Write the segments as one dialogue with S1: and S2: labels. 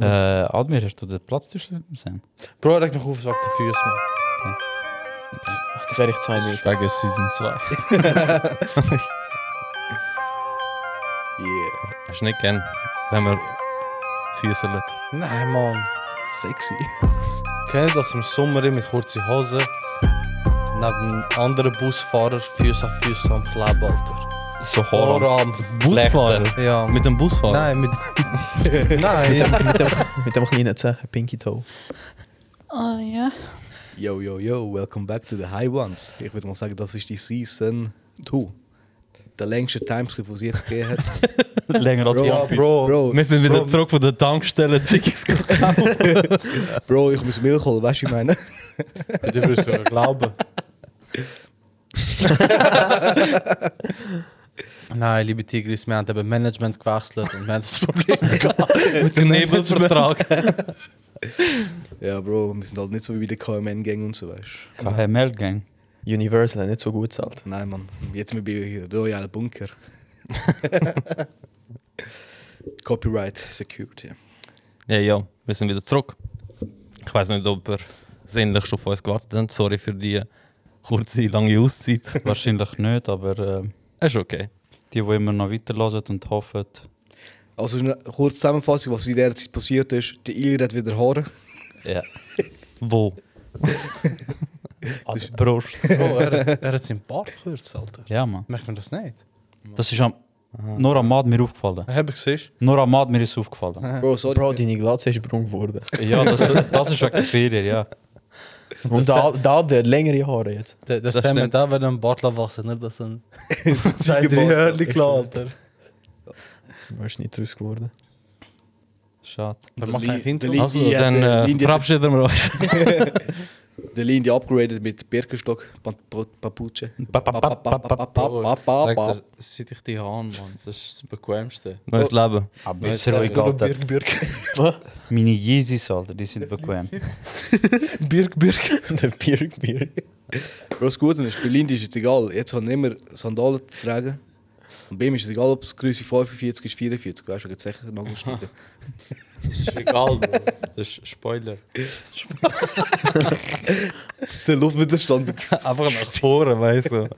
S1: Äh, Admir, hast du den Platz zwischen dem Sam?
S2: Bro, er hat mich aufgesagt, die Füße, Mann. Jetzt wäre ich zwei
S3: Das
S2: Meter.
S3: ist wegen Season 2.
S2: Yeah.
S3: Hast du nicht gern, wenn wir füßeln?
S2: Nein, Mann.
S4: Sexy.
S2: Kennt ihr das im Sommer mit kurzen Hosen? Neben anderen Busfahrer Füße an Füße am Kleben, Alter.
S3: So Horror.
S2: Oral.
S3: Busfahrer?
S2: Ja.
S3: Mit dem Busfahrer?
S2: Nein, mit. Nein.
S4: mit, dem, mit dem kleinen Zeichen, Pinky Toe.
S1: Ah, ja.
S4: Yo, yo, yo, welcome back to the High Ones. Ich würde mal sagen, das ist die Season 2. Der längste Timeskip, den sie jetzt gegeben hat.
S1: Länger als
S2: Ja,
S1: wir.
S2: Bro.
S4: Bro,
S3: Wir sind wieder zurück von der Tankstelle. Tickets gekauft.
S4: Bro, ich muss Milch holen, weißt du, ich meine?
S2: Du würdest mir glauben. Nein, liebe Tigris, wir haben eben Management gewechselt und wir haben das Problem gehabt.
S3: Mit dem Nebelvertrag.
S4: Ja, Bro, wir sind halt nicht so wie bei der KMN-Gang und so, weißt
S1: KML-Gang.
S5: Universal hat nicht so gut zahlt.
S4: du. Nein, Mann, jetzt sind wir bei Royal Bunker. Copyright secured, ja.
S3: ja, ja, wir sind wieder zurück. Ich weiß nicht, ob ihr sinnlich schon auf uns gewartet habt. Sorry für die kurze, lange Auszeit.
S1: Wahrscheinlich nicht, aber äh,
S3: Ist okay.
S1: die, die immer noch weiterhören und hoffen,
S4: Also, eine kurze Zusammenfassung, was in der Zeit passiert ist. Die Ilir hat wieder Haare.
S1: ja.
S3: Wo?
S1: An der Brust.
S2: Bro, Oh, er, er hat seinen Bart gekürzt, Alter.
S1: Ja, Mann.
S2: Merkt man das nicht?
S1: Das ist am,
S2: Ah.
S1: nur am Admir aufgefallen.
S2: Habe ich gesehen.
S1: Nur am Admir ist es aufgefallen.
S4: Bro, sorry.
S5: Bro, deine Glatze ist braun geworden.
S1: Ja, das, das ist wegen der Ferien, ja.
S5: Und da, da der hat längere Haare jetzt.
S2: Der, der Sam hat auch wieder einen Bart wachsen, nicht? Das sind zwei, drei
S4: Ziegenbart.
S2: Hörli klar, Alter.
S5: Du bist nicht draus geworden.
S1: Schade.
S2: Der macht keinen Hinter.
S4: Der
S3: Also,
S4: Lindy hat,
S3: dann
S4: äh,
S3: äh,
S4: Lindy hat-
S3: verabschieden wir uns.
S4: der Lindy upgraded mit Birkenstock, Pat- Pat- Papuche.
S1: Pa- pa- pa- pa- pa- pa- Oh.
S6: Oh, sag
S4: Papapapapapa.
S6: dir, seit ich die habe, Mann, das ist das Bequemste.
S3: Neues Leben.
S6: Ah,
S1: Aber ist ruhig, Alter.
S4: Birk, Birk.
S1: Meine Yeezys, Alter, die sind bequem.
S4: Birk, Birk.
S5: der Birk, Birk.
S4: Bro, das Gute ist, bei Lindy ist es egal. Jetzt haben immer Sandalen zu tragen. Und bei ihm ist es egal, ob es Größe 45 ist, 44. Weißt du, wegen Zechen nachgeschnitten.
S6: Das ist egal, Bro. Das ist Spoiler.
S4: der Luftwiderstand.
S2: Ah,
S3: Einfach nach vorne, weißt du.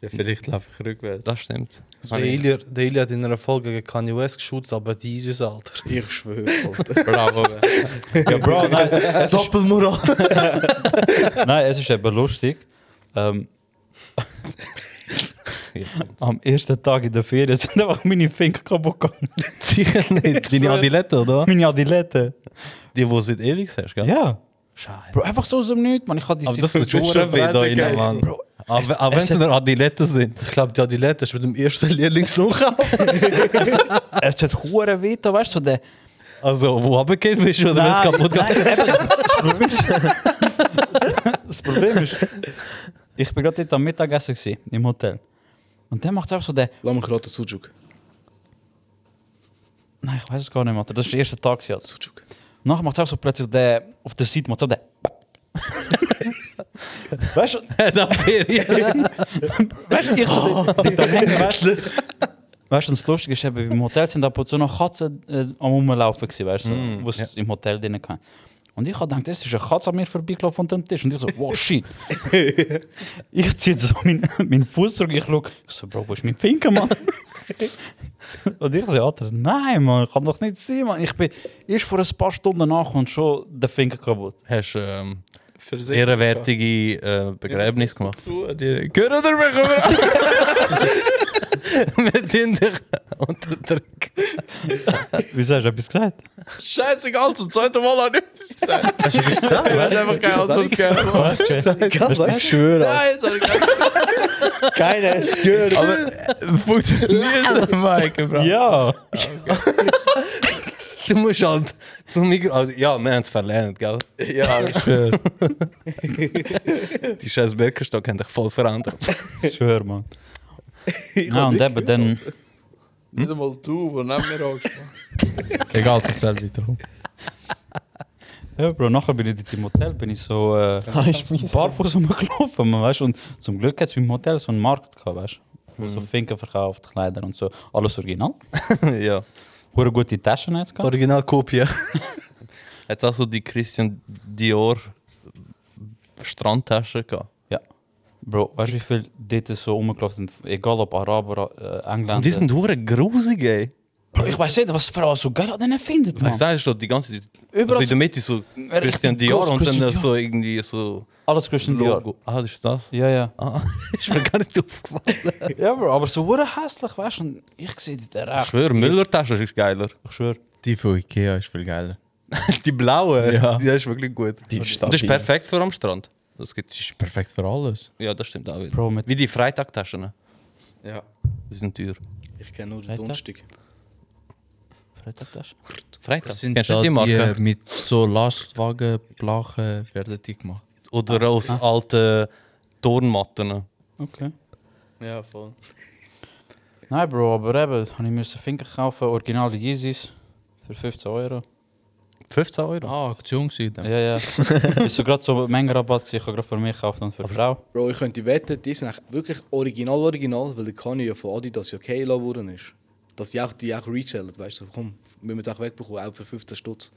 S6: Ja, vielleicht laufe ich rückwärts.
S3: Das stimmt.
S2: Der Ilir, der Ilir hat in einer Folge gegen Kanye West geschaut, aber dieses Alter.
S4: ich schwöre, Alter.
S6: Bravo.
S1: Ja, Bro, nein, es ist,
S2: Doppelmoral.
S1: nein, es ist eben lustig. Ähm, am ersten Tag in der Ferien sind einfach meine Finger kaputt gegangen.
S3: Sicher nicht. Deine Adilette, oder?
S1: Meine Adiletten.
S3: Die, die du seit ewig hast, gell?
S1: Ja.
S3: Scheiße.
S1: Bro, einfach so aus dem Nichts, man. Ich hatte die
S2: Ah,
S3: Aber
S1: Zeit
S3: das tut schon
S1: verdorben.
S3: weh da innen,
S6: Fernsehgeil.
S3: Mann. Aber auch wenn sie nur Adilette sind.
S2: Ich glaube, die Adilette ist mit dem ersten Lehrlingsloch.
S1: Es hat hure weh, da, weißt du, so der...
S3: Also, wo runtergeht bist du, oder wenn es kaputt geht?
S1: nein, eben, das Problem ist. das Problem ist. Ich bin gerade dort am Mittagessen gewesen, im Hotel. Und der macht einfach so der.
S4: Lass mich gerade den Sujuk.
S1: Nein, ich weiß es gar nicht, Alter. Das ist der erste Tag. gewesen, also. Alter.
S4: Sujuk.
S1: Nachher macht er einfach so plötzlich der. Auf der Seite macht er so der. weißt du,
S3: Da Ferien.
S1: weißt du, ich so dort- dort am Hängen, weißt du? Weißt du, und das Lustige ist, eben, im Hotel sind ab und zu noch Katzen äh, am Rumlaufen, gewesen, weißt du, so, was es im Hotel drin kann. Und ich habe gedacht, das ist eine Katze an mir vorbeigelaufen unter dem Tisch. Und ich so, wow, shit. ich ziehe so meinen meinen Fuß zurück, ich schaue, ich so, Bro, wo ist mein Finger, Mann? und ich so, Alter, nein, Mann, kann doch nicht sein, Mann. Ich bin erst vor ein paar Stunden nach und schon der Finger kaputt.
S3: Hast du ähm,
S6: Für sich.
S3: ehrenwertige äh, Begräbnis gemacht?
S6: Zu dir. Gehört ihr mich über?
S3: Wir sind dich unter Druck.
S1: Wieso hast du etwas gesagt?
S6: Scheißegal, zum zweiten Mal habe ich etwas gesagt. Hast du etwas gesagt? Ich habe einfach keine Antwort gegeben. Mann.
S5: Ich schwöre,
S6: Nein, jetzt habe ich keine
S5: keiner hat es gehört. Aber
S6: Funktioniert der Mike, Bro.
S1: Ja.
S3: Du musst halt zum Mikro. Also, ja, wir haben es verlernt, gell?
S6: Ja,
S3: Die scheiß Birkenstock haben dich voll verändert.
S1: Ich schwöre, Mann. Ja, und eben dann.
S6: nicht einmal du, wo nicht mehr angesprochen.
S3: Egal, erzähl weiter.
S1: Ja, Bro, nachher bin ich dort im Hotel, bin ich so äh, barfuß rumgelaufen, man, weißt du. Und zum Glück hat es im Hotel so einen Markt gehabt, weißt du. Wo so Finken verkauft, Kleider und so. Alles original.
S3: ja.
S1: Hure gute Taschen jetzt gehabt.
S2: Originalkopie.
S3: Hat auch so die Christian Dior Strandtasche gehabt.
S1: Ja. Bro, weißt du, wie viel dort so rumgelaufen sind? Egal ob Araber, äh, Engländer.
S3: Und die sind hure grusig, ey.
S1: Bro, ich weiß nicht, was Frau so geil an denen findet,
S3: Ich
S1: man.
S3: sag schon, die ganze Zeit.
S1: Überall
S3: Also in der Mitte so Christian
S1: richtig
S3: Dior
S1: groß
S3: und dann
S1: Christian
S3: so irgendwie so
S1: Alles Christian Dior.
S3: Logo. Ah, das ist das?
S1: Ja, ja.
S3: Ah, ist mir gar nicht aufgefallen.
S1: Ja, Bro, aber so hure hässlich, weißt du? und Ich sehe die da
S3: Ich
S1: recht.
S3: schwöre, Müller-Tasche ist geiler.
S1: Ich schwöre.
S7: Die von Ikea ist viel geiler.
S3: Die blaue,
S7: Ja.
S3: die ist wirklich gut.
S5: Die ist
S4: Dus
S3: Und das ist
S5: stabil.
S3: perfekt für am Strand. Das
S7: Die
S3: gibt,
S7: ist perfekt für alles.
S3: ja, das stimmt auch wieder.
S1: Bro, mit-
S3: Wie die Freitagtaschen. ne?
S6: Ja.
S3: Die sind teuer.
S4: Ich kenne nur den
S1: Alter.
S4: Donnerstag.
S1: Freitagtasche.
S3: Freitag?
S7: Das sind
S3: Kennst du
S7: da
S3: die
S7: die, äh,
S3: Marke?
S7: mit so Lastwagenplachen werden die gemacht. Ah.
S3: Oder aus alten Turnmatten. ne?
S1: Okay.
S6: Ja, voll.
S1: Nein, Bro, aber eben, habe ich müssen Finken kaufen, originale Yeezys. Für 15 Euro.
S3: 15 Euro.
S7: Ah, Aktion gewesen. dann.
S1: Ja, ja. ist so gerade so ein Mengenrabatt gewesen. Ich habe gerade für mich gekauft und für Frau.
S4: Bro, ich könnte wetten, die sind echt wirklich original, original, weil der Kanye ja von Adidas ja okay gelassen worden ist. Dass die auch, die auch resellen, weißt du, so, komm, wir müssen es auch wegbekommen, auch für 15 Stutz.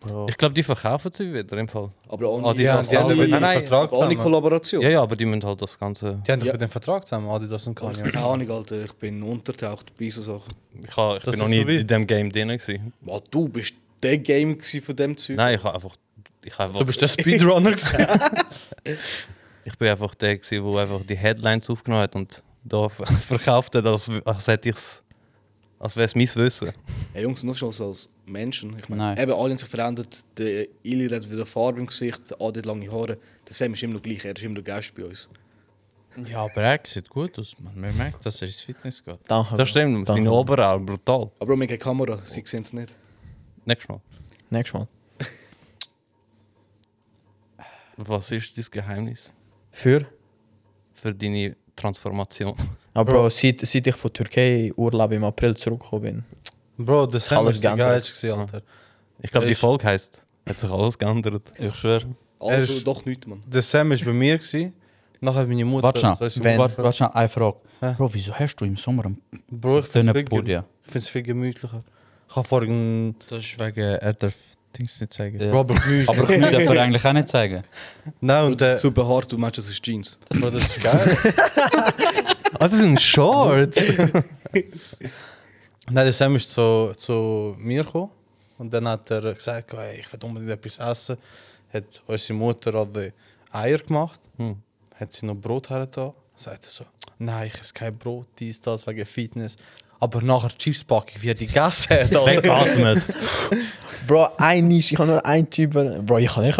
S1: Bro.
S3: Ich glaube, die verkaufen sie wieder im Fall. Ah,
S4: Aber ohne,
S2: Adidas, Ah, die haben
S4: ohne,
S2: ja mit dem
S4: nein,
S2: Vertrag
S4: aber ohne
S2: zusammen.
S4: Kollaboration.
S3: Ja, ja, aber die müssen halt das Ganze.
S2: Die haben doch
S4: Ja.
S2: mit dem Vertrag zusammen, Adidas und Kanye.
S4: Keine Ahnung, Alter, ich bin untertaucht bei so Sachen.
S3: Ich, ha, ich
S2: Das
S3: bin
S2: ist
S3: noch nie
S2: so wie-
S3: in dem Game drin. Gewesen.
S4: Boah, du bist der Game gewesen von dem Zeug.
S3: Nein, ich habe einfach. Ich, hab einfach,
S2: Du bist der Speedrunner gewesen.
S3: ich bin einfach der, gewesen, der einfach die Headlines aufgenommen hat und da verkauft hat, als, als hätte ich es. Als wäre es mein Wissen.
S4: Hey, Jungs, nur schon so als Menschen. Ich
S1: Nein.
S4: meine, eben, alle haben sich verändert. Der Ili hat wieder Farbe im Gesicht, der Adi hat lange Haare. Der Sam ist immer noch gleich, er ist immer noch Gast bei uns.
S7: Ja, aber er sieht gut aus. Man Man merkt, dass er ins Fitness geht.
S5: Danke.
S3: Das stimmt,
S5: Danke.
S3: seine Oberarm brutal.
S4: Aber wir haben keine Kamera, sie sehen es nicht.
S3: Nächstes Mal.
S5: Nächstes Mal.
S3: Was ist dein Geheimnis
S5: Für?
S3: für deine Transformation?
S5: Aber Bro, seit, seit ich von Türkei Urlaub im April zurückgekommen
S2: Bro, das Sam
S5: Alles
S2: ist der
S5: geändert.
S2: geilste gewesen, Alter.
S3: Ich glaube, die
S2: Ist-
S3: Folge heisst, hat sich alles geändert.
S1: Ich schwöre.
S4: Also
S2: ist-
S4: doch nichts, Mann.
S2: Der Sam war bei mir. Gewesen. Nachher hat meine Mutter.
S1: Warte schnell.
S2: so ist sie-
S5: Wenn-
S1: Warte, warte schnell, eine Frage. Bro, wieso hast du im Sommer einen
S2: Bro, ich
S1: dünnen
S2: finde es viel,
S1: Pulli?
S2: ich find's viel gemütlicher. Ich habe vorhin.
S7: Das ist wegen, er darf Dings nicht zeigen.
S1: Ja.
S2: Robert Knüsch.
S1: Aber ich darf er eigentlich auch nicht zeigen.
S2: Nein, und der.
S4: Super hart, du meinst, das ist Jeans.
S2: Bro, das ist geil.
S3: Ah, das ist ein Short!
S2: Nein, der Sam ist zu, zu mir gekommen. Und dann hat er gesagt, hey, ich will unbedingt etwas essen. Hat unsere Mutter alle Eier gemacht.
S1: Hm.
S2: Hat sie noch Brot hergetan. Sagt er so, nein, ich esse kein Brot, dies, das, wegen Fitness. Aber nachher Chipspackung, wie er die gegessen hat. Alter.
S3: Weggeatmet.
S5: bin. Bro, ein Nisch, ich habe nur einen Typ. Bro, ich kann nicht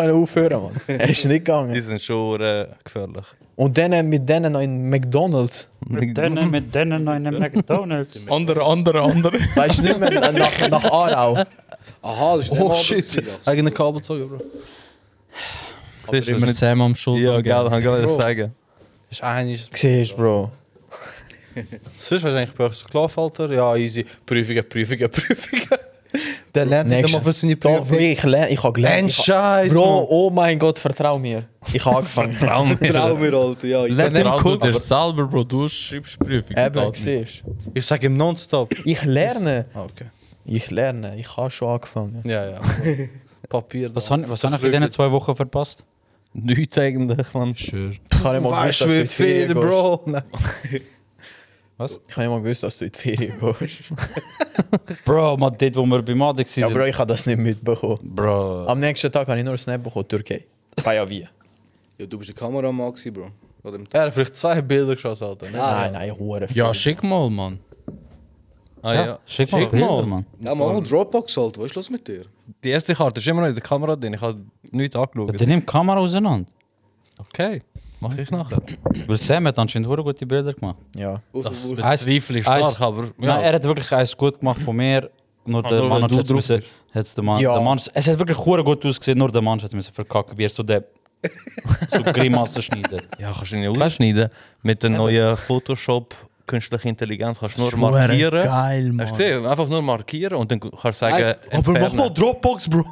S5: aufhören, Mann. Er ist nicht
S3: Die
S5: gegangen.
S3: sind schon äh, gefährlich.
S5: Und dann mit denen noch nou in McDonalds.
S1: Mit denen, mit denen einen McDonalds.
S7: Andere, andere, andere.
S5: Weißt du nicht mehr na- nach, nach Aarau?
S4: Aha, das ist
S2: Oh shit, eigene Kabelzeuge, Bro.
S3: Siehst du?
S7: Immer zusammen am Schulter.
S3: Ja, geil, kann ich gerade
S2: Bro.
S3: sagen.
S2: Ist einiges.
S5: Siehst Bro.
S2: Sonst wahrscheinlich bei euch so gelaufen, Alter. Ja, easy. Prüfungen, Prüfungen, Prüfungen. Der lernt nicht
S5: Nächste.
S2: mal für seine
S5: Doch,
S2: Prüfung.
S5: ich, lerne, ich habe gelernt.
S2: Ein
S5: ich hab-
S2: Scheiß.
S5: Bro, oh mein Gott, vertrau mir. Ich habe angefangen.
S3: Trau mir.
S4: Trau mir, Alter, ja. Ich,
S7: Lernt
S3: Lernt
S7: du
S3: Kult,
S7: dir selber, Bro. Du schreibst Prüfung.
S5: Eben, siehst
S2: Mann. Ich sage ihm nonstop.
S5: Ich lerne.
S2: Ah, Okay.
S5: Ich lerne. Ich habe schon angefangen.
S2: Ja, ja. Papier.
S1: Was
S2: da.
S1: habe was hab ich in diesen zwei Wochen verpasst?
S3: Nichts eigentlich, Mann.
S7: Schön.
S5: Ich habe nicht mal
S2: Weißt
S5: gewusst,
S2: du,
S5: dass du in
S2: wie
S5: die Ferien
S2: viel,
S5: gehst.
S2: Bro? Nein.
S5: Ich habe nicht mal gewusst, dass du in die Ferien gehst.
S1: Bro, man, dort, wo wir bei Madi waren.
S5: ja, Bro, ich habe das nicht mitbekommen.
S1: Bro.
S5: Am nächsten Tag habe ich nur einen Snap bekommen, Türkei. War ja wie?
S4: ja, du bist ein Kameramann, gewesen, Bro. An dem Tag.
S2: Er hat vielleicht zwei Bilder geschossen, Alter. Ne?
S5: Nein, nein, Hure.
S7: Ja, schick mal, Mann.
S3: Ah,
S1: Ja,
S3: ja.
S1: Schick mal, Bilder, Mann.
S4: Ja, mach mal Dropbox, halt, Alter, was ist los mit dir?
S3: Die erste Karte ist immer noch in der Kamera drin. Ich habe nichts
S1: Dann
S3: angeschaut.
S1: nimm die Kamera auseinander.
S3: Okay, mach ich nachher.
S1: Weil Sam hat anscheinend hure gute Bilder gemacht.
S5: Ja.
S4: Ausser, wo-
S3: Zweifel ist stark,
S1: Eins-
S3: aber.
S1: Nein, er hat Nou, wirklich eins gut gemacht von mir. Nur der
S3: nur
S1: Mann
S3: weil
S1: hat
S3: du
S1: es
S3: drauf
S1: müssen.
S3: bist.
S1: Hat's der Mann,
S5: Ja.
S1: der Mann, es hat wirklich hure gut ausgesehen, nur der Mann hat es müssen verkacken, wie er so der so Grimassen schneidet.
S3: Ja, kannst du ihn nicht ausschneiden. Mit der neuen Photoshop, künstliche Intelligenz, kannst du nur markieren.
S7: Geil,
S3: Hast du
S7: Mann.
S3: gesehen? Einfach nur markieren und dann kannst du sagen,
S2: Aber mach mal
S3: entfernen.
S2: Dropbox, Bro.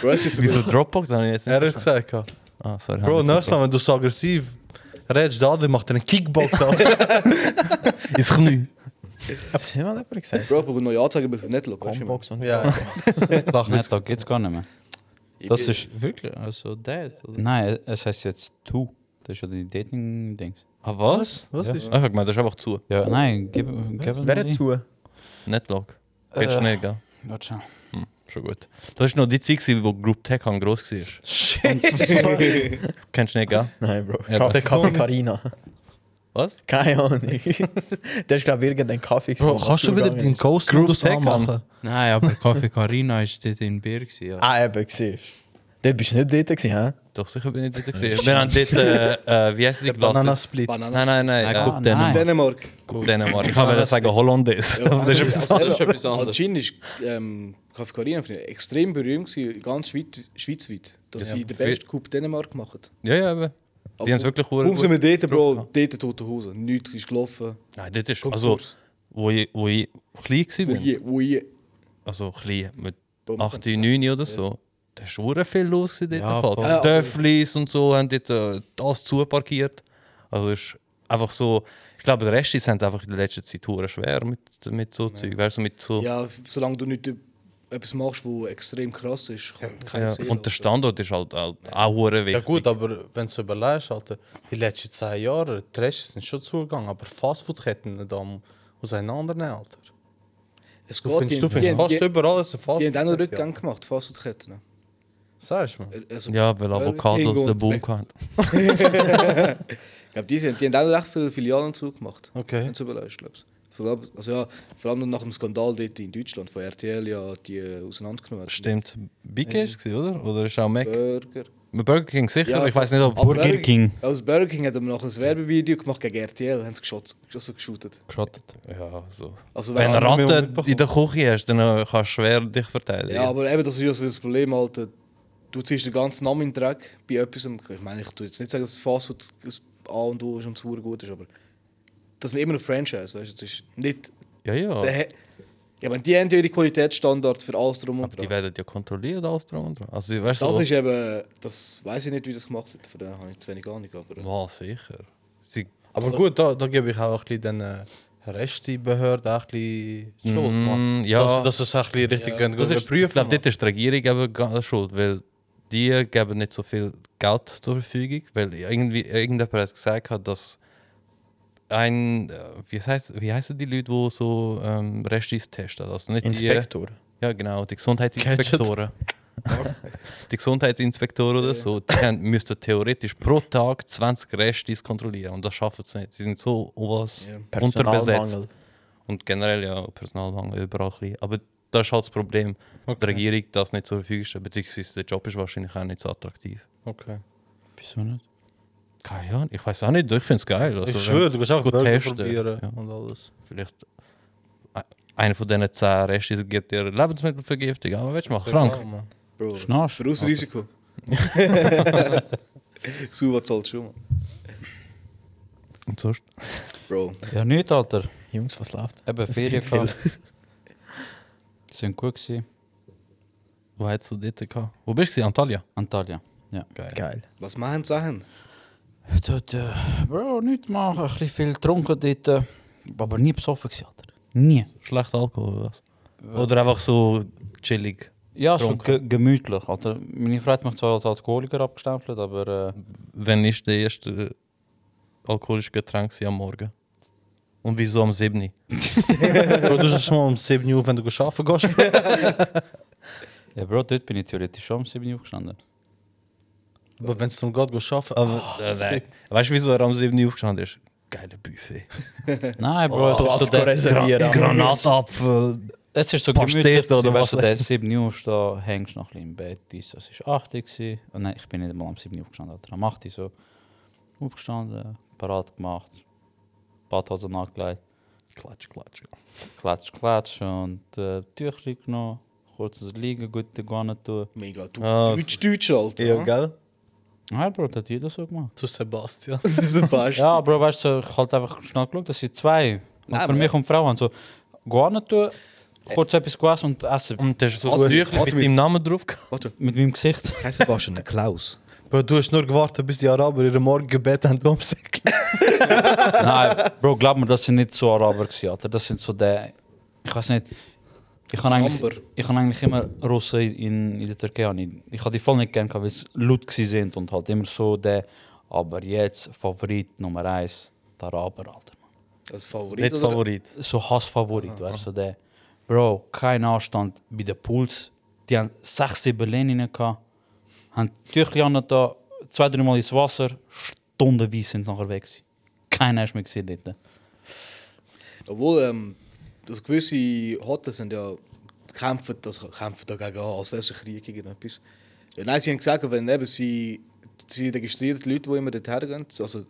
S4: Bro, es gibt sogar
S3: Wieso Dropbox? Habe ich jetzt
S2: Er
S3: nicht.
S2: hat gesagt, ja.
S3: Ah, sorry. hab
S2: Bro,
S3: ich
S2: nächstes
S3: nicht
S2: Mal, wenn du so aggressiv redest, der andere macht einen Kickbox, Alter.
S3: gehört. Ins Knie.
S5: Einfach niemand hat gesagt.
S4: Bro, aber neue Anzeigen bitte nicht locken. weißt du,
S5: Combox und
S2: Ja, Lach
S1: Nein,
S2: mit.
S1: da geht's gar nicht mehr. Das ist.
S7: Wirklich? Also Dad? Oder?
S1: Nein, es heißt jetzt Tu. Das ist ja die Dating-Dings.
S3: Ah, was?
S2: Was
S3: Ja.
S2: ist?
S3: Ah, ich hab gemeint, das ist einfach zu.
S1: Ja, nein, gib, gib mir
S5: Wer
S1: die.
S5: hat zu?
S3: Nicht lag. Geht schnell, gell?
S1: Warte schnell.
S3: Schon gut. Das war noch die Zeit, gewesen, wo Group Tech an gross war. Shit! Kennst du nicht, gell?
S5: Nein, Bro.
S3: Ja,
S5: Kaffee, Kaffee Carina.
S3: Was?
S5: Keine Ahnung. das ist, glaube ich, irgendein Kaffee.
S2: Bro,
S5: gewesen,
S2: kannst du wieder
S5: was übergegangen
S2: den Ghost-Modus
S3: Tech, Mann.
S2: anmachen?
S7: Nein, aber Kaffee Carina war dort in Bier. Gewesen, ja.
S5: ist. Ah, eben, siehst du. Dort bist du nicht dort gewesen, hä?
S3: Doch, sicher bin ich dort. gewesen. Wir haben dort, äh, äh, wie heißt die Glas?
S2: Bananasplit.
S4: Bananen.
S3: Nein, nein, nein.
S1: Ah,
S3: äh,
S1: nein.
S4: Dänemark.
S3: Guck Dänemark. Ich wollte sagen Hollandaise. Aber das ist
S4: Also,
S6: Das ist
S4: eben,
S6: etwas anderes.
S4: Alcin ist ähm, Café Carina finde ich, extrem berühmt gewesen, ganz schweiz, schweizweit, dass sie den besten Coup Dänemark machen.
S3: Ja, ja, eben. Die haben es wirklich gut.
S4: Warum sind wir dort, Bro? Dort tote Hose. Nichts ist gelaufen.
S3: Nein, das ist. Also,
S4: Konkurs.
S3: wo ich, wo ich klein
S4: Wo
S3: war,
S4: je, wo je.
S3: also klein, mit
S4: Boah, man
S3: 8, 9 oder so, da war schon viel los. in diesem Fall.
S7: voll.
S4: Ja, also absolut.
S3: Dörflis und so haben dort äh, das zuparkiert. Also, ist einfach so. Ich glaube, der Rest ist einfach in der letzten Zeit hure schwer mit, mit so Zeug. Weißt du, mit so.
S4: Ja, solange du nicht etwas machst, was extrem krass ist, kommt keine
S3: Ja.
S4: Seele.
S3: Und der Standort ist halt, halt auch hure
S2: Ja
S3: wichtig.
S2: gut, aber wenn du überlegst, Alter, die letzten zehn Jahre, die Reste sind schon zugegangen, aber Fastfood-Ketten nicht am auseinandernehmen, Alter.
S4: es
S2: Du
S4: geht
S2: findest,
S4: die-
S2: du
S4: die-
S2: findest fast
S4: die-
S2: überall ist ein
S4: Die haben auch noch
S2: Fastfood-Ketten. Ja.
S4: Rückgang gemacht, Fastfood-Ketten.
S2: Sagst du, man.
S4: Also,
S3: ja, weil
S4: Burger
S3: Avocados
S4: King
S3: den
S4: und
S3: Boom
S4: Mc-
S3: hatten.
S4: Ich glaube, die, sind- die haben auch noch recht viele Filialen zugemacht.
S2: Okay.
S4: Wenn du überlegst, glaubst Vor allem, also ja, vor allem nach dem Skandal dort in Deutschland, von RTL ja die äh, auseinandergenommen hat.
S3: Stimmt. Big ist gewesen, oder? Oder ist auch Mac?
S4: Burger.
S3: Mit Burger King sicher,
S4: Ja.
S3: aber ich weiß nicht, ob.
S1: Burger King.
S4: Aus Burger King hat er noch ein Werbevideo gemacht gegen RTL, haben sie geschossen, geschossen geschootet.
S1: Geschottet.
S3: Ja, so.
S4: Also,
S3: Wenn
S4: wenn-
S3: Ratten in der Küche hast, dann äh, kannst du schwer dich verteidigen.
S4: Ja, aber eben, das ist ja so das Problem, Alter. Du ziehst den ganzen Namen in den Dreck bei etwas. ähm, Ich meine, ich tue jetzt nicht sagen, dass Fastfood das A und O ist und super gut ist, aber das sind immer noch Franchise, weißt du? Das ist nicht...
S3: ja, ja.
S4: Der, ja, wenn die haben ja ihre Qualitätsstandards für alles drum und
S3: Die
S4: dran.
S3: werden ja kontrolliert, alles drum und dran. Also, weißt du,
S4: Das
S3: so-
S4: ist eben... Das weiß ich nicht, wie das gemacht wird, von da habe ich zu wenig Ahnung, aber... äh,
S3: Mal sicher. Sie,
S2: Aber gut, da, da gebe ich auch ein bisschen den äh, Restbehörden auch ein bisschen Schuld, Mann.
S3: ja.
S2: Dass, dass es auch ein bisschen richtig Mhm, ja.
S3: das ist, ich glaube, dort ist die Regierung eben ga- schuld, weil die geben nicht so viel Geld zur Verfügung, weil irgendwie, irgendjemand hat gesagt, hat, dass ein, äh, wie heißt wie heißen die Leute, die so ähm, Restis testen? Also nicht
S5: Inspektor.
S3: Die, ja, genau, die Gesundheitsinspektoren. die Gesundheitsinspektoren oder so, die haben, müssten theoretisch pro Tag 20 Restis kontrollieren und das schaffen sie nicht. Sie sind so was unterbesetzt.
S5: Personalmangel.
S3: Und generell ja, Personalmangel überall ein bisschen. Aber das ist halt das Problem, die Regierung das nicht zur Verfügung stellt, beziehungsweise der Job ist wahrscheinlich auch nicht so attraktiv.
S2: Okay.
S1: Wieso nicht?
S3: Keine Ahnung, ich weiß auch nicht, ich finde es geil. Also,
S2: Ich
S3: wenn-
S2: schwöre, du kannst auch
S3: gut
S2: Burger
S3: testen,
S2: probieren
S3: ja.
S2: und alles.
S3: Vielleicht e- einer von diesen 10 Restis gibt dir Lebensmittelvergiftung, aber willst du mal krank?
S2: Mann.
S4: Bro,
S1: Schnarch.
S4: für das Risiko. Sauber zahlt schon, Mann.
S3: Und sonst?
S4: Bro.
S1: Ja, nicht, Alter.
S5: Jungs, was läuft?
S1: Eben Ferienfahrt. Sind gut gewesen.
S3: Wo hättest du dort gehabt? Wo bist du? Antalya?
S1: Antalya. Ja.
S5: Geil.
S4: Was machen die Sachen?
S1: Dort, äh, Bro, nichts machen. Ein bisschen viel getrunken dort. äh, Aber nie besoffen gewesen, Alter. Nie.
S3: Schlecht Alkohol oder was? Oder einfach so chillig?
S1: Ja, so ge gemütlich. Alter. Meine Frau hat mich zwar als Alkoholiker abgestempelt, aber äh,
S3: Wenn ist der erste alkoholische Getränk gewesen am Morgen? Und wieso am 7.
S2: Bro, du schaust mal um 7 Uhr, wenn du arbeiten gehst.
S1: ja, Bro, dort bin ich theoretisch schon um 7 Uhr aufgestanden.
S2: Aber wenn es darum geht, gehst du arbeiten. ah,
S3: Aber äh, nein. weißt du, wieso er am 7. aufgestanden ist? Geiler Buffet.
S1: Nein, Bro,
S7: Oh,
S1: es ist so
S5: Platz
S1: der,
S5: reservieren.
S3: Granatapfel.
S1: Es ist so
S3: Paar
S1: gemütlich,
S3: Städte oder
S1: oder weißt
S3: was?
S1: du, der 7 Uhr aufstehen, hängst noch ein bisschen im Bett, dies, das ist 8 Uhr gewesen. Oh, nein, ich bin nicht mal am 7 Uhr aufgestanden, Alter. am 8 Uhr so aufgestanden, parat gemacht, Badhose nachgelegt,
S3: Klatsch, klatsch.
S1: klatsch, klatsch und äh, Tüchli genommen, kurz ins Liegen, gut gegangen tun.
S4: Mega, du
S3: Ah,
S4: Deutsch-Deutsch, Alter.
S2: Hm?
S3: Ja, gell?
S1: Nein, Bro, das hat jeder so gemacht.
S2: Du Sebastian.
S4: Das ist ein Bastard.
S1: Ja, Bro, weißt du, ich halt einfach schnell geschaut, dass sie zwei, und
S4: Nein,
S1: für
S4: aber-
S1: mich und Frauen, so gegangen tun, kurz etwas gegessen und essen
S3: Und das ist so
S4: Warte,
S3: ein Tüchlein
S4: warte
S3: mit deinem Namen drauf. gehabt.
S4: Warte,
S1: mit meinem Gesicht.
S4: heißt Sebastian Klaus.
S2: Bro, du hast nur gewartet, bis die Araber ihre Morgengebet haben umsäckeln.
S1: Nein, Nou, Bro, glaub mir, das sind nicht so Araber gewesen, Alter. Das sind so der... Ich weiß nicht... Ich habe eigentlich,
S4: Amber.
S1: ich habe eigentlich immer Russen in, in der Türkei auch nicht. Ich habe die voll nicht gern, gehabt, weil sie laut gewesen sind und halt immer so der... Aber jetzt, Favorit Nummer eins, der Araber, Alter.
S4: Als Favorit.
S3: Nicht
S4: oder?
S3: Favorit.
S1: so Hassfavorit, weißt du, der Bro, kein Anstand bei den Puls. Die haben sechs, sieben Lehnen gehabt, haben die Tüchli da, zwei, dreimal ins Wasser, stundenweise sind sie nachher weg gewesen. Keiner ist mehr gesehen dort.
S4: Obwohl, ähm, das gewisse Hotten sind ja kämpfen, das kämpfen dagegen an, als wäre es ein Krieg gegen etwas. Ja, nein, sie haben gesagt, wenn eben sie, sie registriert die Leute, die immer dorthin gehen, also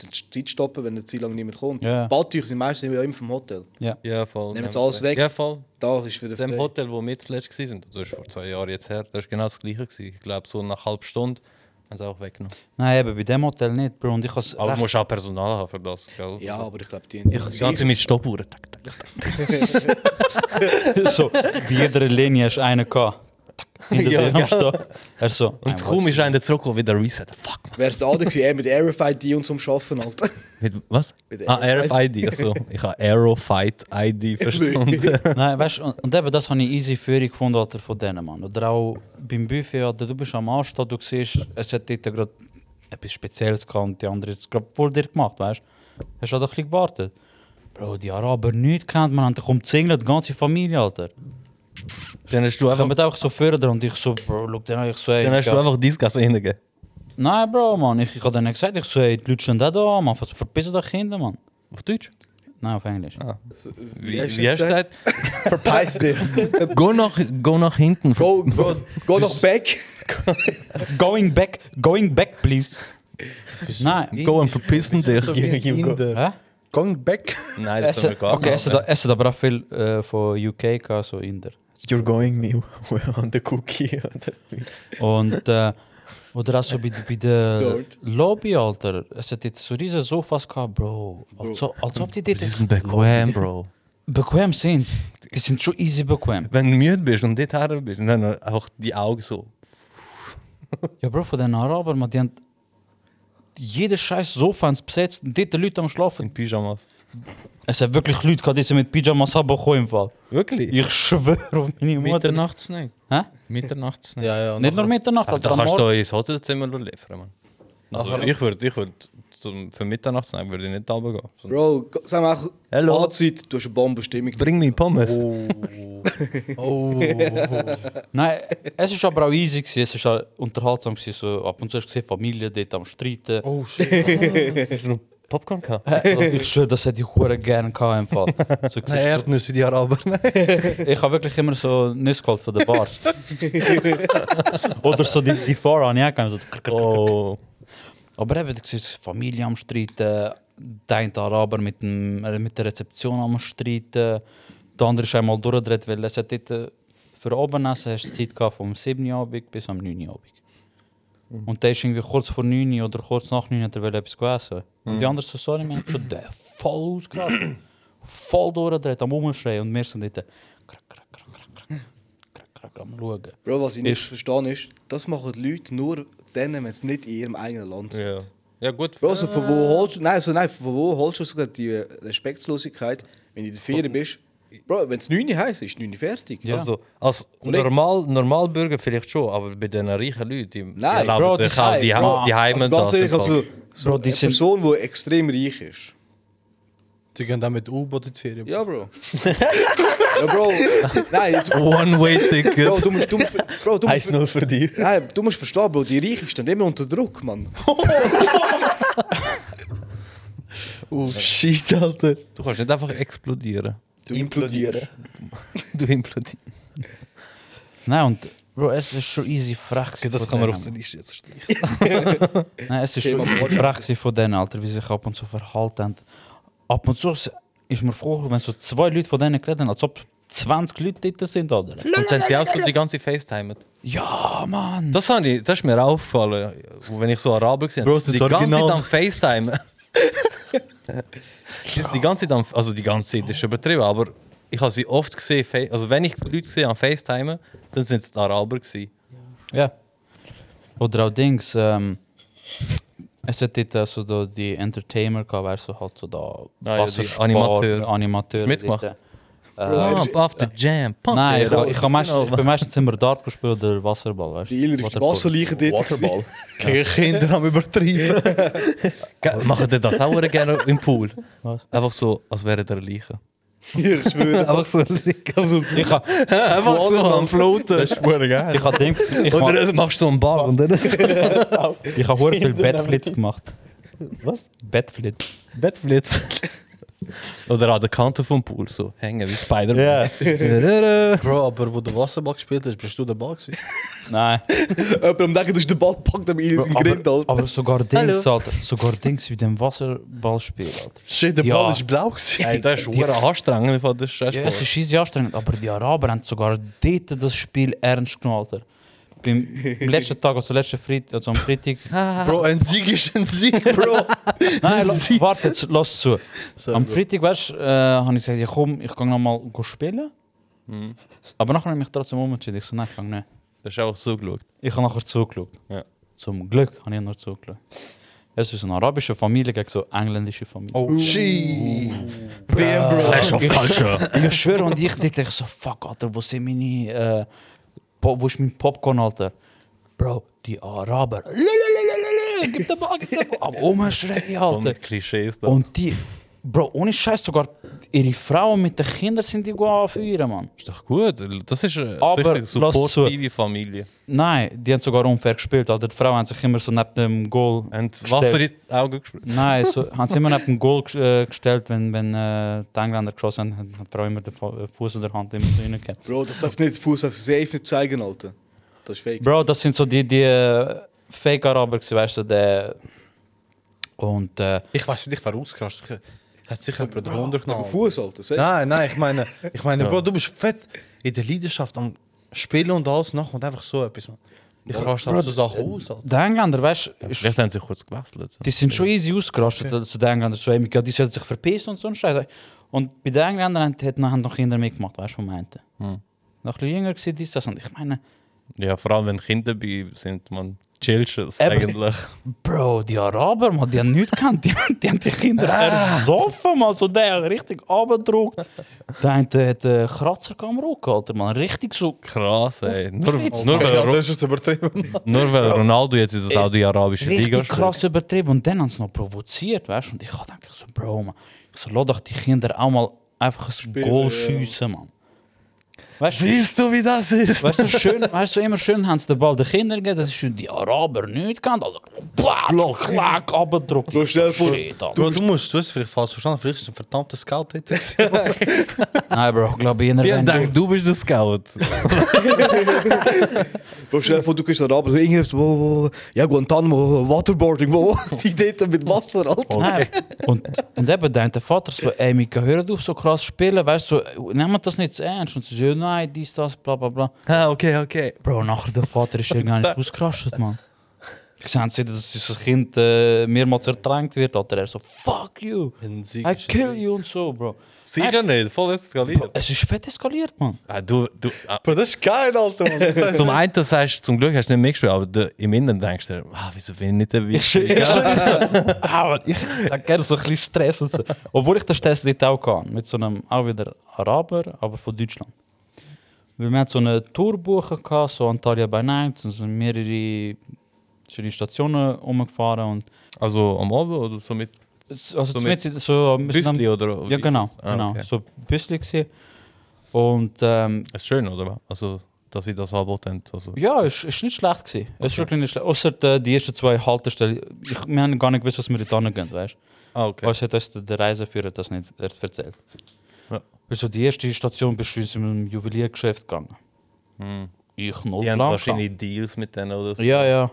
S4: die Zeit stoppen, wenn eine Zeit lang niemand kommt.
S1: Ja.
S4: Badtücher sind meistens immer vom Hotel.
S1: Ja.
S3: Ja, voll.
S4: Nehmen sie alles weg.
S3: Ja, voll.
S4: Da ist wieder
S3: Dem
S4: frei.
S3: Hotel, wo wir zuletzt waren, das ist vor zwei Jahren jetzt her, das war genau das gleiche. Gewesen. Ich glaube, so nach einer halben Stunde haben sie auch weggenommen.
S1: Nein, eben bei dem Hotel nicht, Bro. Und ich has
S3: Aber du
S1: recht-
S3: musst auch Personal haben für das, gell?
S4: Ja, aber ich glaube, die
S3: Das Ganze mit Stoppuhren. Tak, tak, tak.
S1: so, bei jeder Linie ist einer gehabt. Tack, Hinter
S3: Ja,
S1: dir am Stehen. Er so,
S3: Und
S1: nein,
S3: kaum ist einer zurückgekommen, wieder Reset. Fuck, man.
S4: Wärst du da gewesen, eh, mit RFID und so am Schaffen, Alter.
S3: Mit, was?
S4: Mit
S3: Ah, RFID. Also, ich habe Aerofight ID verstanden.
S1: Nein, weißt du, und- und eben das habe ich easy Führung gefunden Alter, von denen, Mann. Oder auch beim Buffet, Alter, du bist am Arsch, da, du siehst, es hat dort gerade etwas Spezielles gehabt und die anderen jetzt gerade vor dir gemacht, weißt du? Hast du halt ein bisschen gewartet. Bro, die Araber nicht kennt, man, da kommt die die ganze Familie, Alter.
S3: Dann hast du
S1: Ich
S3: einfach,
S1: komme auch so fördern und ich so, Bro, schau dir an, ich so, ey,
S3: dann hast
S1: ja.
S3: du einfach dein Gas hingegeben.
S1: Nein, Bro, Mann, ich, ich habe denen gesagt, ich so, ey, die Leute stehen da, da, Mann, was verpissen da Kinder, Mann.
S3: Auf Deutsch?
S1: Nein, auf Englisch.
S3: Wie, wie hast du gesagt?
S5: Verpeiß dich.
S3: Go nach, go nach hinten.
S4: Go, go, go noch back.
S1: Going back, going back, please. Nein,
S3: Go und verpissen dich.
S5: Eh,
S1: hä?
S2: Going back.
S3: Nein, das haben wir
S1: Essen,
S3: gar
S1: okay,
S3: nicht.
S1: Essen, da, Essen da brav viel äh, von UK, gehabt, so Inder.
S5: You're going me on the cookie. Oder wie?
S1: Und äh, oder auch so bei, der- bei der
S4: Dort.
S1: Lobby, Alter. Es hat jetzt so riesen Sofas gehabt, Bro. Als, ob- als ob die
S3: Die
S1: dort
S3: sind bequem, Bro.
S1: bequem sind. Die sind schon easy bequem.
S3: Wenn du müde bist und dort her bist, dann auch die Augen so.
S1: Ja, Bro, von den Arabern, man, die haben jeder scheiß Sofa ins besetzt. Und dort die Leute am Schlafen.
S3: In Pyjamas.
S1: Es hat wirklich Leute gehabt, die sind mit Pyjamas abgekommen im Fall.
S3: Wirklich?
S1: Ich schwöre auf meine Mutter.
S7: Mitternachtsnack.
S1: Hä?
S7: Mitternachtsnack.
S2: Ja, ja.
S1: Nicht nur Mitternacht,
S3: Da
S1: Alter. am
S3: kannst
S1: Morgen.
S3: du ins Hotelzimmer liefern, Mann. Also, ich würde ich würd zum, für Mitternachtsnack würde ich nicht runtergehen. Sonst-
S4: Bro, go- sag mal, auch
S3: Hello.
S4: Anzeit, du hast eine Bombenstimmung.
S3: Bring mir Pommes.
S1: Nein, es war aber auch easy, gewesen. es war auch unterhaltsam. Gewesen. So, ab und zu hast du gesehen, Familie dort am Streiten. Also,
S7: Oh shit.
S3: Hast du noch Popcorn gehabt?
S1: Ich schwöre, das hätte ich hure gerne gehabt. im Fall. So,
S2: Nein,
S1: siehst
S2: Erdnüsse, die Araber.
S1: du, ich habe wirklich immer so Nüsse geholt von den Bars. Oder so die, die Fahrer habe ich auch gerne. So, klick, klick, klick.
S3: Oh.
S1: Aber eben, du siehst Familie am Streiten, der eine Araber mit, dem, äh, mit der Rezeption am Streiten, der andere ist einmal durchgedreht, weil es hat dort, äh, für Abendessen hast du Zeit gehabt vom 7. Uhr Abend bis am 9. Uhr Abend. Und der ist irgendwie kurz vor 9 Uhr oder kurz nach 9 Uhr hat er wollte etwas essen. Und die anderen so, sorry, man, so, der voll ausgerastet. voll durchgedreht, am Umschreien. Und wir sind dort, krack, krack, krack, krack, krack, krack, krack, am Schauen.
S4: Bro, was ich nicht
S1: Ist-
S4: verstehe ist, das machen die Leute nur dann, wenn sie nicht in ihrem eigenen Land sind.
S3: Ja. Ja, gut.
S4: Bro, also von wo holst du, nein, also nein, von wo holst du sogar die äh, Respektlosigkeit, wenn du in der Ferien bist? Bro, wenn es 9 Uhr heisst, ist 9 Uhr fertig.
S3: Also, als normal, Normalbürger vielleicht schon, aber bei den reichen Leuten, die, die
S4: Nein,
S1: Bro,
S3: erlauben sich
S1: die-
S3: auch die,
S4: Nein, Bro,
S3: Heim- die Heimen
S4: also ganz ehrlich,
S3: das
S4: also
S3: und
S4: so
S1: Bro, die
S4: eine
S1: sind-
S4: Person, die extrem reich ist.
S2: Die gehen dann mit U-Boot in die Ferien.
S4: Ja, Bro. ja, Bro. Nein, jetzt,
S3: so. One-Way-Ticket.
S4: Bro, du musst, du musst, Bro, du musst,
S5: 1-0 für dich.
S4: nein, du musst verstehen, Bro, die Reichen stehen immer unter Druck, Mann.
S5: Oh, shit, Alter.
S3: Du kannst nicht einfach explodieren.
S4: Du implodierst.
S3: Du implodierst.
S1: Nein, und Bro, es ist schon easy frech. gewesen
S3: Das
S1: von
S3: kann man
S1: denen,
S3: auf
S1: Mann.
S3: der Liste jetzt streichen.
S1: Nein, es ist schon Praxis von denen, Alter, wie sie sich ab und zu verhalten. haben. Ab und zu s- ist mir froh, wenn so zwei Leute von denen reden, als ob 20 Leute dort sind, oder?
S3: Und dann sie auch so die ganze FaceTime.
S1: Ja, Mann!
S3: Das, hab ich, das ist mir aufgefallen, wenn ich so Araber gesehen
S2: Bro, das ist
S3: Die ganze
S2: original.
S3: Zeit am FaceTime. Die ganze Zeit am, also die ganze Zeit ist übertrieben, aber ich habe sie oft gesehen, fa- also wenn ich die Leute sehe am FaceTime, dann sind es die Araber gewesen.
S1: Ja. Oder auch Dings, ähm, es hat dort äh, so da die Entertainer gehabt, weißt du, halt so da
S3: Ah, ja, die
S1: Wassersport,
S3: Animateur.
S1: Animateur.
S3: Mitgemacht?
S1: dort, Äh,
S3: Pump off the jam. Pump
S1: Nein,
S3: it
S1: ich,
S3: up.
S1: ich, kann meistens, ich bin meistens immer Dart gespielt oder Wasserball, weißt du.
S4: Die
S3: dus
S4: Ilder
S1: Waterpolo.
S4: Wasser liegen dort.
S5: Waterball.
S2: Gegen Kinder am Übertreiben.
S3: Ge- Macht ihr das auch sehr gerne im Pool?
S1: Was?
S3: Einfach so, als wäre der Leiche.
S4: gewesen. Ich schwöre.
S3: Einfach so liegen.
S4: Also,
S1: Ich kann,
S2: Einfach so am Floaten.
S7: Das ist wohl geil.
S1: ich kann Dings, ich
S2: Oh,
S3: Oder
S1: kann,
S3: es machst du so einen Ball und dann
S1: ich habe hure viel Bettflitz gemacht.
S3: Was?
S1: Bettflitz.
S3: Bettflitz. Oder an der Kante vom Pool so hängen wie Spider-Man.
S2: Bro, aber wo der Wasserball gespielt hast, bist du der Ball gewesen.
S1: Nein.
S4: jemand am Denken, dass der Ball packt, am Ilder im Grind,
S1: Aber,
S4: Alter.
S1: aber sogar Dings, Alter. Sogar Dings wie dem Wasserballspiel, Alter.
S2: Shit, der
S1: Ja.
S2: Ball ist blau gewesen.
S3: Ey, das ist hure anstrengend, ich fand das ist echt
S1: Ja, es
S3: Sport.
S1: ist easy anstrengend, aber die Araber haben sogar dort das Spiel ernst genommen, Alter. Beim letzten Tag, also letzten Freitag, also am Freitag.
S2: Bro, ein Sieg ist ein Sieg, Bro.
S1: Nein, la- warte, jetzt lass zu. Am Freitag, weißt du, äh, habe ich gesagt, ja, komm, ich kann nochmal spielen. Aber nachher habe ich mich trotzdem umentschieden. Ich so, nein, ich kann nicht.
S3: Das ist einfach so geschaut.
S1: Ich habe nachher zugeschaut.
S3: Ja.
S1: Zum Glück habe ich noch zugeschaut. Es ist eine arabische Familie gegen so eine engländische Familie.
S2: Oh, shit. Wer, Bro?
S1: Clash of Culture. ich schwöre, und ich dachte ich so, fuck, Alter, wo sind meine, äh, Po- wo ist mein Popcorn, Alter? Bro, die Araber. Lalalala, Gib den Ball, gib den Ball. Am Umschreien,
S3: Und
S1: Alter.
S3: mit Klischees da.
S1: Und die, Bro, ohne Scheiß, sogar ihre Frauen mit den Kindern sind die anführen, Mann.
S3: ist doch gut. Das ist eine
S1: Aber
S3: richtig
S1: lass zu.
S3: supportive Familie.
S1: Nein, die haben sogar unfair gespielt, Alter. Die Frauen haben sich immer so neben dem Goal
S3: Und
S1: gestellt.
S3: Wasser in die Augen gespielt.
S1: Nein, so, haben sie immer neben dem Goal ges- äh, gestellt, wenn, wenn äh, die Engländer geschossen haben, hat die Frau immer den Fu- äh, Fuß in der Hand immer so reingehauen.
S4: Bro, das darfst du nicht Fuß auf safe nicht zeigen, Alter. Das ist fake.
S1: Bro, das sind so die, die äh, Fake-Araber, gewesen, weißt du, der. Und äh,
S2: Ich weiß nicht, wer ausgerastet hat. sicher jemand drunter
S4: Auf
S1: nou.
S2: genommen.
S4: Fuß, Alter. safe.
S2: Nein, nein, ich meine, ich meine, eh, Bro, du bist fett in der Leidenschaft am Spielen und alles nach und einfach so etwas, Mann. Ich raste auf so Sachen aus, Alter.
S1: die Engländer, weißt du, ist-
S3: Vielleicht haben sie kurz gewechselt.
S1: die sind schon easy ausgerastet, okay. also die Engländer, so, ey, ja, die sollten sich verpissen und so ein Scheiß. Und bei den Engländern haben, haben, haben noch Kinder mitgemacht, weißt du, vom einen. Noch ein bisschen jünger gewesen, dies, das. Und ich meine,
S3: Ja, vor allem wenn Kinder dabei sind, man chillst es
S1: Eben.
S3: eigentlich.
S1: Bro, die Araber, man, die haben nichts gekannt. Die, die haben die Kinder ersoffen, man. So der richtig abgedruckt. Der eine hat einen Kratzer am Rücken, Alter, man. Richtig so...
S3: Krass, ey. Nur,
S1: Spitz.
S3: nur, weil, Ro-
S2: das ist übertrieben.
S3: nur weil Ronaldo jetzt in der Saudi-Arabische Liga
S1: Richtig
S3: spielt.
S1: krass übertrieben. Und dann haben sie noch provoziert, weißt du? Und ich dachte so, Bro, man. Ich so, lass doch die Kinder auch mal einfach ein Goal schiessen, man. Weißt du,
S3: Siehst du, wie das ist?
S1: weißt du, schön, weißt du, immer schön haben sie den Ball den Kindern gegeben, das ist schon die Araber nicht gekannt, Alter. Blah, klack, abgedruckt.
S4: Bro, stell dir vor,
S1: Shit, Alter.
S2: Du, du musst, du hast vielleicht falsch verstanden, vielleicht ist ein verdammter Scout dort.
S1: Nein, Bro, ich glaube, jeder,
S3: Vielen
S1: wenn du-
S3: Dank, du bist der Scout.
S4: Bro, stell dir vor, du kannst da aber so irgendwas, wo, wo, ja, Guantanamo, Waterboarding, wo, die dort mit Wasser, Alter.
S1: Nein. Und, und eben dann der Vater so, ey, Mika, hör auf so krass spielen, weißt du, so, nehmt das nicht zu ernst. Und sie so, ja, nein, dies, das, bla, bla, bla.
S3: ah, okay, okay.
S1: Bro, nachher der Vater ist irgendwann ausgerastet, man. Sehen Sie, dass das Kind äh, mehrmals ertränkt wird, Alter. Er so, fuck you,
S2: Ein Sieg
S1: I
S2: ist ein
S1: kill you und so, Bro.
S3: Sicher nicht, voll eskaliert.
S1: Es ist fett eskaliert, man.
S3: Ah, du, du, ah,
S2: Bro, das ist geil, Alter, Mann.
S3: zum einen sagst du, zum Glück hast du nicht mitgespielt, aber du, im Inneren denkst du, dir, ah, wieso bin ich nicht dabei?
S1: Ich schwöre so. Ah, Aber ich sag gerne so ein bisschen Stress und so. Obwohl ich den Stress dort auch kann. Mit so einem, auch wieder Araber, aber von Deutschland. Weil wir haben so eine Tour buchen, gehabt, so Antalya by Night, sind so mehrere schöne Stationen umgefahren und
S3: Also am Abend oder so mit
S1: also so,
S3: mit
S1: so wir sind am-
S3: Büsli oder
S1: Ja, genau,
S3: Ah,
S1: genau.
S3: okay.
S1: So ein Büsli gewesen. Und ähm,
S3: Ist schön, oder was? Also, dass sie das angeboten haben. Also,
S1: ja, es war nicht schlecht. Gewesen. Es ist wirklich nicht schlecht. Außer äh, die ersten zwei Haltestellen. Ich, wir haben gar nicht gewusst, was wir dort hingehen, weißt du?
S3: ah,
S1: Okay.
S3: okay.
S1: Also hat uns der Reiseführer das nicht er- erzählt.
S3: Ja.
S1: Also die erste Station bist du in so einem Juweliergeschäft gegangen. Ich null
S3: Die haben
S1: Plan
S3: wahrscheinlich Deals mit denen oder so.
S1: gehabt. Ja, ja.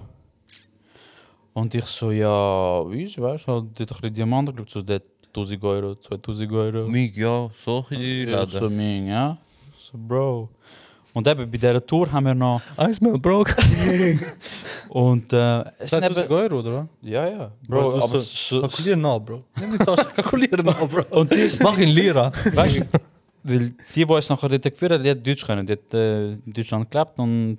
S1: Und ich so, ja, easy, weißt du, halt dort ein bisschen Diamanten geschaut, so dort 1000 Euro, 2000 Euro.
S3: Mig, ja, solche
S1: Ja,
S3: Läden.
S1: so mein, ja. So, Bro. Und eben bei dieser Tour haben wir noch.
S3: I smell broke.
S1: Und äh, es sind
S2: 2000
S1: eben,
S2: Euro, oder? was?
S1: Ja, ja.
S2: Bro, dus,
S1: Bro,
S2: du
S1: aber
S2: so,
S1: so,
S2: kalkulier nach, nou, Bro. Nimm die Tasche, kalkulier nach, Bro.
S1: Und die ist
S3: Mach ihn Lira.
S1: Weißt du, eh, weil die, die uns nachher dort geführt haben, die hat Deutsch können. Die hat äh, in Deutschland gelebt und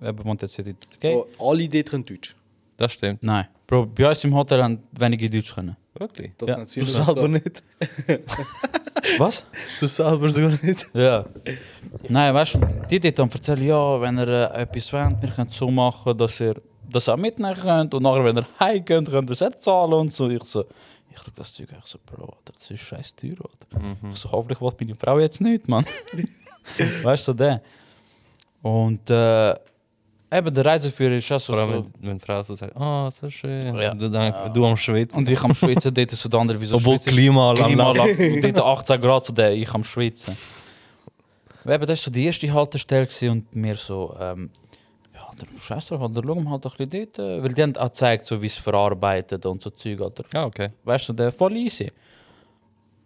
S1: eben wohnt jetzt in der Türkei.
S4: Oh, alle dort können Deutsch.
S3: Das stimmt.
S1: Nein. Bro, bei uns im Hotel haben wenige Deutsch können.
S3: Wirklich?
S4: Das
S1: Ja, dus
S4: nennt sie
S2: Du
S4: immer-
S2: selber nicht.
S1: Was?
S2: Du selber sogar nicht.
S1: Ja. Nein, weißt du, die dort dann erzählen, ja, wenn ihr äh, etwas wollt, wir können so machen, dass ihr das auch mitnehmen könnt. Und nachher, wenn ihr heim könnt, könnt ihr es auch zahlen und so. Ich so, ich krieg das Zeug, ich so, Bro, Alter, das ist scheiß teuer, oder?
S3: Mhm.
S1: Ich so, hoffentlich will meine Frau jetzt nicht, Mann. weißt du, so der. Und äh, eben, der Reiseführer ist auch so...
S3: Vor allem, wenn, wenn Frau so sagt, oh, so schön.
S1: Ja.
S3: Du, dann, du am Schwitzen.
S1: Und ich am Schwitzen, dort ist so der andere, wieso
S3: Obwohl
S1: schwitzt-
S3: Klimaalarm
S1: Klima
S3: läuft.
S1: Und dort 18 Grad zu der, ich am Schwitzen. Aber eben, das war so die erste Haltestelle gewesen und mir so, ähm, ja, der Scheiß drauf, Alter, schauen wir halt ein bisschen dort. äh, Weil die haben auch gezeigt, so, wie es verarbeitet und so Zeug, Alter.
S3: Ja, Ah, okay.
S1: Weißt du, der voll easy.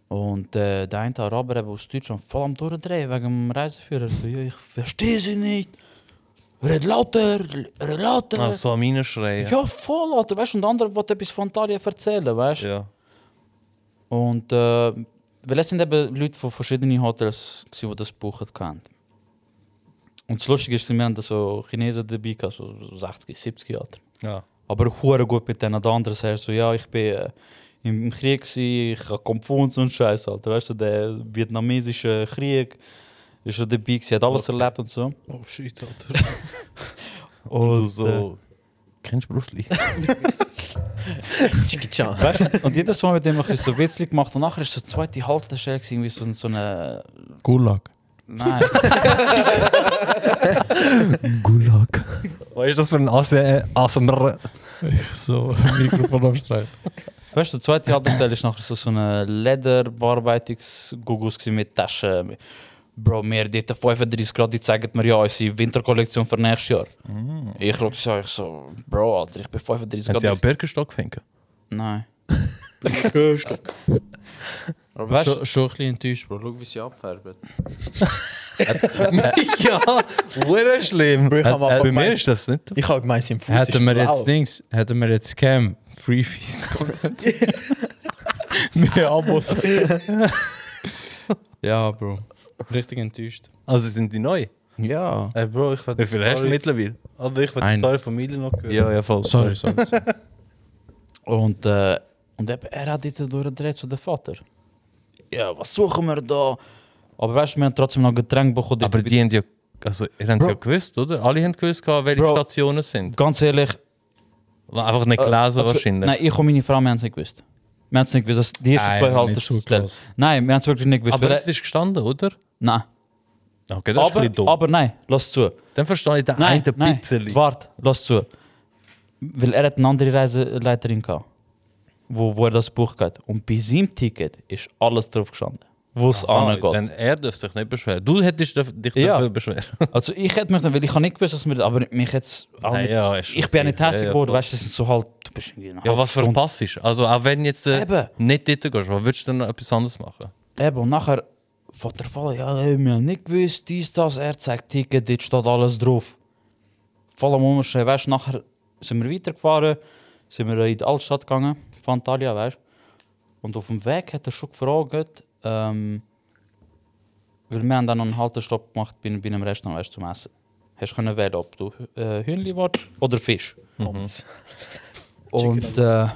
S1: Und äh, der eine Araber eben aus Deutschland voll am Durchdrehen wegen dem Reiseführer. So, ja, ich verstehe sie nicht. Red lauter, red lauter.
S3: Ah, so am Reinschreien.
S1: Ja, voll, Alter. Weißt du, und der andere wollte etwas von Italien erzählen, weißt du?
S3: Ja.
S1: Und äh, weil es sind eben Leute von verschiedenen Hotels, gewesen, die das buchen können. Und das Lustige ist, wir haben da so Chinesen dabei, gehabt, so 60, 70 Jahre.
S3: ja.
S1: Aber hure gut mit denen. Der andere sagt so, ja, ich bin äh, im Krieg, gewesen, ich habe Kampfhund und Scheiß, Alter. Weißt du, der vietnamesische Krieg ist er dabei, gewesen, hat alles erlebt und so.
S2: Oh shit, Alter.
S3: Und du so, kennst du Bruce Lee?
S5: Chicky-chan.
S1: Und jedes Mal mit dem habe ich so witzig gemacht. Und nachher ist so die zweite Haltestelle, gewesen, irgendwie so, so eine
S7: Gulag.
S1: Nein.
S7: Gulag.
S3: Was ist das für ein äh, Asner?
S7: So, Mikrofon aufstreichen.
S1: Weißt du, die zweite Haltestelle ist nachher so, so eine Lederbearbeitungs-Gugus mit Taschen. Bro, wir dort 35 Grad, die zeigen mir ja unsere Winterkollektion für nächstes Jahr.
S7: Mhm.
S1: Ich schaue sie an, ich so, Bro, Alter, ich bin 35
S3: Kannst du ja auch
S1: Grad.
S3: Birkenstock finden?
S1: Nein.
S7: Aber
S1: Weißt-
S7: schon, schon ein bisschen enttäuscht, Bro. Schau, wie sie abfärben.
S3: ja, wurde schlimm.
S5: Bro, ich hab mal
S3: Äh, Bei mir
S5: gemeint-
S3: ist das nicht.
S5: Ich habe gemeint, sein Fuß
S7: Hätten wir jetzt
S5: nicht.
S7: Dings, hätten wir jetzt Cam, Free Feed Content. Mehr Abos. ja, Bro. Richtig enttäuscht.
S3: Also sind die neu.
S7: Ja.
S2: Ey, Bro, ich werd
S3: Wie viel hast du mittlerweile?
S2: Alter, ich werd die
S7: Ein.
S2: Story eh, von Milo noch hören.
S3: Ja, ja, voll.
S7: Sorry, sorry. sorry.
S1: Und, äh, und eben, er hat dort durchgedreht zu dem Vater. Ja, was suchen wir da? Aber weißt du, wir haben trotzdem noch Getränke bekommen. dort
S3: Aber die haben ja, also, ihr habt ja gewusst, oder? Alle haben gewusst, gehabt, welche
S1: Bro.
S3: Stationen es sind.
S1: Ganz ehrlich, äh,
S3: Einfach nicht gelesen
S1: Also,
S3: wahrscheinlich.
S1: Nein, ich und meine Frau, wir haben es nicht gewusst. Wir haben es nicht gewusst, dass die ersten
S7: Nein,
S1: zwei
S7: nicht
S1: Haltestellen.
S7: zugelassen.
S1: Nein, wir haben es wirklich nicht gewusst.
S3: aber
S1: weil-
S3: es ist gestanden, oder?
S1: nein.
S3: Okay, das ist ein bisschen
S1: Aber,
S3: dumm.
S1: aber nein, lass zu.
S3: Dann verstehe ich den
S1: Nein,
S3: einen
S1: nein,
S3: bisschen.
S1: warte, lass zu. Weil er hat eine andere Reiseleiterin gehabt, wo, wo er das Buch hat. Und bei seinem Ticket ist alles drauf gestanden, wo es
S3: Ah,
S1: angeht.
S3: Denn er dürfte sich nicht beschweren. Du hättest daf- dich
S1: Ja.
S3: dafür beschweren.
S1: Also ich hätte mich, dann- weil ich habe nicht gewusst, dass wir, aber mich jetzt auch
S3: Nein,
S1: nicht,
S3: ja, ist
S1: ich bin ja nicht
S3: okay. Ja,
S1: hässlich
S3: ja,
S1: geworden,
S3: voll.
S1: weißt du, das ist so halt, du bist irgendwie eine
S3: Ja,
S1: halbe
S3: was
S1: Stunde
S3: verpasst ist. Also auch wenn jetzt äh,
S1: Eben.
S3: nicht dort gehst, was würdest du dann etwas anderes machen?
S1: Eben, und nachher fährt er voll, ja, ey, wir haben nicht gewusst, dies, das, er zeigt Ticket, dort steht alles drauf. Voll am Umschreien, weißt du, nachher sind wir weitergefahren, sind wir in die Altstadt gegangen, von Antalya, weißt du. Und auf dem Weg hat er schon gefragt, ähm, weil wir haben dann noch einen Haltestopp gemacht bei, bei einem Restaurant, weißt du, zum Essen. Hast du können wählen, ob du äh, Hühnli willst oder Fisch. Und äh,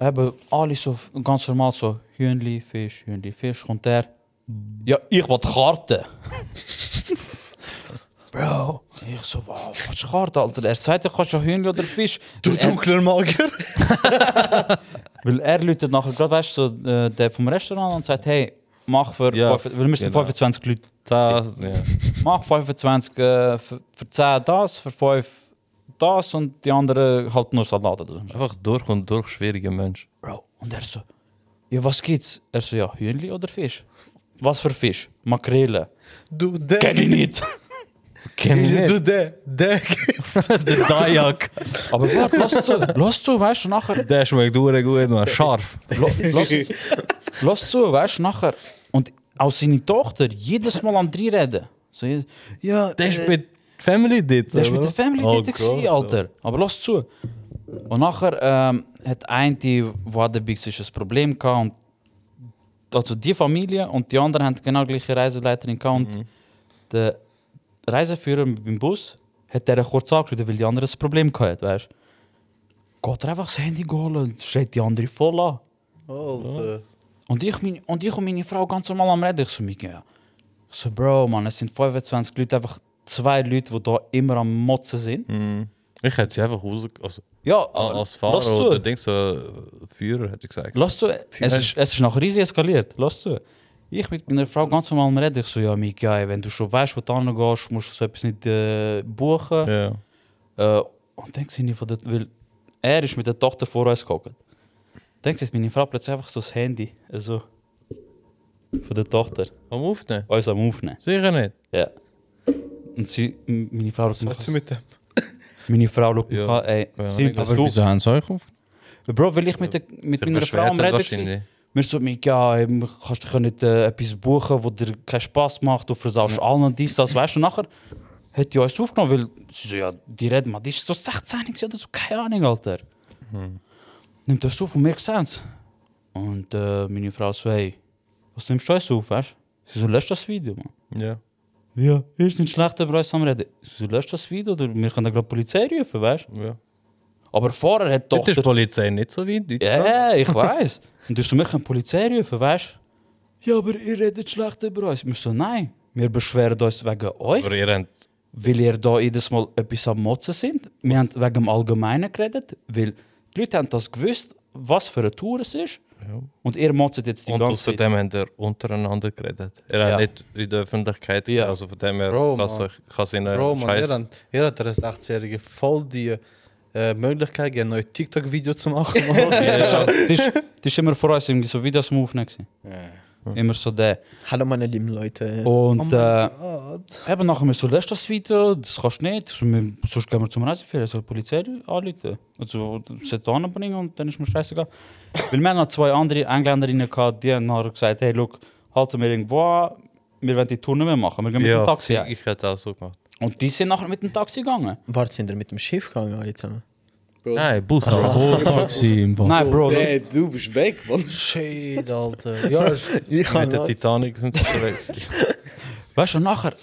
S1: eben alle so f- ganz normal so Hühnli, Fisch, Hühnli, Fisch. Kommt er, ja, ich will Karten. Bro, ich so, wow, was Karten, Alter? Er sagt, du kannst ja Hühnli oder Fisch.
S2: Du
S1: er,
S2: dunkler Mager.
S1: weil er läutet nachher gerade, weißt du, so, äh, der vom Restaurant und sagt, hey, mach für,
S3: Ja,
S1: fünf- weil wir sind
S3: genau.
S1: 25 Leute,
S3: Das, ja.
S1: mach 25 äh, für, für 10 das, für 5 das und die anderen halt nur Salat oder so.
S3: Einfach durch und durch schwieriger Mensch.
S1: Bro. Und er so, ja, was gibt's? Er so, ja, Hühnli oder Fisch? Was für Fisch? Makrele.
S2: Du, der.
S1: Kenn ich nicht.
S3: Kenn ich nicht.
S2: Du, der. Der.
S3: Der Dajak.
S1: Aber warte, lass zu, lass zu, weißt du, nachher.
S3: Der schmeckt durch gut, man. Scharf.
S1: la- Lass, lass zu, weißt du, nachher. Und auch seine Tochter jedes Mal am Dreh reden. So, je- ja, äh,
S3: Der ist mit Family dort.
S1: Der ist mit
S3: oder?
S1: der Family
S3: Oh
S1: dort, gewesen,
S3: Gott.
S1: Alter. Aber lass zu. Und nachher ähm, hat eine, die wo auch dabei war, ein Problem gehabt. Und, also die Familie und die anderen haben genau die gleiche Reiseleiterin gehabt. Und der Reiseführer beim Bus hat der kurz angeschaut, weil dus die andere ein Problem gehabt, weißt du. Geht er einfach das Handy holen und schreit die andere voll an.
S2: Alter.
S1: Und ich, mein, und ich und meine Frau ganz normal am Reden. Ich so, Mika, ich so, Bro, Mann, es sind 25 Leute, einfach zwei Leute, die da immer am Motzen sind.
S3: Ich hätte sie einfach raus... Also,
S1: Ja,
S3: Hm. als
S1: lass
S3: Fahrer
S1: zu.
S3: oder Dings, äh, Führer, hätte ich gesagt.
S1: Lass zu, es ist, es ist noch riesig eskaliert. Lass zu. Ich mit meiner Frau ganz normal am Reden. Ich so, ja, Mika, wenn du schon weißt, wo du hingehst, musst du so etwas nicht äh, buchen.
S3: Ja.
S1: Äh, und dann sehe ich von der, weil er ist mit der Tochter vor uns gekommen. Dann sieht meine Frau plötzlich einfach so das Handy, also von der Tochter,
S3: Am Aufnehmen?
S1: uns am Aufnehmen.
S3: ne. Sicher nicht.
S1: Ja. Und sie, m- meine Frau schaut mich
S2: Was ist mit dem?
S1: an. Meine Frau schaut mich
S3: Ja.
S1: an, ey,
S3: Ja,
S1: Silvia,
S3: aber
S1: du-
S7: Wieso haben sie euch auf?
S1: Bro, weil ich mit, der, mit
S3: Sich
S1: meiner Frau am
S3: beschwert hat
S1: Reden war.
S3: wahrscheinlich.
S1: Mir so, Mika, ähm, kannst du dich nicht äh, etwas buchen, wo dir keinen Spass macht, du versaust allen und dies, das, weißt du, und nachher hat die uns aufgenommen, weil sie so, ja, die reden, man, die ist so 16 gewesen oder so, keine Ahnung, Alter. Nimmt das auf und wir sehen es. Und äh, meine Frau so, hey, was nimmst du uns auf, weißt du? Sie so, lösch das Video, Mann.
S3: Ja.
S1: Ja, ihr seid schlecht über uns am Reden. Sie so, lösch das Video oder wir können gerade die Polizei rufen, weißt du?
S3: ja.
S1: Aber vorher hat die
S3: Dort ist
S1: Tochter
S3: die Polizei nicht so weit.
S1: Ja, ich weiß. Und du mich an Polizei rufen, weißt du? Ja, aber ihr redet schlecht über uns. Wir so, nein. Wir beschweren uns wegen euch,
S3: Aber ihr habt...
S1: weil ihr da jedes Mal etwas am Motzen sind. Wir haben wegen dem Allgemeinen geredet, weil die Leute haben das gewusst, was für eine Tour es ist. Und ihr motzet jetzt die
S3: Und
S1: ganze Zeit.
S3: außerdem haben wir untereinander geredet. Ihr habt
S1: Ja.
S3: nicht in der Öffentlichkeit,
S1: Ja.
S3: also von dem her
S2: Bro,
S3: kann
S2: Mann.
S3: sich- kann sie ihnen
S2: Bro, man,
S3: Scheiß-
S2: ihr habt, ihr habt als 18-Jährige voll die äh, Möglichkeit, ein neues TikTok-Video zu machen. Mann.
S1: Die ist, die ist immer vor uns irgendwie so wie das Move. Immer so der.
S5: Hallo meine lieben Leute.
S7: Oh,
S1: Und äh, eben nachher mir so, lösch das Video, das kannst du nicht. So, wir, sonst gehen wir zum Reiseführer, soll die Polizei anrufen. Also, sie da anbringen und dann ist mir scheißegal. Weil wir haben noch zwei andere Engländerinnen gehabt, die haben nachher gesagt, hey, look, halten wir irgendwo an, wir wollen die Tour nicht mehr machen, wir gehen mit
S3: ja,
S1: dem Taxi
S3: ich-
S1: heim.
S3: Ich hätte auch so gemacht.
S1: Und die sind nachher mit dem Taxi gegangen.
S5: Warte, sind ihr mit dem Schiff gegangen alle zusammen?
S3: Nein, Bus,
S1: Ah.
S3: Bro.
S1: Nein, Bro,
S4: Hey, du bist weg, Mann.
S2: Shit, Alter. Ja,
S5: Ich
S3: Mit der Titanic sind sie unterwegs.
S1: weißt du, und nachher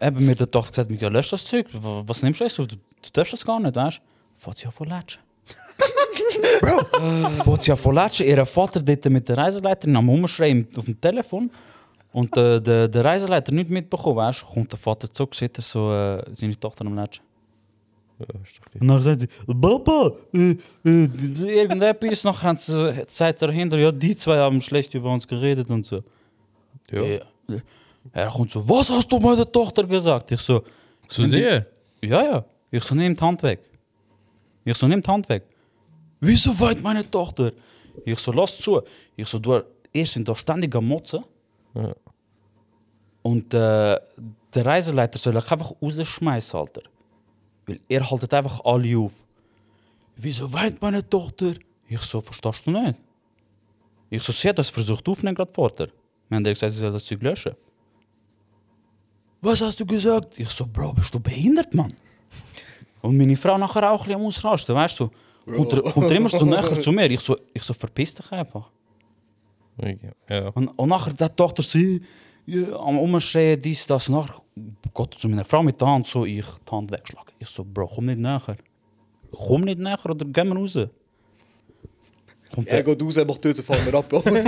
S1: eben mir der Tochter gesagt, ja, lösch das Zeug, wa- was nimmst du jetzt? Du, du darfst das gar nicht, weißt du? Fährt sie ja voll lätschen. Bro! Fährt sie ja voll lätschen. Ihr Vater dort mit der Reiseleiterin am Umschreien auf dem Telefon. Und äh, der, der Reiseleiter nicht mitbekommen, weißt du? Kommt der Vater zurück, sieht er so äh, seine Tochter am Lätschen. Und dann sagt sie, Papa, äh, äh, irgendetwas. Nachher haben sie, sagt er hinter, ja, die zwei haben schlecht über uns geredet und so. Ja. Er kommt so, was hast du meiner Tochter gesagt? Ich so,
S7: Zu dir?
S1: ja, ja. Ich so, nimm die Hand weg. Ich so, nimm die Hand weg. Wieso weint meine Tochter? Ich so, lass zu. Ich so, du, ihr sind da ständig am Motzen. Und äh, der Reiseleiter soll euch einfach rausschmeißen, Alter. Weil ihr haltet einfach alle auf. Wieso weint meine Tochter? Ich so, verstehst du nicht? Ich so, sie hat das versucht aufzunehmen gerade vorher. Wir haben ihr gesagt, sie soll das Zeug löschen. Was hast du gesagt? Ich so, Bro, bist du behindert, Mann? Und meine Frau nachher auch ein bisschen am Ausrasten, weißt du? Kommt er, kommt er immer so näher zu mir. Ich so, ich so verpiss dich einfach.
S3: ja.
S1: Und, und nachher die Tochter sie ja, am Umschreien, dies, das. Und nachher geht er zu meiner Frau mit der Hand, so ich die Hand wegschlage. Ich so, Bro, komm nicht näher. Komm nicht näher oder gehen wir raus. Kommt
S4: Er
S1: der,
S4: geht raus, er macht Töten, fahren wir ab. Mann.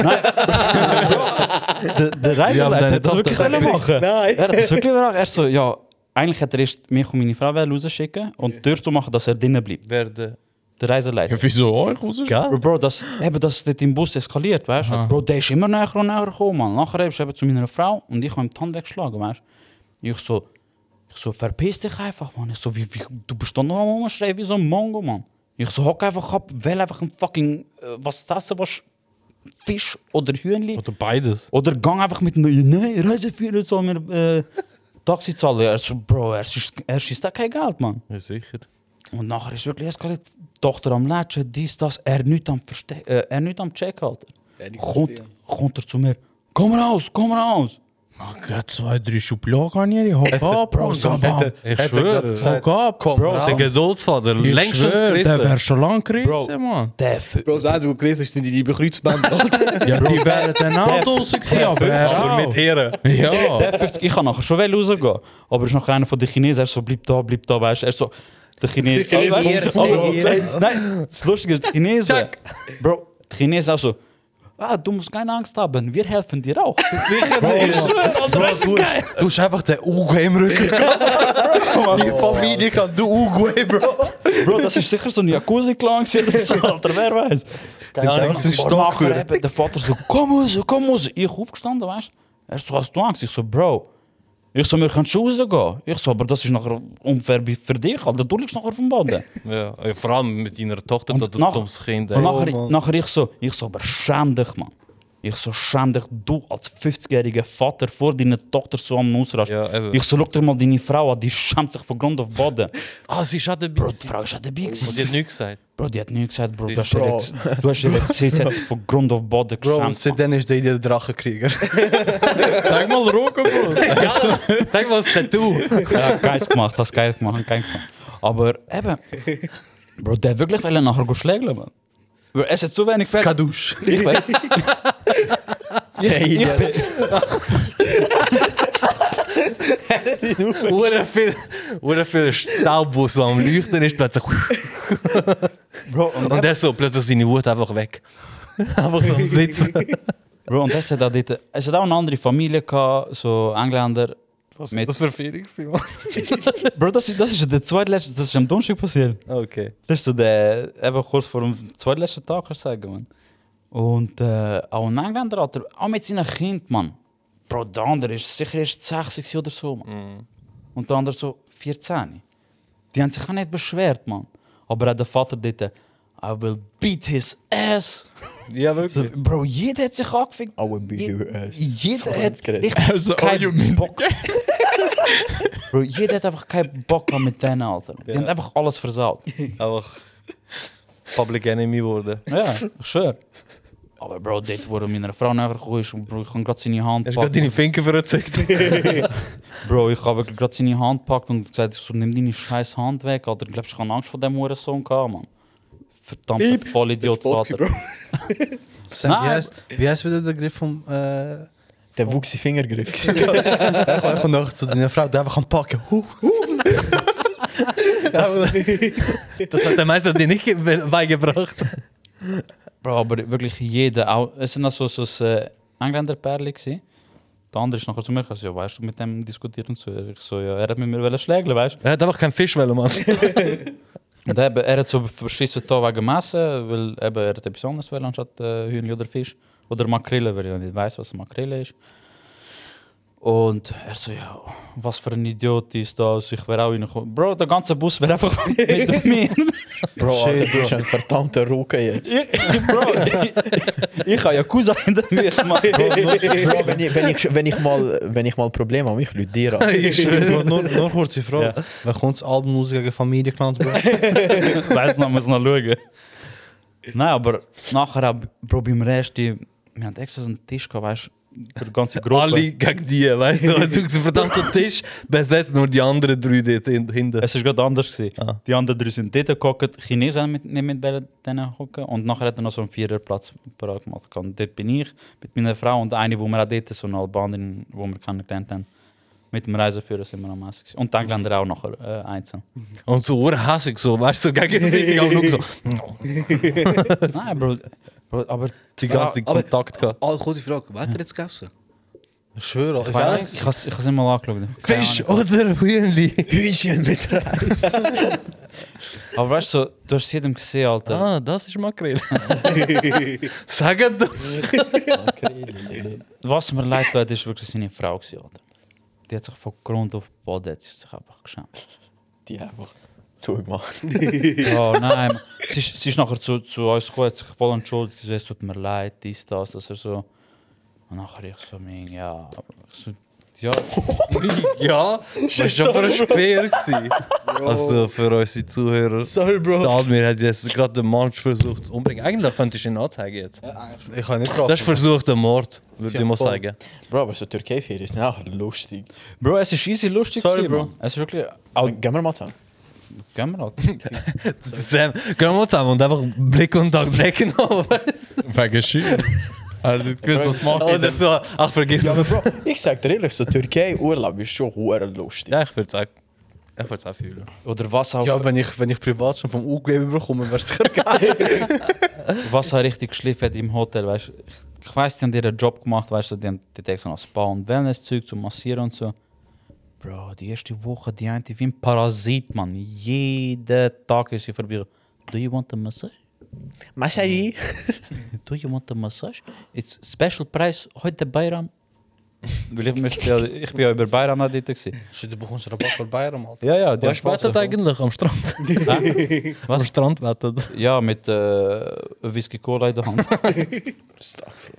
S1: der, der Reiseleiter hat das wirklich wollen machen. Nein. Er hat das wirklich wollen machen. Er so, ja, eigentlich hätte er erst mich und meine Frau wollen rausschicken und die Tür zu machen, dass er drinnen bleibt.
S3: Werde.
S1: Der Reiseleiter.
S7: Ja, wieso euch raus?
S1: Bro, Bro, das, eben, das ist dort im Bus eskaliert, weißt du? Bro, der ist immer näher und näher gekommen, Mann. Nachher ist er eben zu meiner Frau und ich habe ihm die Hand weggeschlagen, weißt du? Ich so, ich so, verpiss dich einfach, Mann. Ich so, wie, wie, du bist doch noch am Rumschreien wie so ein Mongo, Mann. Ich so, hock einfach ab, wähl einfach ein fucking, äh, was zu essen, was Fisch oder Hühnli.
S3: Oder beides.
S1: Oder gang einfach mit einem, nein, Reiseführer soll mir äh, Taxi zahlen. Er so, Bro, er schießt er schießt da kein Geld, Mann.
S3: Ja, sicher.
S1: Und nachher ist wirklich eskaliert. Die Tochter am Latschen, dies, das. Er nicht am, Verste äh, er nicht am Check, Alter.
S4: Ja, die
S1: kommt,
S4: verstehen.
S1: kommt er zu mir. Komm raus, komm raus.
S7: Man geht zwei, drei Schubladen hier, ich hock ab, Bro. Sag mal,
S3: Ich
S2: Hat er gerade
S3: schwöre.
S2: gesagt,
S7: hock ab,
S2: komm
S7: Bro.
S2: raus.
S3: Der Geduldsvater,
S7: Ich
S3: längstens
S7: schwöre, der
S3: gerissen.
S7: wär schon lang gerissen, Mann.
S1: Der F-
S4: Bro, das Einzige, was gelesen ist, sind die lieben Kreuzbänder. Alter.
S7: Ja, die wären dann auch draussen gewesen, aber
S3: Aber
S7: er
S3: mit Ehre.
S7: auch. Ja.
S1: der 50, ich kann nachher schon wollen rausgehen. Aber es ist nachher einer von den Chinesen, er ist so, bleib da, bleib da, weißt du. Er ist so, der Chines.
S4: Die Chinesen
S1: Aber-
S4: kommen
S1: aber- Nein, das Lustige ist, die Chinesen. Bro, die Chinesen auch so, ah, du musst keine Angst haben, wir helfen dir auch.
S2: Bro, du hast, du hast einfach den Uguay im Rücken. Die Familie kann du Uguay, Bro.
S1: Bro, das ist sicher so ein Jacuzzi-Klang, so, Alter, wer weiß.
S2: Keine Ahnung, das ist
S1: Boah, nachher
S2: Stocker.
S1: eben, Der Vater so, komm raus, komm raus. Ich aufgestanden, weißt du? Er so, hast du Angst? Ich so, Bro. Ich so, wir können schon rausgehen. Ich so, aber das ist nachher unfair bei- für dich, Alter. Du liegst nachher vom Boden.
S3: Ja, ey, vor allem mit deiner Tochter,
S1: Und
S3: dat du
S1: nach-
S3: dummes Kind.
S1: Und
S3: ey.
S1: nachher, nachher ich so, ich so, aber schäm dich, Mann. Ich so, schäm dich, du als 50-jähriger Vater vor deiner Tochter so am Ausrasten.
S3: Ja, eben.
S1: ich so, schau dir mal deine Frau an, die schämt sich von Grund auf Boden.
S3: Ah, sie ist auch dabei.
S1: Bro, die Frau ist auch dabei
S3: Und die hat
S1: gewesen.
S3: nichts gesagt.
S1: Bro, die hat nichts gesagt, Bro. Du
S3: Die-
S1: hast ihr ex- du hast ihr gesehen, sie hat sich von Grund auf Boden
S2: Bro, und
S1: geschämt. Mann.
S2: seitdem ist der der Drachenkrieger.
S7: Zeig mal Rogo, Bro.
S3: Sag mal das Tattoo.
S1: Ja, geil gemacht, hast geil gemacht, geil gemacht. Aber eben, eh, Bro, der hat wirklich wollte nachher go schlägeln, man. Bro, es hat zu wenig Pferd.
S2: Kadusch.
S1: Ich weiß. ich, ich, bin,
S3: Oder viel, oder viel Staub, wo so am Leuchten ist, plötzlich.
S1: Bro, und,
S3: Und der so plötzlich seine Wut einfach weg. einfach so am Sitzen.
S1: Bro, und das hat auch dort, es hat auch eine andere Familie gehabt, so Engländer. mit,
S3: Das war Felix, Simon.
S1: Bro, das ist, das ist der zweitletzte, das ist am Donnerstag passiert.
S3: Okay.
S1: Das ist so der, eben kurz vor dem zweitletzten Tag, kannst du sagen, man. Und äh, auch ein Engländer, Alter, auch mit seinem Kind, man. Bro, der andere ist sicher erst 60 gewesen oder so, man. Und der andere so 14. Die haben sich auch nicht beschwert, man. Oh, Aber auch der Vater dort, I will beat his ass.
S3: Ja, wirklich.
S1: Bro, jeder hat sich angefickt.
S5: I will beat your ass.
S1: Jeder
S5: So
S1: hat
S5: hat's geredet.
S1: echt
S6: Also, all you
S1: keinen
S6: mean-
S1: Bock. Bro, jeder hat einfach keinen Bock gehabt mit denen, Alter. Die haben einfach alles versaut.
S3: Einfach Public Enemy worden.
S1: Ja, ich schwör. Aber Oh, Bro, dort, wo er meiner Frau näher gekommen ist, und Bro, ich habe gerade seine Hand
S3: Hast du gerade
S1: gepackt.
S3: deine Finger verzückt?
S1: Bro, ich habe wirklich gerade seine Hand gepackt und gesagt, ich so, nimm deine scheiß Hand weg, Alter. Glaubst du, ich habe Angst vor dem Hurensohn gehabt, Mann? Verdammter Vollidiot,
S4: Sport,
S1: Vater.
S4: Bro.
S2: Sam,
S1: Nein.
S2: wie, heißt, wie heißt wieder der Griff vom.
S5: eh,
S2: Äh,
S5: Der wuchs Fingergriff.
S2: er kommt nachher zu deiner Frau, der einfach am Packen. Huh, huh.
S3: Das hat der Meister dir nicht ge- beigebracht.
S1: Bro, aber wirklich jeder. Auch, es sind auch so, so ein Engländer-Pärchen. gewesen. Der andere ist nachher zu mir gekommen, so, ja, weißt du, mit dem diskutiert und so. Ich so, ja, er hat mit mir wollen schlägeln, weißt
S3: Er hat einfach keinen Fisch wollen, Mann.
S1: du. Und eben, er hat so verschissen da wegen Messen, weil eben, er hat etwas anderes wollen, anstatt äh, Hühnchen oder Fisch. Oder Makrele, weil er nicht weiß, was Makrele ist. Und er so, ja, was für ein Idiot ist das? Ich wäre auch reingekommen. Bro, der ganze Bus wäre einfach mit mir.
S5: Bro, Alter, du bist ein verdammter Roker jetzt.
S1: ich, ich- Bro, ich, ich habe Yakuza hinter mir, Mann.
S5: Bro, wenn ich, wenn ich, wenn ich, mal, wenn ich mal Probleme habe, ich lüte dir an.
S2: Bro, nur, nur kurz die Frau. Wann kommt das Album raus gegen Familienclans, Bro?
S1: Weiß noch, muss noch schauen. Nein, aber nachher, hab- Bro, beim Rest, die, wir haben extra so einen Tisch gehabt, weißt du, für die ganze Gruppe.
S3: Alle gegen die, weißt du? Du hast einen verdammten Tisch, besetzt nur die anderen drei dort hin- hinten.
S1: Es war gerade anders. Gewesen. Die dus anderen drei sind dort gehockt, Chinesen haben mit, nicht mit bei denen hocken und nachher hat er noch so einen Viererplatz parat gemacht. Und dort bin ich mit meiner Frau und eine, wo wir auch dort, so eine Albanerin, wo wir kennengelernt haben. Mit dem Reiseführer sind wir am Essen. gewesen. Und die Engländer auch nachher, äh, einzeln.
S3: Und so urhassig, so, weißt du, gegenseitig auch nur so.
S1: Nein, Bro, Bro aber
S3: Die ganze
S4: aber-
S3: Kontakt gehabt.
S4: Ah, kurze Frage, wer hat er jetzt gegessen?
S2: Ich schwöre,
S1: Ich
S2: ich
S1: habe es nicht mal angeschaut. Keine
S3: Fisch
S1: Ahnung.
S3: oder Hühnli?
S5: Hühnchen mit Reis.
S1: Aber weißt du, so, du hast jedem gesehen, Alter.
S3: Ah, das ist Makrele. Sag doch.
S1: Was mir leid tut, ist wirklich seine Frau. Gewesen, Alter. Die hat sich von Grund auf Boden hat sie sich einfach geschämt.
S5: Die einfach zugemacht.
S1: Oh nein, sie ist, sie ist nachher zu, zu uns gekommen, hat sich voll entschuldigt. Sie so, es tut mir leid, dies, das, dass er so... Und nachher ich so, mein, ja... Ich so,
S3: ja. ja, das war schon für ein Speer. gewesen. Also für unsere Zuhörer.
S4: Sorry, Bro.
S3: Admir hat jetzt gerade den Mensch versucht zu umbringen. Eigentlich könntest du ihn anzeigen jetzt.
S2: Ich kann nicht
S3: Das ist
S2: raten.
S3: versuchter Mord, würde ich mal sagen.
S5: Bro, aber so Türkei-Ferien ist nachher lustig.
S1: Bro, es ist easy lustig.
S2: Sorry,
S1: gewesen,
S2: Bro.
S1: Mann. Es ist wirklich. Auch
S5: Gehen wir mal zusammen.
S1: Gemmerat.
S3: Sam, gehen wir mal zusammen und einfach Blickkontakt checken.
S7: Wegen Schüler. Also, du gewusst, was mache ich
S3: Und
S7: denn?
S3: dann so, ach, vergiss
S5: Ja, aber
S3: es.
S5: Bro, ich sag dir ehrlich, so Türkei-Urlaub ist schon hure lustig.
S3: Ja, ich würde es auch. Ich würde es auch fühlen.
S1: Oder was auch,
S2: Ja, wenn ich, wenn ich privat schon vom UGB bekomme, wäre es geil.
S1: was auch richtig geschliffen hat im Hotel, weißt du. Ich, ich weiss, die haben ihren Job gemacht, weißt du, die haben die extra noch Spa und Wellness-Zeug zum Massieren und so. Bro, die erste Woche, die eine wie ein Parasit, man. Jeden Tag ist sie vorbei. Do you want a massage?
S5: Massage.
S1: Do you want a massage? It's special price heute Bayram. Weil ich, mich, ja, ich bin ja über Bayram auch dort. gewesen.
S2: Du bekommst Rabatt für Bayern, Alter.
S1: Ja, ja, die haben Spaß.
S3: eigentlich am Strand?
S1: Was?
S3: Am Strand wettet.
S1: Ja, mit äh, Whisky Cola in der Hand.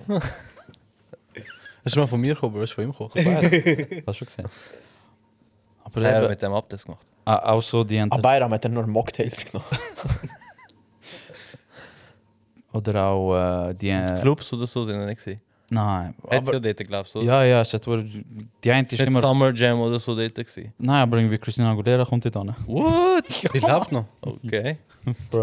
S2: Das ist mal von mir gekommen, Bro. Das ist von ihm gekommen.
S1: Hast du schon gesehen? Aber
S3: Er
S1: eben-
S3: hat mit dem Abdes gemacht.
S1: Ah, auch so die
S5: An
S1: Enten.
S5: Bayram hat er nur Mocktails genommen.
S1: Oder auch äh, die. Äh,
S3: Clubs oder so sind er nicht gesehen.
S1: nein,
S3: Hätte
S1: aber,
S3: ja dort, glaubst du?
S1: ja, ja, es hat, wohl- die eine ist
S3: Nicht
S1: immer. Nou,
S3: Summer Jam oder so dort gewesen.
S1: Nein, aber irgendwie Christina Aguilera kommt dort an.
S3: What?
S2: Ich lebe noch.
S3: Okay.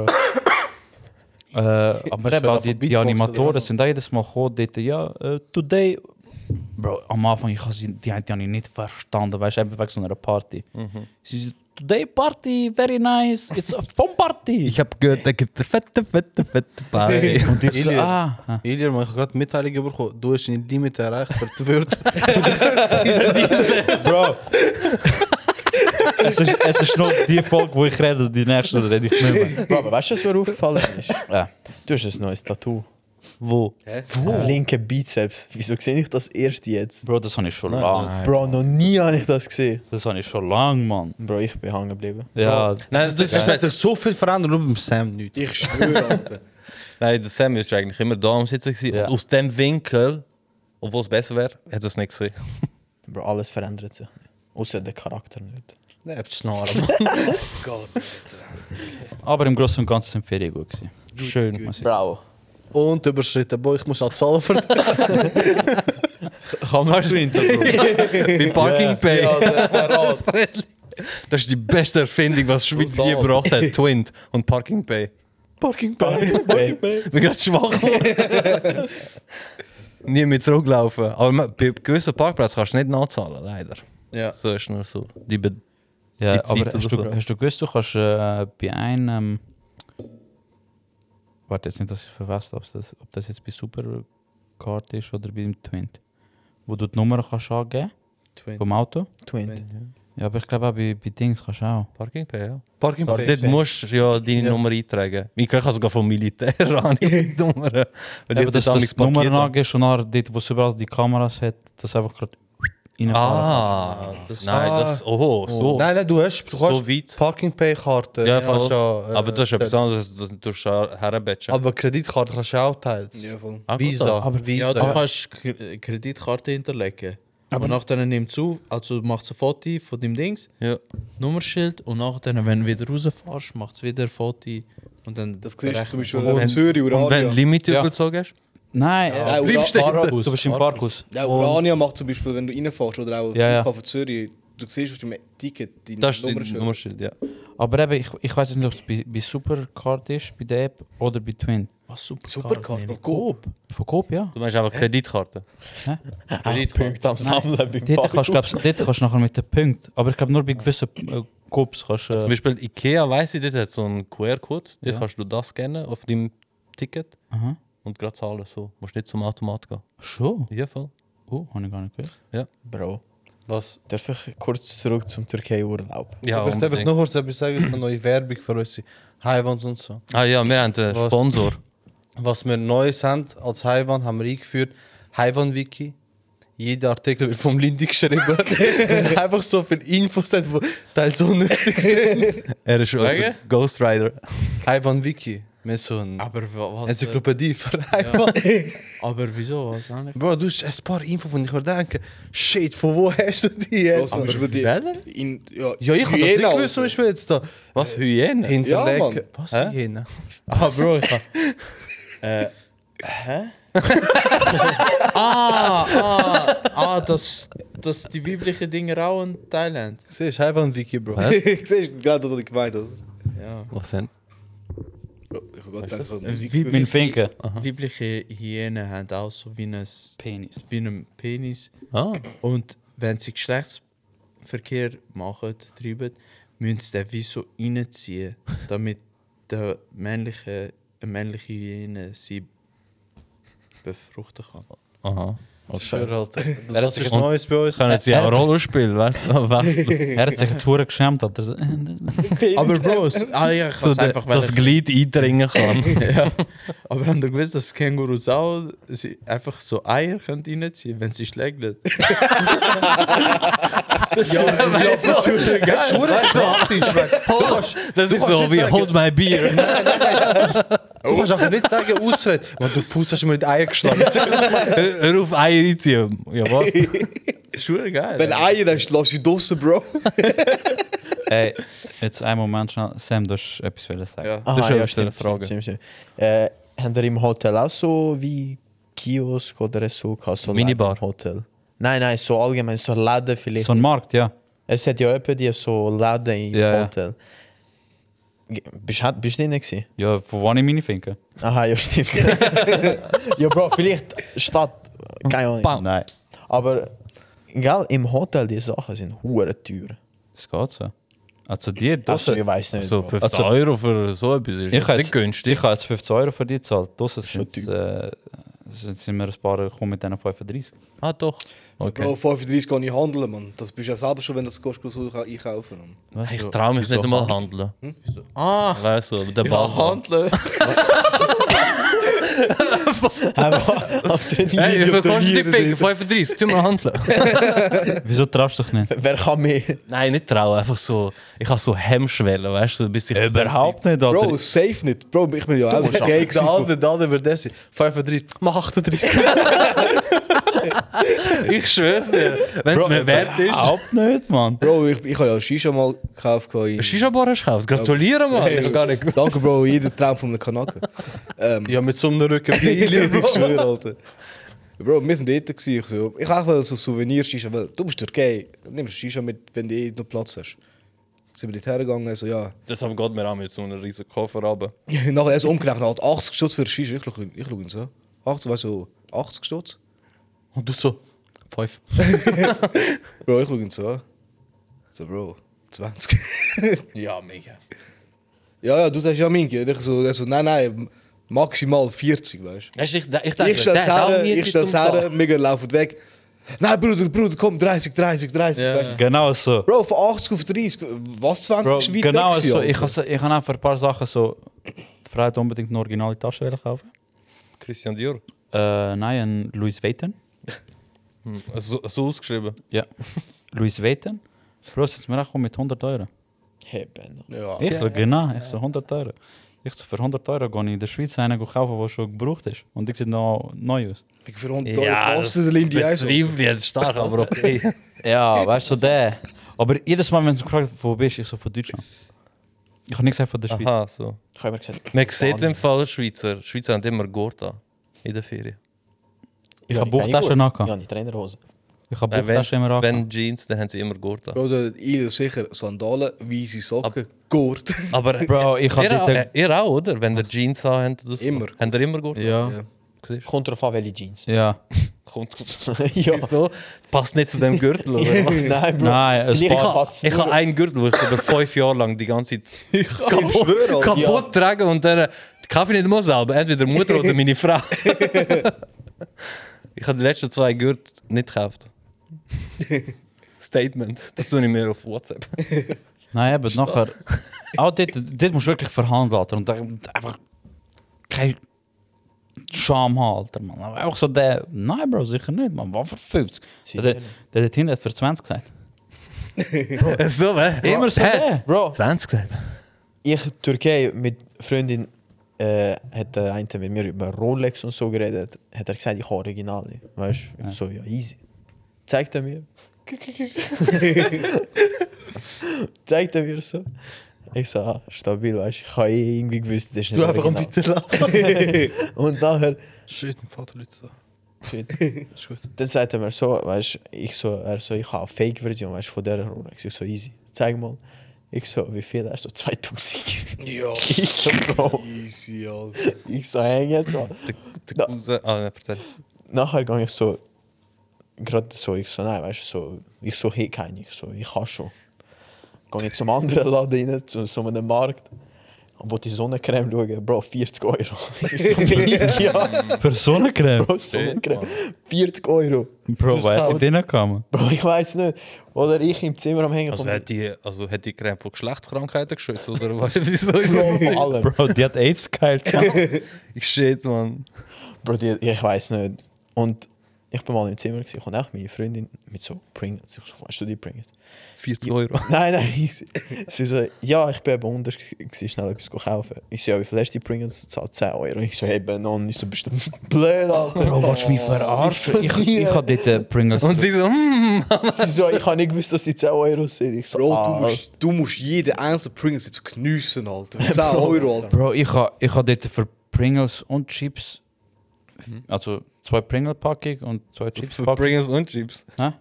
S1: Äh, aber eben,
S2: ja
S1: auch die,
S2: von
S1: die
S2: Beatbox
S1: Animatoren
S2: oder
S1: sind auch jedes Mal gekommen, dort, ja, äh, today. Bro, am Anfang, ich habe sie- die eine die habe ich nicht verstanden, weißt du, eben wegen so einer Party. Sie sagt, today Party, very nice, it's a fun party.
S3: hab gehört, da gibt es fette, fette, fette Party.
S1: Und ich so,
S2: Ilir.
S1: ah, ah.
S2: Ilir, man, ich habe gerade Mitteilung bekommen. Du hast nicht die mit erreicht, verwirrt.
S1: Bro. es, is, es is nog die Folge, wo ich rede, die nächste rede ich nicht mehr.
S5: Bro, aber weißt du, was mir aufgefallen ist?
S1: Ja.
S5: Du hast ein neues Tattoo.
S3: Wo?
S5: Wo? Linke Bizeps. Wieso sehe ich das erst jetzt?
S1: Bro, das habe ich schon lang.
S5: Bro, noch nie habe ich das gesehen.
S1: Das habe ich schon lang, man.
S5: Bro, ich bin hängen geblieben.
S1: Ja,
S3: Nein,
S2: Es
S3: das
S2: hat sich so viel verändert, nur beim Sam nicht.
S4: Ich schwöre, Alter.
S3: Nein, der Sam ist eigentlich immer da am Sitzen. gewesen.
S1: Ja.
S3: Und aus dem Winkel, obwohl es besser wäre, hätte er es nicht gesehen.
S5: Bro, alles verändert sich. Außer der Charakter nicht.
S2: Nein, ich Schnarren.
S4: Gott, Alter.
S1: aber im Großen und Ganzen sind die Ferien gut gewesen. Schön. muss ich-
S5: Bro.
S2: Und überschritten. Boah, ich muss auch zahlen für das.
S3: Kann man schon Bei Parking Pay. das, ist das ist die beste Erfindung, was Schweiz je gebracht hat. Twint und Parking Pay.
S2: Parking Bay.
S5: Hey,
S3: Ich bin gerade schwach geworden. Nie mehr zurücklaufen. Aber man- bei gewissen Parkplätzen kannst du nicht nachzahlen, leider.
S5: Ja.
S3: So ist nur so. Die Be
S1: Ja,
S3: Die Zeit
S1: aber
S3: oder
S1: hast du,
S3: so.
S1: hast du gewusst, du kannst äh, bei einem. Warte jetzt nicht, dass ich verwechsel, ob das, ob das jetzt bei Supercard ist oder bei dem Twint. Wo du die Nummer kannst angeben vom Auto.
S5: Twin.
S1: Ja, aber ich glaube auch bei, bei Dings kannst du auch.
S3: Parking Pay, ja.
S2: Parking
S3: Also
S2: Bay.
S3: dort musst du ja deine Nummer eintragen. Ich kann sogar vom Militär an die Nummer. Weil
S1: Ja, aber
S3: dort
S1: dass das
S3: damals
S1: Nummer
S3: markiert habe.
S1: nagest und dann dort, wo es überall die Kameras hat, das einfach gerade reinfahren.
S3: Ah, das nein, das. Oh, so.
S2: Nein, nein, du hast, du kannst
S3: So weit.
S2: Parking Pay-Karte.
S3: Ja, Ah,
S2: kannst
S3: voll.
S2: ja, äh,
S3: aber das ist etwas anderes, das du herbetschen.
S2: aber Kreditkarte kannst du auch teils.
S4: Ja, voll.
S3: Ah, gut,
S2: Visa.
S3: das.
S2: Aber Visa.
S7: Ja, du kannst K- äh, Kreditkarte hinterlegen. Aber nachher nimmst du auf, also machst ein Foto von dem Dings,
S3: Ja.
S7: Nummernschild und nachher, wenn du wieder rausfährst, machst du wieder ein Foto und dann Oh,
S4: Das siehst du zum
S7: berechnen.
S4: Beispiel in Zürich,
S3: Und wenn du
S4: Urania.
S3: Limit
S1: Ja.
S3: überzogen hast?
S1: Nein, äh,
S4: Nein,
S2: Bleib
S4: Ura-
S2: stehen.
S1: Parkus. Du bist im Parkus.
S4: Nein, Urania macht zum Beispiel, wenn du reinfährst oder auch
S1: Ja, ja.
S4: im Flughafen Zürich, du siehst auf dem Ticket die
S3: Das ist
S4: Nummer
S3: die
S4: schon.
S3: Nummernschild, ja.
S1: Aber eben, ich, ich weiß jetzt nicht, ob es bei, bei Supercard ist, bei der App oder bei Twin.
S7: Was super.
S4: Supercard, Bro, Coop.
S1: Von Coop, ja.
S3: Du meinst einfach Kreditkarte.
S5: Punkt am Sammeln beim
S1: Dort kannst,
S5: Park.
S1: glaubst, dort kannst du nachher mit den Punkten. Aber ich glaube nur bei gewissen äh, Coops kannst du.
S3: Zum
S1: Äh,
S3: Beispiel Ikea, weiss ich, dort hat so einen QR-Code. Dort kannst du das scannen auf deinem Ticket
S1: aha.
S3: und gerade zahlen. So. Musst nicht zum Automat gehen.
S1: Schon?
S3: Ja, voll.
S1: Oh, habe ich gar nicht gewusst.
S5: Bro.
S2: Was?
S5: Darf ich kurz zurück zum Türkei-Urlaub?
S3: Ja,
S2: ich darf ich
S3: unbedingt.
S2: noch kurz etwas sagen, eine neue Werbung für unsere Highwands und so.
S3: Ah ja, wir haben einen
S2: Was?
S3: Sponsor.
S2: Was wir neu sind als Haiwan, haben wir eingeführt. Haiwan-Wiki. Jeder Artikel wird vom Lindy geschrieben. Weil er einfach so viel Infos hat, die teils unnötig sind.
S3: Er ist unser Ghost Rider.
S2: Haiwan-Wiki. Wir sind so ein
S7: Aber wa- was? äh,
S2: Enzyklopädie für
S7: aber wieso? Was eigentlich?
S2: Bro, du hast ein paar Info, von ich würde denken, shit, von wo hast du Ah, die jetzt?
S4: zum Beispiel die-
S7: Wellen?
S4: in, ja,
S2: Ja, ich habe das nicht
S4: Hyäne,
S2: gewusst, zum
S4: Alter.
S2: Beispiel jetzt da.
S3: Was? Hyäne?
S2: Hinterleck.
S4: Ja, Mann.
S2: Was,
S3: Hä?
S2: Hyäne?
S7: Ah, Bro, ich hab... Äh, hä? ah, ah, ah, das, das die weiblichen Dinge auch in Thailand.
S2: Siehst du, einfach ein Wiki, Bro.
S4: ich sehe gerade, was ich gemeint habe.
S7: Ja.
S3: Was sind?
S4: Ich habe gerade gedacht,
S1: Wie mein Finken.
S7: Weibliche Hyänen haben auch so wie ein,
S1: Penis.
S7: wie einen Penis.
S3: Ah,
S7: Und wenn sie Geschlechtsverkehr machen, treiben, müssen sie den wie so reinziehen, damit der männliche, eine männliche Hyäne sie befruchten kann.
S3: aha.
S2: Schön, Alter.
S1: Wer hat
S2: Das
S1: sich
S2: ist
S1: jetzt-
S2: Neues bei uns.
S3: Können sie auch Rollenspiel, weißt du? Was?
S1: Er hat sich jetzt verdammt geschämt, Alter. So, äh, äh,
S7: Aber Bro, es- ah, ja, ich
S3: So
S7: weiß
S3: de,
S7: einfach, weil
S3: das Glied eindringen kann.
S7: Aber haben ihr gewusst, dass Kängurus auch sie einfach so Eier können reinziehen wenn sie schlägeln?
S2: Das ist schon exotisch, weil du kannst-
S3: Das
S2: Du
S3: ist
S2: kannst
S3: so
S2: nicht
S3: wie
S2: sagen-
S3: Hold my beer.
S2: Du kannst auch nicht sagen, Ausrede. Man, du Puss hast mir in die Eier geschlagen.
S3: Hör hör auf Eier einziehen. Ja, was?
S7: Schwer geil.
S4: Wenn Eier, dann schläfst du draußen, Bro.
S1: Ey, jetzt einen Moment schnell. Sam, dus du hast etwas wollen sagen.
S7: Ja.
S5: Aha,
S3: Das ist
S5: ja,
S3: eine
S5: stimmt,
S3: Frage.
S5: Stimmt, stimmt, stimmt. Äh, haben ihr im Hotel auch so wie Kiosk oder so? gehabt, so
S3: Minibar.
S5: Läden im Hotel? Nein, nein, so allgemein, so Läden vielleicht.
S1: So ein Markt, ja.
S5: es hat ja jemand, die so Läden im
S1: Ja, ja.
S5: Hotel. Ge- Bist du bist du nicht gewesen?
S1: Ja, von wann ich meine Finken?
S5: Aha, ja, stimmt. ja, Bro, vielleicht Stadt. Keine Ahnung.
S1: Bam. Nein.
S5: Aber, gell, im Hotel die Sachen sind hure teuer.
S1: Es geht so. Also die
S5: Also, ich
S1: draussen...
S5: weiß nicht.
S3: So
S5: Bro.
S3: 50 Euro für so etwas ist
S1: Ich habe
S3: nicht
S1: jetzt,
S3: günstig.
S1: ich habe jetzt 50 Euro für die gezahlt. Draussen sind, äh, sind sind wir ein paar gekommen mit diesen 35.
S3: Ah, doch. Okay.
S4: Bro, 35 kann ich handeln, Mann. Das bist ja selber schon, wenn du das Kostko so einkaufen Mann.
S3: Ich traue mich nicht einmal handeln.
S7: Ah,
S3: Weißt du, der
S7: ich kann
S3: Ball.
S7: handeln.
S5: Aber auf den
S3: Hey,
S5: Video-
S3: wir kannst die Finger 35, tun wir handeln.
S1: Wieso traust du dich nicht?
S5: Wer kann mehr?
S3: Nein, nicht trauen, einfach so. Ich habe so Hemmschwellen, weißt du, bis ich.
S1: Überhaupt nicht, Alter.
S4: Bro, safe nicht. Bro, ich bin ja auch gay.
S2: Der
S4: gewesen.
S2: andere, der andere wird das sein. 35, mach 38.
S3: Ich schwör's dir. Wenn es mir wert ist.
S1: Überhaupt nicht, Mann.
S4: Bro, ich, ich habe ja Shisha mal gekauft. gehabt in-
S3: Shisha-Bar hast du gekauft. Gratuliere, Mann. Ich hab gar nicht gewusst.
S4: Danke, Bro, jeder Traum von einem Kanaken. ähm,
S2: Ja, mit so einem Rücken Beile,
S4: ich
S2: Bro.
S4: schwöre, Alter. Bro, wir sind dort. Gewesen. Ich, so, ich habe auch so Souvenir-Shisha, weil du bist Türkei. Nimmst Shisha mit, wenn du eh noch Platz hast. Sind wir dort hergegangen, so ja. Nou,
S3: Deshalb geht mir auch mit so einem riesen Koffer runter.
S4: Nachher ist umgerechnet, halt 80 Stutz für eine Shisha. Ich schaue ihn- ich schaue ihn so. 80, weißt du, 80 Stutz?
S2: Und du so, 5.
S4: Bro, ich schaue ihn so an. So, Bro, 20.
S7: ja, mega.
S4: ja, ja, du sagst ja Minke. Und ich so, er so, nein, nein, maximal 40, weißt du.
S3: Ich, ich,
S4: Ich stell's her, ich stell's her, mega laufen weg. Nein, Bruder, Bruder, komm, 30, 30, 30.
S7: Ja.
S4: weißt du.
S1: Genau so.
S4: Bro, von 80 auf 30, was 20
S1: Bro,
S4: ist weit
S1: genau
S4: weg gewesen,
S1: so.
S4: Alter.
S1: Ich habe ich hab einfach ein nou paar Sachen so... Die Frau hat unbedingt eine originale Tasche wollen kaufen.
S3: Christian Dior.
S1: Äh, nein, ein Louis Vuitton.
S3: Also So, so ausgeschrieben.
S1: Ja. Louis Vuitton. Bro, jetzt mir auch mit 100 Euro.
S5: Heben.
S4: Ja.
S1: Ich so, genau, ich so 100 Euro. Ich so, für 100 Euro gehe ich in der Schweiz einen kaufen, der schon gebraucht ist. Und ich sehe noch neu aus.
S4: Ich verhund ja, Post in der Lindy Eis.
S3: bezweifle ich jetzt stark, aber okay.
S1: Ja, weißt du, so der. Aber jedes Mal, wenn sie mich gefragt wo bist du, ich so, von Deutschland. Ich habe nichts gesagt von der Schweiz.
S3: Aha, Ah, so.
S5: Ich habe mir gesagt,
S3: Man sieht im Fall Schweizer. Schweizer haben immer Gorta in der Ferien.
S1: Ich habe Buchtaschen
S5: nachgehauen.
S1: angehauen.
S5: Ja, die Trainerhose.
S1: Ich habe
S3: Nein, Äh, wenn,
S1: Buchtaschen immer angehauen.
S3: wenn Jeans, dann haben sie immer Gorta.
S4: Bro, da- ihr sicher Sandalen, weiße Socken, Gurt.
S3: Aber
S1: Bro, ich hab
S3: ihr,
S1: dort-
S3: auch- äh, ihr auch, oder? Wenn ihr Jeans anhabt oder so.
S4: Immer.
S3: Habt ihr immer Gorta?
S7: Ja.
S3: Siehst
S5: Kommt drauf an, welche Jeans.
S1: Ja.
S3: du? Kommt gut.
S5: ja.
S3: So, passt nicht zu dem Gürtel, oder? was?
S5: Nein, Bro.
S1: Nein, es
S5: Vielleicht
S1: passt-
S5: passt's
S3: Ich
S5: nur-
S3: habe einen Gürtel, den ich über fünf Jahre lang die ganze Zeit
S4: Ich schwöre, Alter.
S3: kaputt trage und dann äh, den Kaffee nicht mal selber. Entweder Mutter oder meine Frau. ich habe die letzten zwei Gürtel nicht gekauft. Statement. Das tue ich mir auf WhatsApp.
S1: Nein, eben nachher. Auch dort, dort musst du wirklich verhandeln, Alter. Und da einfach kein Scham haben, Alter, Mann. Aber Einfach so der, nein, Bro, sicher nicht, Mann. Was für 50? Der, der, der dort hinten hat für 20 gesagt.
S3: so, hä?
S1: Immer so,
S3: Oh. Hä?
S1: Bro.
S3: 20 gesagt.
S5: Ich Türkei mit Freundin äh, hat der eine mit mir über Rolex und so geredet, hat er gesagt, ich habe Originale. Weißt du? Ich So, ja, easy. Zeigt er mir. Zeigt er mir so. Ich so, ah, stabil, weißt du? Ich habe eh irgendwie gewusst, das ist nicht
S2: Du einfach am
S5: original.
S2: Weiterlaufen.
S5: Und nachher.
S2: Shit, mein Vater läutet da.
S5: Shit.
S2: Ist gut.
S5: Dann sagt er mir so, weißt ich so, er so, ich habe eine Fake-Version, weißt von der Rolex. Ich so, easy, zeig mal. Ich so, wie viel? Er so, 2000.
S4: Ja.
S5: Ich so, Bro,
S4: Easy, Alter.
S5: ich so, häng jetzt mal.
S3: Der
S5: Da-
S3: Cousin, ah, nein, vertel.
S5: Nachher gang ich so, gerade so, ich so, nein, weißt so, ich so, hey, keine, ich so, ich kann schon. Gang ich zum anderen Laden rein, zu so einem Markt. Und wollte die Sonnencreme schauen, Bro, 40 Euro. Ich so, ja,
S1: Für Sonnencreme?
S5: Bro, dus Sonnencreme, 40 Euro.
S1: Bro, wer hat
S5: Verstaat.
S1: die reingekommen?
S5: Bro, ich weiß nicht. Oder ich im Zimmer am Hängen
S3: Also
S5: vom-
S3: hat die, also hat die Creme von Geschlechtskrankheiten geschützt oder was? Wieso
S5: Bro,
S3: ist
S5: vor allem.
S1: Bro, die hat AIDS geheilt.
S3: Ich shit, man.
S5: Bro, die, ich weiß nicht. Und ich bin mal im Zimmer gewesen, und auch meine Freundin mit so Pringles. Ich so, weißt du die Pringles?
S3: 40 Euro.
S5: Nein, nein. Ich, sie so, ja, ich bin eben unter, gewesen, schnell etwas kaufen. Ich so, ja, wie viel hast du die Pringles? Zahlt 10 Euro. Ich so, hey, Benon, ich so, bist du blöd, Alter.
S1: Bro, willst du mich verarschen? Ich, ich hab dort äh, Pringles.
S3: Und sie so, hm.
S5: sie so, ich habe nicht gewusst, dass sie 10 Euro sind. Ich so,
S4: Bro,
S5: ah,
S4: du, musst, du musst jeden einzelnen Pringles jetzt geniessen, Alter. 10 Euro, Alter.
S1: Bro, ich habe ich ha dort für Pringles und Chips,
S3: Mhm.
S1: also zwei Pringle-Packung und zwei
S3: Für
S1: Chips-Packung.
S3: Pringles und Chips.
S1: Hä?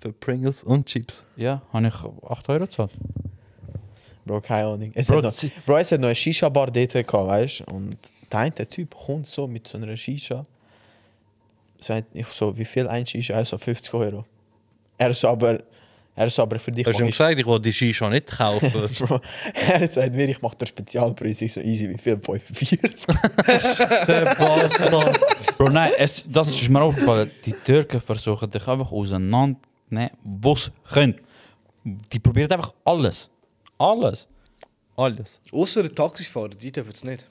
S3: Für Pringles und Chips.
S1: Ja, habe ich 8 Euro gezahlt.
S5: Bro, keine Ahnung. Es
S1: Bro,
S5: hat noch,
S1: sie-
S5: Bro, es hat noch eine Shisha-Bar dort gehabt, weißt du? Und der eine Typ kommt so mit so einer Shisha. Sagt, ich so, wie viel ein Shisha? Er so, 50 Euro. Er so, aber, er so, aber für dich
S3: Hast du
S5: mach
S3: ihm
S5: ich-
S3: gesagt, ich will die Shisha nicht kaufen?
S5: Bro, er sagt mir, ich mache den Spezialpreis. Ich so, easy, wie viel? 45.
S3: Der Bastard.
S1: Bro, neijn, es, dat is maar opgevallen. Die Türken versuchen dich einfach auseinander. Nee, Bos gunt. Die probeert einfach alles. Alles.
S3: Alles.
S4: Außer der Taxifahrer, die dürfen es nicht.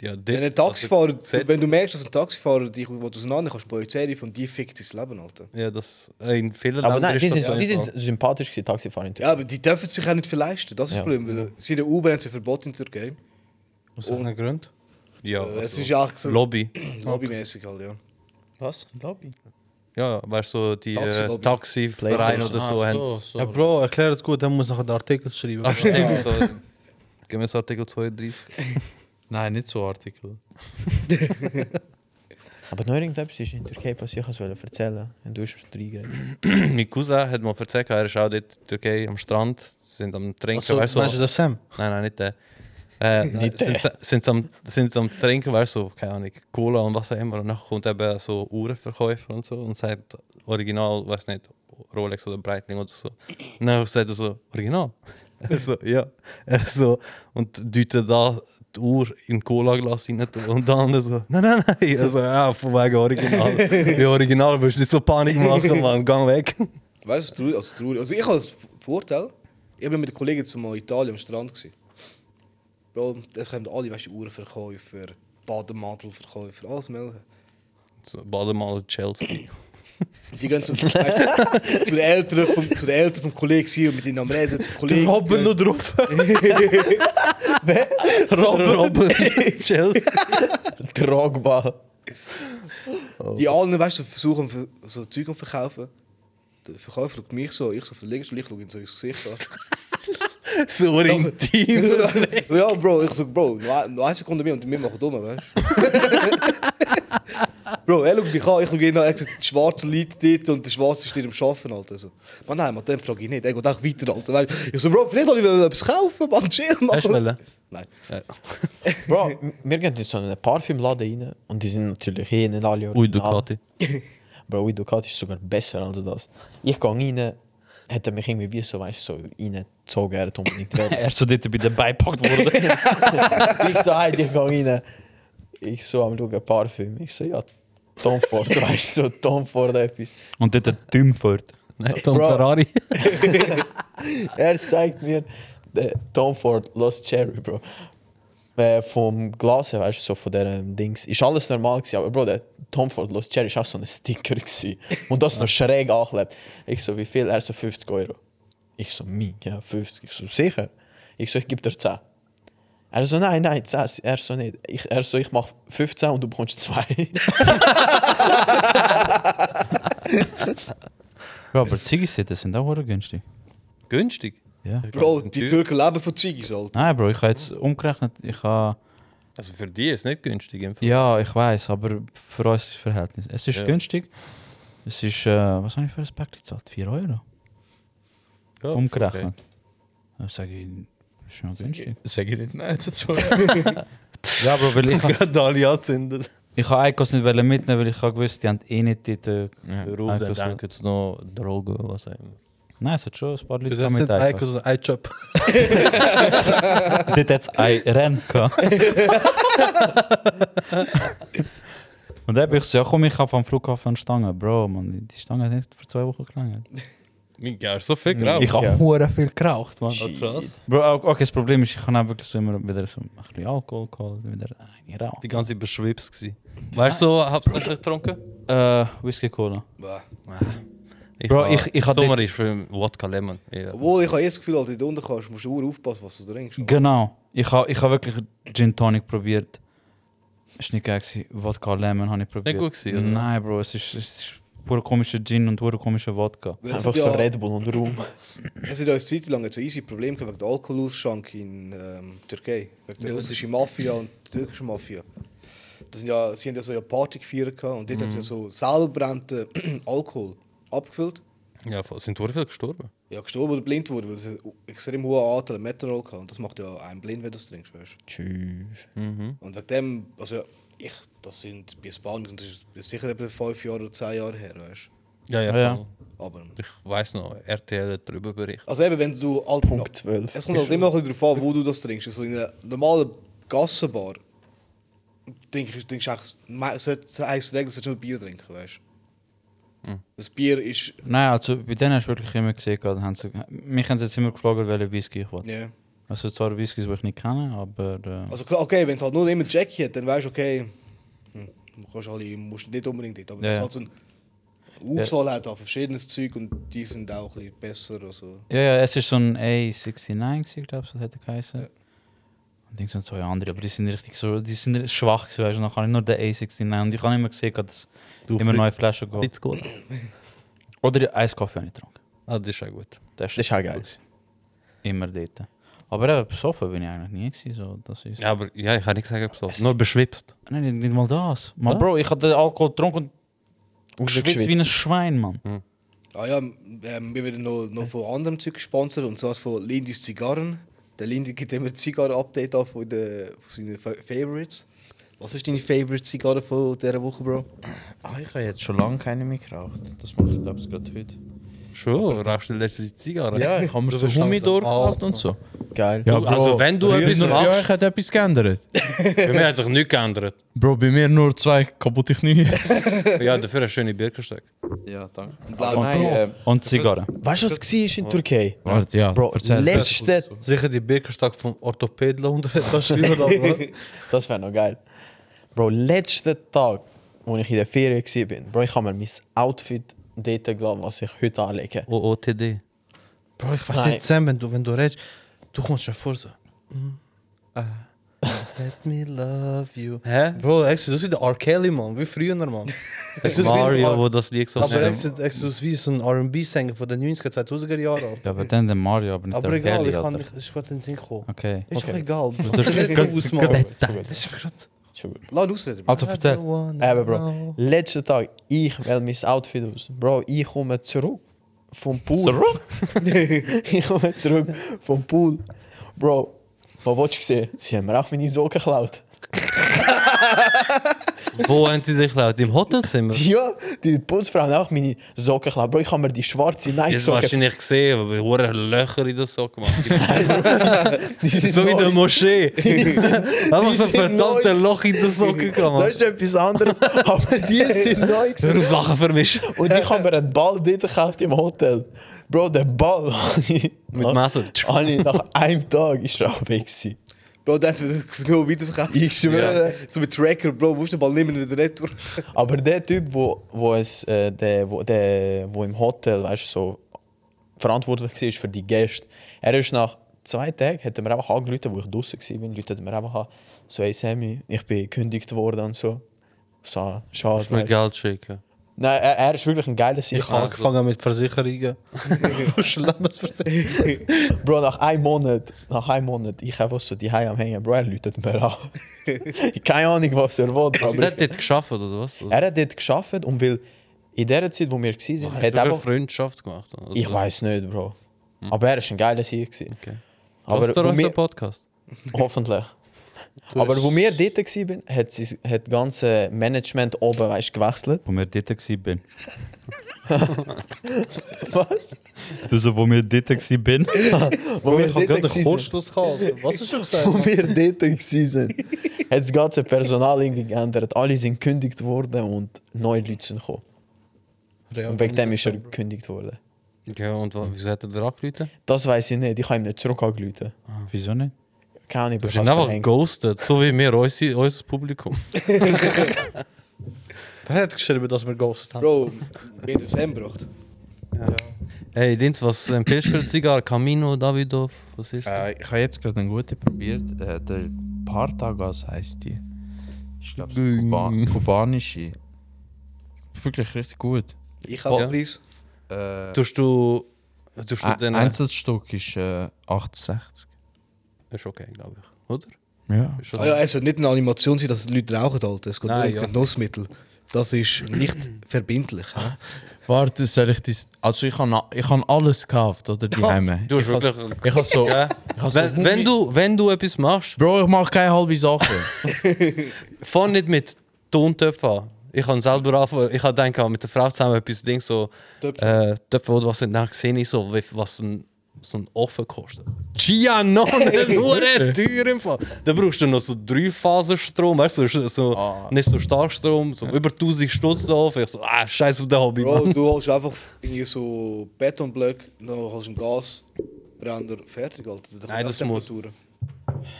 S3: Ja, dit-
S4: Wenn, ein Taxifahrer,
S3: also, setz-
S4: wenn du merkst, dass ein Taxifahrer dich will auseinander kannst, Polizei von dir fickt dein Leben, Alter.
S3: Ja, das in
S2: Ah,
S3: vielen
S5: aber nein,
S3: Ländern
S5: die
S3: ist
S5: sind,
S3: das so.
S5: die sind sympathisch gewesen, Taxifahrer. in Türkei.
S4: Ja, aber die dürfen es sich auch nicht verleisten. Das ist das
S5: Ja.
S4: Problem. Weil seit der U-Bahn haben sie Verbot in der Türkei.
S2: Aus irgendeinem Grund.
S3: Ja,
S4: Äh, Es
S3: also,
S4: ist auch so
S3: Lobby.
S4: lobbymäßig halt, ja.
S7: Was? Lobby?
S3: Ja, weißt du, so die äh,
S4: Taxi-Lobby.
S3: Taxivereine oder so
S7: Ah,
S3: haben.
S7: so, so.
S2: Ja, Bro, erklär das gut, dann muss nachher den Artikel schreiben.
S3: Ach, Ah, stimmt. so. Gemäß Artikel 32.
S7: Nein, nicht so Artikel.
S5: Aber noch irgendetwas ist in der Türkei passiert, ich wollte es erzählen. Und du hast reingeredet.
S3: mein Cousin hat mal erzählt, er ist auch dort in der Türkei am Strand, sind am Trinken.
S2: Achso,
S3: weißt
S2: meinst
S3: du,
S2: du das Sam?
S3: Nein, nein, nicht der. Äh, nicht sind, sind, sie am, sind sie am Trinken, weißt du, so, keine Ahnung, Cola und was auch immer. Und dann kommt eben so Uhrenverkäufer und so und sagt, original, weiß nicht, Rolex oder Breitling oder so. Und dann sagt er so, original? Er so, ja. Er so, und deutet da die Uhr in Cola-Glas rein und dann so, nein, nein, nein. Also, ja, von wegen original. Ja, original, wirst du nicht so Panik machen, Mann, gang weg.
S4: Weißt du, traurig, also traurig. Also ich habe als Vorteil, ich bin mit den Kollegen zumal in Italien am Strand gewesen. Bro, es kommen alle, weißt du, Uhrenverkäufer, Bademantelverkäufer, alles mögliche.
S3: So, Bademal Chelsea.
S4: Die gehen zum, weißt du, zu den Eltern vom, zu den Eltern vom Kollegen sein und mit ihnen am Reden, zum Kollegen.
S2: Robben noch drauf.
S3: Robben, Chelsea.
S5: Tragbar.
S4: Die allen, weißt du, versuchen ver- so Zeug zu verkaufen. Der Verkäufer schaut mich so, ich so auf den Liegestuhl, ich schaue ihn so ins Gesicht an.
S3: So intim.
S4: ja, Bro, ich so, Bro, noch ein- noch eine Sekunde mehr und wir machen dumm, weißt du? Bro, er schaut mich an, ich schaue ihn an, er sagt, die schwarzen Leute dort und der Schwarze steht am Schaffen, Alter. So. Man, nein, man, den frage ich nicht, er geht auch weiter, Alter. Weil ich so, Bro, vielleicht wollte ich etwas kaufen, man, chill, man.
S3: Hast du wollen?
S4: Nein.
S5: Bro, m- wir gehen in so einen Parfümladen rein und die sind natürlich eh nicht alle
S3: Ui,
S5: original.
S3: Ducati.
S5: Bro, Ui Ducati ist sogar besser als das. Ich gehe rein, hat er mich irgendwie wie so, weißt du, so reingezogen, er hat unbedingt wollen.
S1: Er ist so dort bei der beipackt worden.
S5: Ich so, hey, ich gehe rein. Ich so am schauen, Parfüm. Ich so, ja, Tom Ford, weißt du, so Tom Ford etwas.
S1: Und dort der Tim fährt.
S3: Nein, Tom
S5: Bro.
S3: Ferrari.
S5: Er zeigt mir den Tom Ford Lost Cherry, Bro. Äh, vom Glas, her, weißt du, so von diesem Dings. Ist alles normal gewesen, aber Bro, der Tom Ford Lost Cherry ist auch so ein Sticker gewesen. Und das noch schräg angeklebt. Ich so, wie viel? Er so, 50 Euro. Ich so, mi, ja, 50. Ich so, sicher? Ich so, ich gebe dir 10. Er so, nein, nein, 10. Er so, nicht. Ich, er so, ich mach 15 und du bekommst 2.
S1: Bro, aber Ziggis-Sitten sind auch verdammt günstig.
S3: Günstig?
S1: Ja.
S4: Bro, die Türken leben von Ziggis, Alter.
S1: Nein, Bro, ich habe jetzt umgerechnet, ich habe...
S3: Also für die ist nicht günstig. Im Fall.
S1: Ja, ich weiß, aber für uns ist das Verhältnis. Es ist günstig. Es ist, äh, was habe ich für ein Pack gezahlt? 4 Euro?
S3: Ja,
S1: Umgerechnet. Dann sage ich, ist schon günstig.
S7: Sag ich nicht nein dazu.
S1: Ja, Bro, weil ich,
S2: Gerade alle anzünden.
S1: ich habe Eikos nicht wollen mitnehmen, weil ich habe gewusst, die haben eh nicht die... Äh,
S3: Okay. Ruf, dann
S1: Eikos-
S3: denken sie noch Drogen, was auch immer.
S1: Nein, es hat schon ein paar Leute
S2: Das
S1: gehabt
S2: sind
S1: mit Eikos.
S2: Eikos und Eichop.
S1: Dort hat es ein Rennen gehabt. Und dann habe ich gesagt, ja komm, ich habe am Flughafen eine Stange. Bro, man, die Stange hat nicht für zwei Wochen gelangt.
S3: Mein Gott, so viel Gramm.
S1: Ich habe
S5: Ja.
S1: hure viel geraucht, man.
S3: krass.
S1: Bro, auch- okay, das Problem ist, ich habe auch wirklich so immer wieder so ein bisschen Alkohol geholt, wieder eine Rauch.
S3: Die ganze Zeit beschwipst gsi. Weißt du, so, hauptsächlich getrunken?
S1: Äh, Whisky Cola.
S4: Bah.
S3: Ich
S1: Bro, ich- ich hab
S3: Sommer ist für Wodka Lemon. Ja.
S4: Obwohl, ich habe jetzt das Gefühl, als du da unten kommst, musst du verdammt aufpassen, was du trinkst. Alter.
S1: Genau. Ich habe ich hab wirklich Gin Tonic probiert. Ist nicht geil gewesen. Wodka Lemon habe ich probiert.
S3: gut gewesen, oder?
S1: Nein, Bro, es ist, es ist pur komischer Gin und pur komischer Wodka.
S4: Weil es
S5: Einfach
S4: hat
S5: so
S4: ja-
S5: Red Bull und Raum.
S4: Es hat ja eine Zeit lang so easy Problem gehabt wegen der Alkoholausschank in ähm, Türkei. Wegen der russischen Mafia und der türkischen Mafia. Das sind ja, sie haben ja so eine Party gefeiert gehabt und dort haben sie
S3: Mhm.
S4: ja so selbbrennten Alkohol abgefüllt.
S3: ja, voll. sind sehr viel gestorben.
S4: Ja, gestorben oder blind wurde, weil es einen extrem hohen Anteil an Methanol hatte. Und das macht ja einen blind, wenn du das trinkst, weißt du.
S5: Tschüss.
S3: Mhm.
S4: Und wegen dem, also ich, das sind bei Spanien, und das ist sicher etwa fünf Jahre oder zehn Jahre her, weißt
S1: Ja, ja.
S3: voll.
S4: du. Aber...
S3: Ich weiß noch, RTL hat darüber berichtet.
S4: Also eben, wenn du halt
S5: Punkt 12.
S4: Es kommt halt immer ein bisschen darauf an, wo du das trinkst. Also in einer normalen Gassenbar trinkst du trinkst du eigentlich, me- sollte- heisst die Regel, du sollst nur Bier trinken, weißt
S1: Hm.
S4: du. Das Bier ist,
S1: Nein, also bei denen hast du wirklich immer gesehen, gehabt, haben sie, mich haben sie jetzt immer gefragt, welchen Whisky ich will.
S4: ja.
S1: Also zwar Whiskys, die ich nicht kenne, aber... Äh,
S4: Also klar, okay, wenn es halt nur immer Jackie hat, dann weißt du, okay, hm, du kannst alle, musst nicht unbedingt dort, aber
S1: Ja,
S4: wenn es
S1: ja.
S4: halt so eine Auswahl hat an verschiedenes Zeug und die sind auch ein bisschen besser, also.
S1: Ja, ja, es ist so ein A69, glaube ich, das hätte geheißen. Und ich sind zwei andere, aber die sind richtig so, die sind richtig schwach gewesen, weißt du, dann kann ich nur den A69 und ich habe immer gesehen, dass
S3: Du
S1: immer
S3: Fri-
S1: neue Flaschen geholt.
S3: Nicht gut.
S1: Oder Eiskaffee habe ich getrunken.
S3: Ah, das ist auch gut.
S1: Das ist
S5: Das ist auch geil.
S1: immer Oh, dort. Aber eben, besoffen bin ich eigentlich nie gewesen, so, das ist...
S3: Ja, aber ja, ich kann nicht sagen, ob so. Nur beschwipst.
S1: Nein, nicht, nicht mal das. Man, Bro, ich hatte Alkohol getrunken und geschwitzt wie ein Schwein, Mann.
S4: Ah ja, ähm, wir werden noch, noch von anderem Zeug gesponsert, und zwar von Lindis Zigarren. Der Lindy gibt immer ein Zigarren-Update an von, den, von seinen Fa- Favorites. Was ist deine Favorite-Zigarre von dieser Woche, Bro?
S7: Ah, ich habe jetzt schon lange keine mehr geraucht. Das mache ich, glaube ich, gerade heute.
S3: Schon, rauchst du die letzte Zigarre?
S7: Ja, ich habe mir so Humidor gekauft und so.
S5: Geil.
S3: Du, also wenn du etwas
S7: Ja,
S3: machst,
S7: ich habe etwas geändert.
S3: bei mir hat sich nichts geändert.
S7: Bro, bei mir nur zwei kaputte Knie jetzt.
S3: Ja, dafür eine schöne Birkenstöcke.
S7: ja, danke.
S4: Blau-
S7: nein, äh,
S1: Und Zigarren.
S5: Weißt du, was war in Türkei?
S7: warte, ja.
S5: Bro, letzte.
S2: Sicher die Birkenstock vom Orthopäden unter das schreiben da, oder?
S5: Das wäre noch geil. Bro, letzten Tag, als ich in der Ferien war, Bro, ich habe mir mein Outfit dort gelassen, was ich heute anlege.
S3: OOTD.
S2: Bro, ich weiß
S5: Nein.
S2: nicht, Sam, wenn du, wenn du redest, du kommst mir vor so. mm, ah, Let me love you.
S3: Hä?
S2: Bro, extra, du bist wie der R. Kelly, Mann, wie früher, Mann. Extra, du bist wie ein
S3: Mario,
S2: R-
S3: wo das Lied so
S2: Aber
S3: schnell-
S2: extra, extra, du bist wie so ein RB-Sänger von den 90er, 2000er Jahren. Alter.
S1: Ja, aber dann den Mario, aber nicht
S2: Aber
S1: der
S2: egal,
S1: Kelly,
S2: ich kann
S1: Alter.
S2: mich ich wollte in den Sinn kommen.
S1: Okay.
S2: Ist doch egal. Bro.
S1: Du-
S2: Ich will nicht
S1: du-
S2: ausmachen.
S5: du-
S2: Das ist mir grad-
S5: Schon gut.
S4: Lass ihn ausreden. Bro.
S1: Also erzähl.
S5: Eben, Eh, Bro, letzten Tag, ich will mein Outfit aus. Bro, ich komme zurück vom Pool. ich komme zurück vom Pool. Bro, was willst du sehen? Sie haben mir auch meine Socken geklaut.
S3: Wo haben sie dich laut? Im Hotelzimmer?
S5: Ja, die Putzfrau hat auch meine Socken geklaut. Bro, ich habe mir die schwarze
S3: Jetzt hast du
S5: Nike-Socken...
S3: nicht gesehen, aber ich habe Löcher in der Socke gemacht.
S5: Die sind
S3: so wie der
S5: neu.
S3: Moschee. Einfach
S5: die
S3: so ein
S5: sind
S3: verdammtes
S5: neu.
S3: Loch in der Socke
S5: Das
S3: gemacht.
S5: ist etwas anderes, aber die sind neu
S3: Hör
S5: gewesen.
S3: auf Sachen vermischen.
S5: Und ich habe mir einen Ball dort gekauft im Hotel. Bro, der Ball.
S3: Mit Messer.
S5: Habe ich nach einem Tag ist er auch weg. Gewesen.
S4: Bro, dann wird das genau weiterverkauft.
S5: Ich schwöre.
S4: So mit Tracker, Bro, musst du den Ball nehmen wieder retour.
S5: Aber der Typ, wo, wo, es, äh, der, wo, der, wo im Hotel weißt, du, so verantwortlich war für die Gäste, er ist nach zwei Tagen hat er mir einfach angerufen, wo ich draußen war. Leute hat mir einfach an, so, hey Sammy, ich bin gekündigt worden und so. So, schade.
S3: Mir
S5: weißt.
S3: Geld schicken.
S5: Nein, er, er ist wirklich ein geiler Sieg.
S2: Ich habe angefangen mit Versicherungen. Landesversicherung.
S5: Bro, nach einem Monat, nach einem Monat, ich einfach so die am Hängen, Bro, er läutet mir an. Keine Ahnung, was er will,
S3: Aber
S5: aber
S3: der hat das geschafft, oder was? Also, Oder?
S5: er hat dort geschafft und weil in der Zeit, wo wir waren,
S3: hat er
S5: hat
S3: eine
S5: einfach...
S3: Freundschaft gemacht. oder?
S5: Ich weiß nicht, Bro. Aber er war ein geiler Sieg. gewesen.
S3: Okay.
S5: Aber
S3: Hast du
S5: wo
S3: unseren
S5: wir,
S3: Podcast?
S5: hoffentlich. Aber wo wir dort waren, hat sie- hat das ganze Management oben weißt, gewechselt.
S1: Wo wir dort waren.
S5: Was?
S1: Du so, wo wir dort waren.
S5: Wo wir
S2: Ich habe
S5: dort
S2: gerade einen
S5: waren,
S2: Kurzschluss gehabt. Was hast du gesagt?
S5: wo wir dort waren, hat das ganze Personal irgendwie geändert. Alle sind gekündigt worden und neue Leute sind gekommen. Und wegen dem ist er gekündigt worden.
S3: Ja, und wa- wieso hat er dir angerufen?
S5: Das weiß ich nicht. Ich habe ihm nicht zurück angerufen.
S1: Ah, Wieso nicht?
S5: Keine Ahnung,
S3: Du bist
S5: ich hab's
S3: einfach
S5: verhängt.
S3: ghosted, so wie wir, unser, unser Publikum.
S2: Wer hat geschrieben, dass wir Ghost haben?
S4: Bro, wir haben Sam gebracht.
S3: Hey, Dins, was eh, empfiehlst du für eine Zigarre? Camino, Davidoff, was ist das?
S7: Äh, ich habe jetzt gerade einen guten probiert. Äh, der Partagas heißt die. Ich glaube, Kuba kubanische. Wirklich richtig gut.
S4: Ich habe Preis.
S7: Äh,
S3: Tust du. Tust du
S7: ein
S3: den.
S7: Einzelstück ist äh, 68.
S3: Ist okay, glaube ich. Oder?
S7: Ja.
S3: Ist das-
S4: Ah, ja, es soll nicht eine Animation sein, dass die Leute rauchen. Alter. Es geht
S3: Nein,
S4: nur
S3: ja.
S4: um Genussmittel. Das ist nicht verbindlich. hä?
S7: Warte, soll ich das. Also, ich habe ich hab alles gekauft, oder? Die Heime.
S3: Du hast
S7: ich has-
S3: wirklich-
S7: Ich habe so.
S3: Ja.
S7: Ich has so
S3: Wenn, wenn, du, wenn du etwas machst,
S7: Bro, ich mache keine halbe Sache.
S3: fang nicht mit Tontöpfen an. Ich habe selber angefangen, ich habe gedacht, mit der Frau zusammen etwas Ding so. Töpfe, äh, Töpfe oder was sind, dann sehe ich so, wie, was ein, so ein Ofen kostet. Gia, noch nur teuer im Fall. Dann brauchst du noch so Dreiphase-Strom, weißt du, so, so, nicht so Starkstrom, so über 1000 Stutz drauf. Ich so, ah, scheiß auf den Hobby, Mann.
S4: Bro, du holst einfach irgendwie so Betonblöcke, dann holst du einen Gasbrenner, fertig, Alter. Dann kommt
S3: Nein,
S4: auch
S3: das muss.
S4: Temperaturen.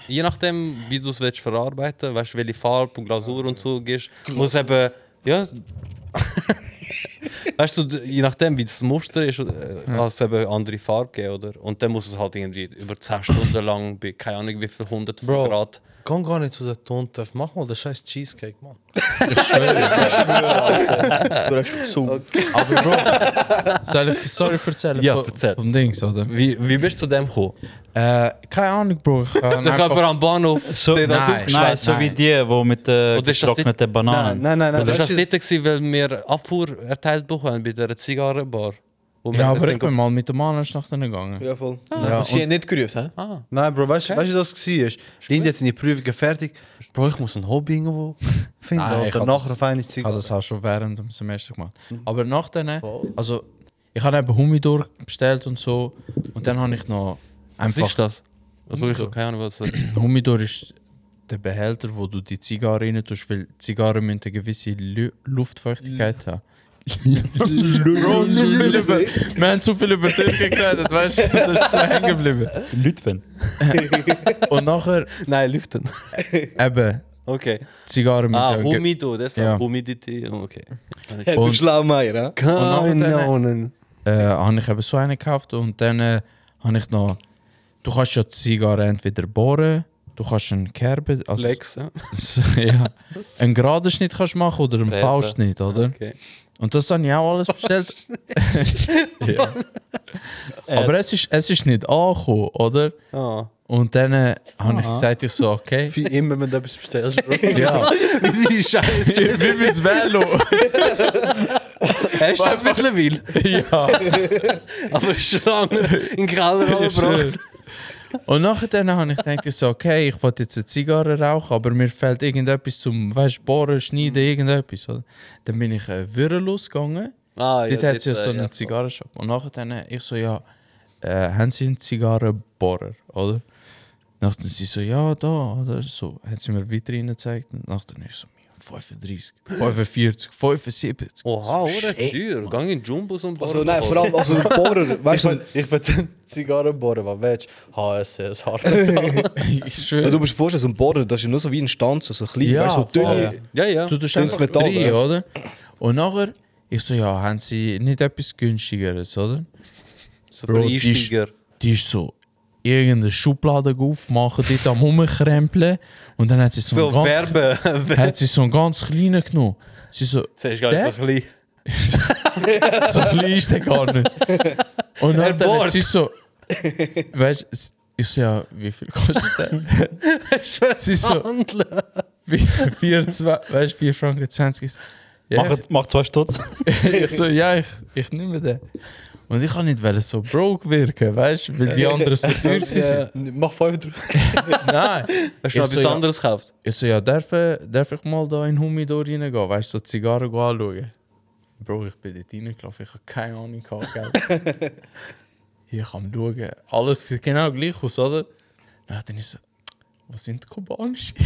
S3: je nachdem, wie du es willst verarbeiten, weißt du, welche Farbe und Glasur und so gehst, muss eben, ja. weißt du, d- je nachdem, wie das Muster ist, äh, kann es eben andere Farbe geben, oder? Und dann muss es halt irgendwie über 10 Stunden lang bei, keine Ahnung, wie viel 100
S2: Bro.
S3: Grad.
S2: Geh gar nicht zu den Tontöpfen. Mach mal den scheiß Cheesecake, Mann.
S7: Aber, Bro, soll ich die Story erzählen?
S3: Ja,
S7: Von-
S3: erzähl.
S7: Vom Dings, oder?
S3: Wie, wie bist du zu dem gekommen?
S7: Äh, keine Ahnung, Bro. Ich kann
S3: Dann kommt
S7: einfach-
S3: man am Bahnhof,
S1: So,
S3: der das
S1: nein, nein, so wie die, eh, die mit den
S3: Oder ist das nicht-
S1: getrockneten Bananen.
S2: Nein, nein, nein.
S3: Das war
S2: weißt
S3: das
S2: du-
S3: nicht, gewesen, weil wir Abfuhr erteilt bekommen bei dieser Zigarrenbar. Wo wir
S7: Ja, aber
S3: das
S7: ich
S3: Ding-
S7: bin mal mit dem Mann nach denen gegangen.
S4: Ja, voll.
S7: Ja,
S5: Hast du ihn nicht gerufen, hä?
S2: Nein, Bro, weißt du, weißt du, was das war? Die haben jetzt in die Prüfungen fertig. Bro, ich muss ein Hobby irgendwo finden.
S7: Nein,
S2: Nein,
S7: ich
S2: und
S7: hab
S2: nachher
S7: das-
S2: eine feine
S7: Ich habe
S2: Zigarre.
S7: das auch schon während dem Semester gemacht. Aber nach denen, also ich habe eben Humidor bestellt und so. Und dann habe ich noch
S3: Was
S7: einfach.
S3: ist das? Also ich habe keine Ahnung, was das ist.
S7: Humidor ist der Behälter, wo du die Zigarre rein tust, weil Zigarren müssen eine gewisse Lü Luftfeuchtigkeit haben. Bro, zu viel über, wir haben zu viel über Türken geredet, weißt du? Das ist so hängen geblieben.
S1: Lütfen.
S7: Und nachher
S3: Nein, lüften.
S7: eben
S3: Okay.
S7: Zigarren mit
S3: Ah,
S7: der-
S3: Humido, das ist
S7: Ja.
S3: ja. Humidity. Oh, Okay.
S4: Hey, du
S7: Und-
S3: Ah,
S4: Schlaumeier, hä?
S7: Und nachher äh, habe ich eben so einen gekauft und dann äh, habe ich noch. Du kannst ja die Zigarre entweder bohren, du kannst einen Kerbe. Also,
S3: Lex. ja.
S7: ja, einen geraden Schnitt kannst du machen oder einen
S3: Fräsen.
S7: V-Schnitt, oder?
S3: Okay.
S7: Und das habe ich auch alles bestellt. ja. Aber es ist, es ist nicht angekommen, oder?
S3: Ah.
S7: Und dann äh, habe ich gesagt, ich so, okay.
S2: Wie immer, wenn du etwas bestellst, Bro.
S7: ja. Die Scheiße. Wie bis Velo.
S3: Hast du das mittlerweile?
S7: ja.
S3: Aber schon in den Keller
S7: Schön.
S3: gebracht.
S7: Und nachher dann habe ich gedacht, ich so, okay, ich wollte jetzt eine Zigarre rauchen, aber mir fehlt irgendetwas zum, weißt du, bohren, schneiden, irgendetwas. Oder? Dann bin ich äh, Würre losgegangen.
S3: Ah,
S7: Dort hat es ja
S3: dort,
S7: so
S3: äh,
S7: einen
S3: voll.
S7: Zigarrenshop. Und nachher dann, äh, ich so, ja, äh, haben Sie einen Zigarrenbohrer, oder? Nachdem sie so, ja, da, oder so, hat sie mir weiter gezeigt. Und nachdem ich so, ja, 35, 45, 75.
S3: Oha, oder?
S7: Shit,
S3: Teuer. Gang in Jumbos und
S4: Also, nein, vor allem, also Bohrer,
S2: Ich
S4: weißt
S2: will,
S4: du,
S2: ich will den Zigarren bohren, was willst du? HSS, Hartmann.
S7: ich schwöre.
S4: du musst dir vorstellen, so ein Bohrer, das ist ja nur so wie ein Stanze, so klein,
S7: Ja,
S4: weißt du, so dünn.
S7: voll.
S3: Ja, ja.
S7: Du tust
S4: Dünnes
S7: einfach
S4: Metall,
S7: rein,
S4: weißt du?
S7: oder? Und nachher, ich so, ja, haben sie nicht etwas günstigeres, oder?
S3: So für
S7: Bro, die ist,
S3: Einsteiger.
S7: die ist so irgendeine Schublade aufmachen, dort am Rumkrempeln. Und dann hat sie so,
S3: So
S7: einen ganz,
S3: Werbe.
S7: hat sie so einen ganz kleinen genommen. Sie so,
S3: Das ist gar nicht so klein.
S7: so klein ist der gar nicht. Und dann, dann hat sie so, weißt du, ich so, ja, wie viel kostet der? sie so, wie- vier, zwei, weißt du, 4 Franken 20 ist. Ja,
S1: Mach, mach zwei Stutz.
S7: ich so, ja, ich, ich nehme den. Und ich kann nicht wollen, so broke wirken, weißt du, weil die anderen so teuer waren.
S2: Mach fünf drauf.
S7: Nein.
S3: Hast du noch
S7: Ich so,
S3: etwas
S7: ja.
S3: anderes gekauft?
S7: Ich so, ja, darf, äh, darf ich mal da in den Humidor reingehen? Weißt du, so die Zigarren go anschauen? Bro, ich bin dort reingelaufen, ich habe keine Ahnung gehabt. gell. Hier kann man schauen. Alles sieht genau gleich aus, oder? Dann bin ich so, wo sind die kubanischen?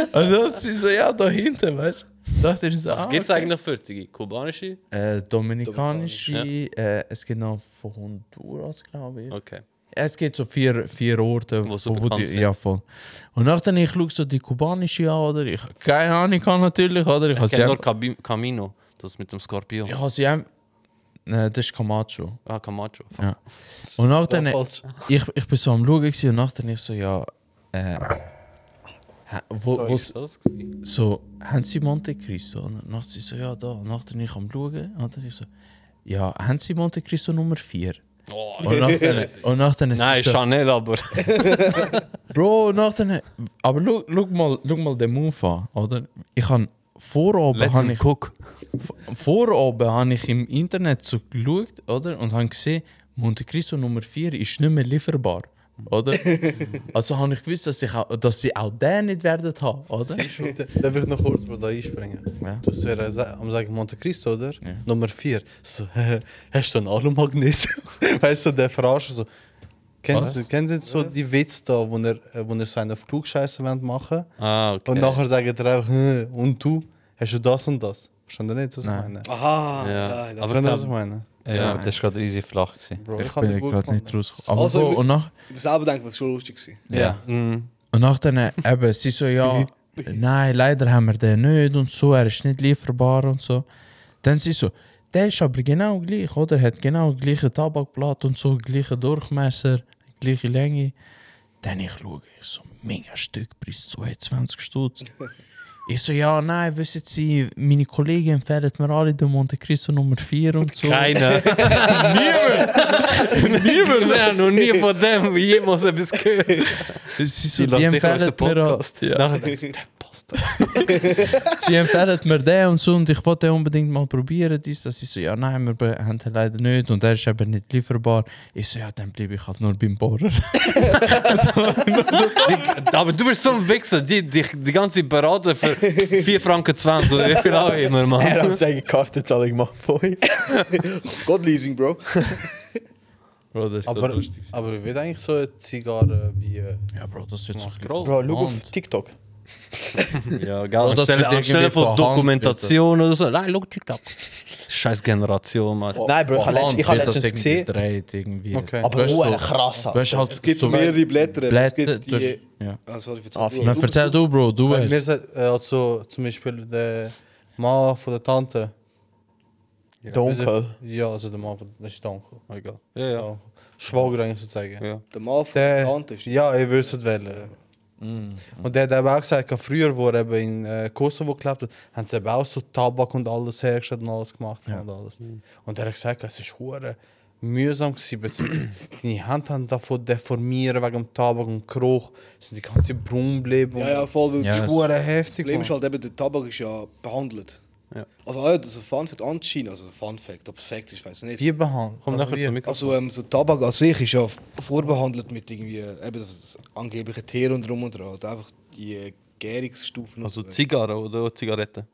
S7: Und dann hat sie so, ja, da hinten, weißt du? Dann dachte ich so, ah,
S3: Was gibt es
S7: okay.
S3: eigentlich für die kubanische?
S7: Äh, Dominikanische, äh, es gibt noch von Honduras, glaube ich.
S3: Okay.
S7: Es gibt so vier, vier Orte,
S3: Wo so bekannt
S7: die,
S3: sind.
S7: ja, voll. Und nachdem ich schaue so die kubanische an, oder? Ich habe keine Ahnung, kann natürlich, oder? Ich habe
S3: Ich
S7: sie,
S3: kenne nur
S7: einfach-
S3: Cabi- Camino, das mit dem Skorpion.
S7: ich habe sie einfach- Nein, das ist Camacho.
S3: Ah, Camacho.
S7: Ja. Und nachdem
S2: falsch.
S7: ich, ich bin so am Schauen gewesen und nachdem ich so, ja, äh, hä, wo, wo,
S3: Was war das? gewesen?
S7: so, haben Sie Monte Cristo? Und dann sie so, ja, da. Und nachdem ich am Schauen, und dann ich so, ja, haben Sie Monte Cristo Nummer 4?
S3: Oh,
S7: Und nachdem, und nachdem sie
S3: Nein,
S7: so,
S3: Chanel aber.
S7: Bro, nachdem, aber schau, schau, mal, schau mal den Move an, oder? Ich habe vorabend, hab ich,
S3: guck.
S7: vorabend hab ich im Internet so geschaut, oder? Und habe gesehen, Monte Cristo Nummer 4 ist nicht mehr lieferbar, oder? also habe ich gewusst, dass, ich auch, dass sie auch den nicht werden haben, oder?
S2: Darf ich noch kurz da einspringen?
S7: Ja.
S2: Du hast ja sa- am sagen Monte Cristo, oder? Nummer 4. So, hä, hast du einen Alumagnet? weißt du, der Verarscher so. Kennen Sie, kennen Sie so die Witze da, wo er, wo er so einen auf Klugscheiße wollen machen
S3: Ah, okay.
S2: Und nachher sagen er auch, hä, und du, hast du das und das? Verstanden ihr nicht, was ich meine?
S4: Aha,
S3: Ja.
S4: ja, das-
S3: Aber
S2: Verstanden,
S3: dann-
S2: was ich meine?
S1: Ja, das ist gerade easy flach gewesen.
S2: Bro, e
S7: Ich
S2: hab die
S7: bin
S2: gut
S7: gerade nicht
S2: gefunden.
S7: rausgekommen. Aber
S4: Also,
S7: so,
S4: ich-
S7: und nach,
S4: ich selber denke, das war schon lustig. gewesen.
S7: Ja. Und nachdem eben, sie so, ja, nein, leider haben wir den nicht und so, er ist nicht lieferbar und so. Dann sie so, der ist aber genau gleich, oder? Hat genau gleiche Tabakblatt und so, gleiche Durchmesser, gleiche Länge. Dann ich schaue, ich so, mega Stückpreis, 22 Stutz. Ich so, ja, nein, wissen Sie, meine Kollegen empfehlen mir alle den Monte Cristo Nummer 4 und so.
S3: Keiner. Niemand. Niemand. Wir haben noch nie von dem jemals etwas gehört.
S7: Sie, so,
S3: lassen
S7: die
S3: dich aus
S7: empfehlen
S3: dem
S7: mir auch.
S3: Podcast.
S7: Ja.
S3: Nachher denkst du, der Bastard.
S7: sie empfehlen mir den und so und ich wollte den unbedingt mal probieren. Dies, das ist so, ja, nou, nein, wir be- haben den leider nicht und er ist eben nicht lieferbar. Ich so, ja, dann bleibe ich halt nur beim Bohrer.
S3: Die- Aber du bist so ein Wichser. Die, die, die ganze Berater für 4 Franken 20 oder wie viel auch immer, Mann.
S5: Er hat seine Kartenzahlung gemacht von euch.
S4: God Leasing, Bro.
S7: Bro, das
S2: Aber, aber wie wird eigentlich so eine Zigarre wie. äh,
S7: ja, Bro, das wird so ein bisschen-
S5: Bro, schau
S7: Hand.
S5: auf TikTok.
S3: Ja, geil.
S7: Oh, das
S3: Anstelle, anstelle
S7: wird irgendwie
S3: von
S7: von Hand,
S3: Dokumentation oder so. Nein, schau TikTok. Scheiß Generation, Mann.
S5: Nein, Bro, ich habe letzt- ich habe
S7: Hand wird das
S5: letztens
S7: irgendwie
S5: gesehen,
S7: gedreht irgendwie.
S2: Okay.
S5: aber
S7: Weißt du,
S5: nur krass.
S7: du hast halt
S4: Es gibt
S7: so-
S4: so mehrere Blätter. es
S7: Blätter,
S4: gibt
S7: du hast-
S4: dus
S3: dus-
S4: die.
S7: ja.
S4: Ah, sorry, für
S5: Ah, viel.
S7: Dann erzähl du, Bro, du
S2: Weil
S7: hast.
S2: mir sagt, äh, also zum Beispiel der Mann von der Tante.
S5: Der Onkel.
S2: Ja, also der Mann von das ist der Onkel. Egal.
S3: Ja, ja.
S2: Ja. Schwager eigentlich sozusagen.
S3: Ja.
S4: Der Mann von der
S2: Der,
S4: Tante ist.
S2: ja, ihr wisst es wählen. Und der hat eben auch gesagt, ja, früher, wo er eben in äh, Kosovo gelebt hat, haben sie eben auch so Tabak und alles hergestellt und alles gemacht. Und, alles. und er hat gesagt, es ist hure mühsam gewesen, bezüglich- deine Hände haben davon deformieren wegen dem Tabak und Geruch, sind die ganze braun geblieben.
S4: Ja, ja, voll. weil das
S7: Ja,
S2: Das
S7: es-
S2: ist
S4: Schwur-
S2: hure
S4: Das
S2: heftig,
S4: Problem
S2: Mann.
S4: ist halt eben, der Tabak ist ja behandelt.
S3: Ja.
S4: Also, ah ja, das ist ein Fun Fact anscheinend, also ein Fun Fact, ob es Fact ist, weiß ich nicht.
S2: Wie behandelt?
S3: Komm
S2: Also
S3: nachher
S2: wie?
S3: zum Mikrofon.
S4: Also ähm, so Tabak an sich ist ja vorbehandelt mit irgendwie äh, eben das angebliche Tier und drum und dran. Halt einfach die äh, Gärungsstufen. und
S3: Also
S4: so.
S3: Zigarre oder Zigaretten?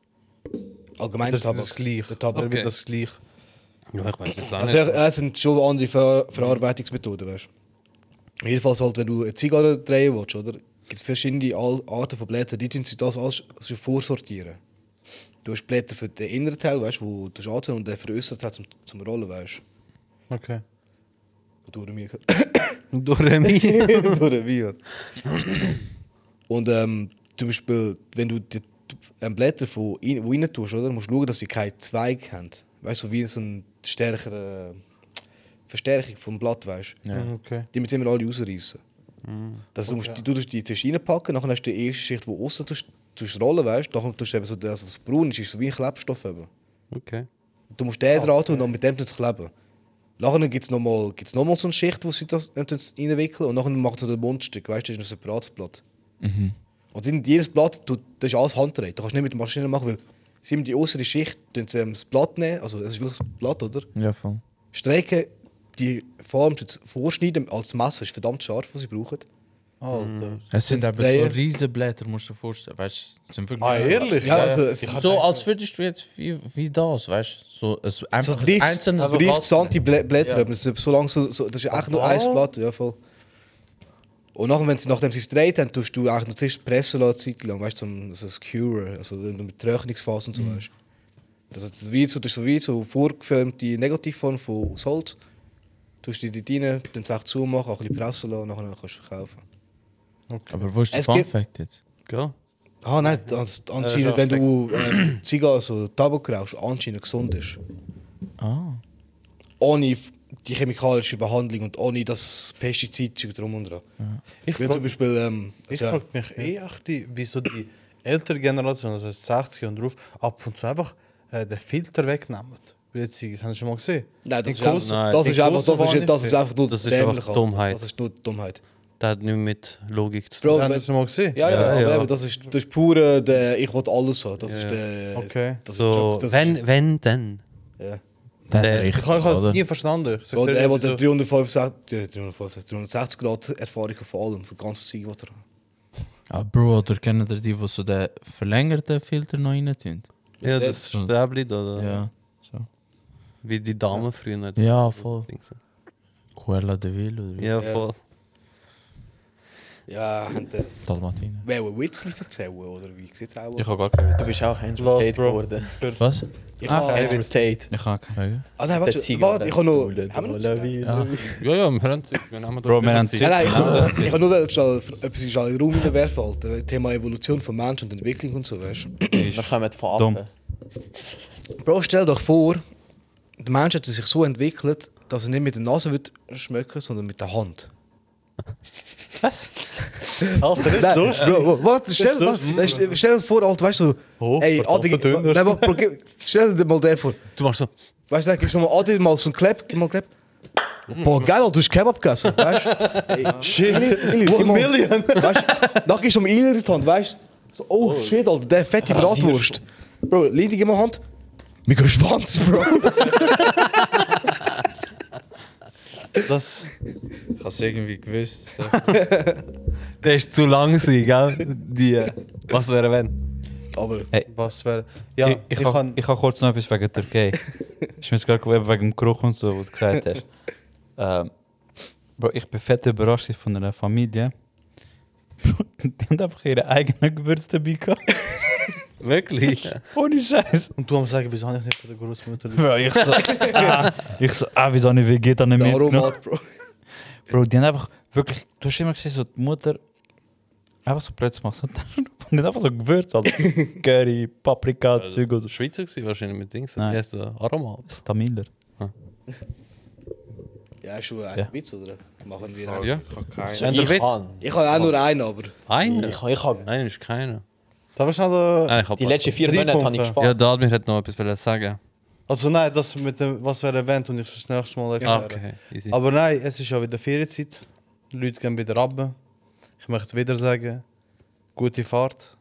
S4: allgemein
S2: Das ist
S4: Tabak.
S2: das Gleiche.
S4: Der Tabak.
S2: Oder wird das Gleiche.
S3: Ja, ich weiß jetzt auch
S4: Also, äh, es sind schon andere Ver Verarbeitungsmethoden, weißt du. Jedenfalls halt, wenn du eine Zigarre drehen willst, oder? Gibt es verschiedene Al- Arten von Blättern, die tun sie das alles schon vorsortieren. Du hast Blätter für den inneren Teil, weißt du, wo du anziehst, und den für den äußeren Teil zum, zum Rollen, weißt
S2: Okay.
S4: du. Durch mich.
S3: Doremi.
S4: durch mich. ja. und ähm, zum Beispiel, wenn du die, die ähm, Blätter von in, wo rein tust, oder? Musst du schauen, dass sie keine Zweige haben. weißt du, wie so ein stärkere Verstärkung vom Blatt, weißt du.
S2: Okay.
S4: Die müssen wir alle rausreißen. Das du, musst, du tust die zuerst reinpacken, nachher hast du die erste Schicht, die außen tust, tust rollen, weißt du. Nachher tust du eben so das, was braun ist, ist so wie ein Klebstoff eben.
S3: Okay.
S4: Du musst den dran tun und dann mit dem tun sie kleben. Nachher gibt es nochmal gibt's noch mal so eine Schicht, wo sie das dann tun sie reinwickeln und nachher macht sie noch ein Mundstück, weißt du, das ist ein separates Blatt. Und in jedes Blatt, du, das ist alles Handarbeit, du kannst nicht mit der Maschine machen, weil sie haben die äußere Schicht, tun sie ähm, das Blatt nehmen, also es ist wirklich das Blatt, oder?
S6: Ja, voll.
S4: Strecken, die Form tun sie vorschneiden als Messer, ist verdammt scharf, was sie brauchen.
S2: Alter.
S6: Es sind
S4: Sind's
S6: eben so
S4: Player?
S6: riesen Blätter, musst du dir vorstellen. Weißt du, sind wirklich.
S2: Ah, ehrlich?
S4: Ja, also es
S2: ich
S4: ist
S6: So, als würdest du jetzt wie, wie das, weißt du? So, es,
S4: so also
S6: einfach ein
S4: 30,
S6: einzelnes
S4: 30
S6: Blatt.
S4: Cent Blä Blätter, aber das ist so lang, so, so, das ist echt nur ein Blatt, ja voll. Und nachher, wenn sie, nachdem sie es gedreht haben, tust du eigentlich noch zuerst pressen lassen, eine Zeit lang, weißt du, zum, so das Cure, also mit Trocknungsphase und so, weißt du. Das ist wie so, das ist so wie so vorgefilmte Negativform von aus Holz. Tust du die rein, dann es echt zumachen, auch ein bisschen pressen lassen und nachher kannst du verkaufen.
S6: aber wo ist der
S4: Es
S6: Fun
S4: gibt-
S6: Fact jetzt?
S3: Go.
S4: Ah nein, ans- anscheinend, wenn du äh, Zigarre, also Tabak rauchst, anscheinend gesund ist.
S6: Ah.
S4: ohne f- die chemikalische Behandlung und ohne das Pestizid und drum und dran.
S2: Ich
S4: Weil
S2: frag-
S4: zum Beispiel, ähm,
S2: Ich
S4: also, ja,
S2: frage mich eh echt, die- wieso die ältere Generation, das heißt 60 und drauf, ab und zu einfach äh, den Filter wegnehmen. Wie jetzt, das haben Sie schon mal gesehen.
S4: nein, das
S2: In
S4: ist,
S2: Kosovo-
S4: einfach, das,
S2: in
S4: ist einfach,
S2: Kosovo
S4: das,
S2: war
S4: ist, das
S2: nicht
S4: ist einfach nur
S3: Das ist einfach
S4: dämlich, Alter.
S3: Dummheit.
S4: Das ist nur Dummheit.
S3: Das hat nichts mit Logik zu tun.
S4: Bro,
S2: viel. Haben Sie
S4: wenn,
S2: schon mal gesehen?
S4: ja, ja,
S3: Ja,
S4: aber
S3: ja.
S4: eben, das ist, das ist pure, der, ich will alles haben. Das ist der.
S2: Okay.
S4: Das ist
S3: So,
S4: das ist-
S3: wenn, wenn, dann.
S4: Ja.
S6: Dann
S3: Der-
S2: Ich
S6: richtig,
S2: habe ich habe
S6: oder?
S2: es nie verstanden. Ich sag's
S4: Und
S2: dir
S4: er will
S2: ehrlich,
S4: den 365, ja, 365, 360 Grad Erfahrung von allem, von der ganzen Zeit, was er
S6: Ah, Bro, oder kennen ihr die, die so den verlängerten Filter noch rein tun?
S3: Ja, das
S6: schon.
S3: Stäbchen, oder?
S6: Ja. So.
S3: Wie die Damen früher. hat.
S6: Ja, voll.
S3: Dings.
S6: Cuerla de Vil oder wie?
S3: Ja, voll.
S4: Ja, haben der.
S6: Dalmatiner.
S4: Wer will Witzel erzählen oder wie sieht es auch aus?
S1: Ich habe gar keinen.
S5: Du bist auch Andrew
S2: Los,
S5: Tate
S2: Bro.
S5: geworden.
S6: Was?
S4: Ich hab-
S5: Andrew Tate.
S1: Ich habe keinen.
S6: Ja,
S4: Ah nein, warte,
S5: Der
S4: warte, ich habe noch.
S5: Zigarre.
S4: Haben wir noch
S5: Dollar
S6: ja.
S4: Zigarre?
S3: Ja, ja, wir haben sich. Wir nehmen
S1: Bro, wir haben
S4: Ja,
S1: Zeit.
S4: nein, ich,
S1: Ja,
S4: ich kann nur wollte schnell etwas in den Raum hineinwerfen. Halt. Das Eh, Thema Evolution von Mensch und Entwicklung und so, weißt du.
S5: Wir kommen von
S1: Dumm.
S5: Affen.
S4: Bro, stell dir vor, der Mensch hat sich so entwickelt, dass er nicht mit der Nase wird schmecken, sondern mit der Hand.
S2: Alter, das ist
S4: Nein,
S2: lustig.
S4: Bro, wo- warte, stell,
S2: Das
S4: was, nein, stell- stell dir vor, Alter, weißt du,
S2: Oh,
S4: ey, Adi,
S2: Kartoffeln dünner.
S4: nein, warte, Bro, gib- stell dir mal den vor.
S3: Du machst so.
S4: Weißt du, dann gibst du mal Adi mal so einen Clap, gib mal einen Clap. Boah, geil, Alter, du hast Kebab gegessen, weißt du? Ey,
S2: Shit.
S4: Ili,
S2: One
S4: Simon.
S2: million.
S4: Weißt du, dann gehst du um Eiler in die Hand, weißt du? So, oh, shit, Alter, der fette Bratwurst. Bro, Leute, gib mal Hand. Mit dem Schwanz, Bro.
S2: Das,
S7: Ich habe es irgendwie gewusst.
S3: Der ist zu lang, gewesen, gell? Die. Was wäre wenn?
S4: Aber
S2: was wäre. Ja,
S1: ich, ich, kann, ich kann kurz noch etwas wegen Türkei. ist mir jetzt gerade gekommen, wegen dem Geruch und so, was du gesagt hast. ähm, Bro, ich bin fett überrascht gewesen von einer eh, Familie. Bro, die haben einfach ihre eigenen Gewürze dabei gehabt.
S3: Wirklich?
S1: Ohne Scheiß.
S2: Und du am sagen, wieso habe ich nicht von der Großmutter.
S1: Bro, ich so, ah, ich so, ah, wieso nicht Vegeta nicht
S4: der
S1: mitgenommen?
S4: Aromat, Bro.
S1: Bro, die haben einfach wirklich, du hast immer gesehen, so die Mutter einfach so plötzlich macht so und die haben einfach so Gewürze, also Curry, Paprika, Zeug oder so.
S3: Schweizer gewesen, wahrscheinlich mit Dings.
S1: Nein.
S3: Wie heißt der? Aromat.
S1: Das ist Tamiler.
S4: Ja, ist schon ein
S1: Ja.
S4: Witz, oder? Machen wir einen.
S3: Ja.
S7: Ich habe keinen.
S3: Wenn der
S5: Ich
S3: Witz-
S5: kann.
S4: Ich habe auch nur einen, aber.
S3: Einer?
S5: Ich, ich hab,
S3: Nein, ist keiner.
S2: Da war schon der.
S3: Nein, ich hab
S5: die letzten vier
S2: Drei
S5: Monate habe
S2: Punkte.
S5: ich
S3: Ja,
S5: gespart.
S3: der Admir hat noch etwas wollen sagen.
S2: Also nein, das mit dem, was wäre erwähnt und ich es das nächste Mal
S3: Ah,
S2: erklären.
S3: okay. Easy.
S2: Aber nein, es ist ja wieder Ferienzeit. Die Leute gehen wieder runter. Ich möchte wieder sagen, gute Fahrt.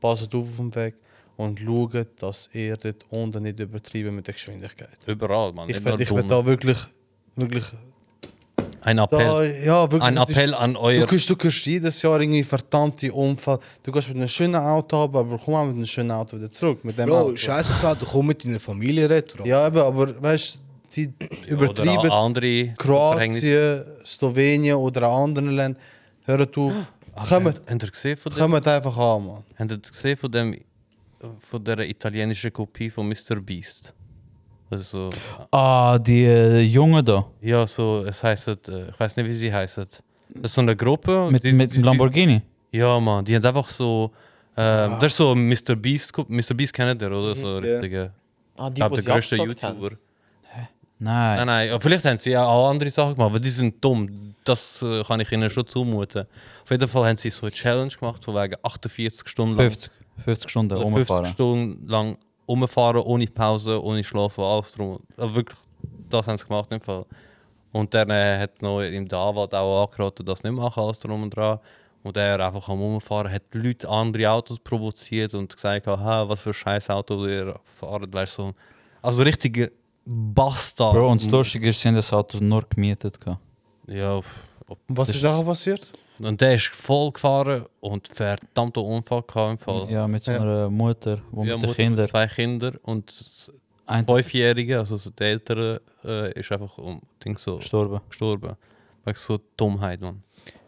S2: Passt auf auf dem Weg und schaut, dass ihr dort unten nicht übertrieben mit der Geschwindigkeit.
S3: Überall, man.
S2: Ich
S3: nicht nur
S2: will, ich will
S3: dumm.
S2: da wirklich, wirklich,
S3: Ein
S2: da,
S3: Appell.
S2: ja, wirklich.
S3: Ein
S2: es ist-
S3: Appell an
S2: Du
S3: euer.
S2: kannst, du kannst jedes Jahr irgendwie verdammte Unfall. Du gehst mit einem schönen Auto, ab, aber komm auch mit einem schönen Auto wieder zurück. Mit dem
S4: Bro,
S2: Auto.
S4: scheiße, Vater, komm mit deiner Familie reden, Bro.
S2: Ja, eben, aber weißt du, sie übertreiben
S3: Oder an andere. Verhängnis-
S2: Kroatien, Slowenien oder an anderen Ländern. Hört auf. Kommt,
S3: Habt ihr gesehen von dem?
S2: kommt einfach an, Mann.
S3: Habt ihr gesehen von dem? Von der italienischen Kopie von Mr. Beast? Also.
S1: Ah, die äh, Jungen da.
S3: Ja, so, es heißt, äh, ich weiß nicht, wie sie heißt. Das ist so eine Gruppe.
S1: Mit,
S3: die,
S1: mit
S3: die,
S1: dem Lamborghini.
S3: Ja, Mann, die hat
S5: Ah.
S3: einfach so. Ähm, Das ist so Mr. Beast. Mr. Beast kennt ihr, oder? So richtige.
S5: Ah,
S3: Ich
S5: Mhm. die,
S3: glaube,
S5: die
S3: der
S5: sie
S3: größte
S5: abgezockt haben.
S3: YouTuber.
S1: Nein.
S3: Nein, nein, ja, vielleicht haben sie ja auch andere Sachen gemacht, aber die sind dumm. Das äh, kann ich ihnen schon zumuten. Auf jeden Fall haben sie so eine Challenge gemacht, von wegen 48 Stunden lang.
S1: 50, 50 Stunden
S3: Oder
S1: rumfahren.
S3: 50 Stunden lang rumfahren, ohne Pause, ohne Schlafen, alles drum. Also wirklich, das haben sie gemacht im Fall. Und dann äh, hat noch ihm der Anwalt auch angeraten, das nicht machen, alles drum und dran. Und er einfach am Rumfahren hat die Leute andere Autos provoziert und gesagt, ha, was für ein scheiß Auto ihr fahrt, weißt du. So. Also richtige Bastard.
S1: Bro, und das Lustige ist, sie haben das Auto nur gemietet. gehabt.
S3: Ja, pff, ob-
S2: Was ist da passiert?
S3: und der ist voll gefahren und verdammter Unfall gehabt im Fall.
S1: Ja, eh, mit so einer Mutter, wo mit den
S3: Ja, Mutter mit
S1: Kindern.
S3: Zwei Kinder und s-
S1: Ein-
S3: ein Fünfjähriger, also so die Ältere, äh, ist einfach um Ding so
S1: Gestorben.
S3: gestorben. Wegen so Dummheit, Mann.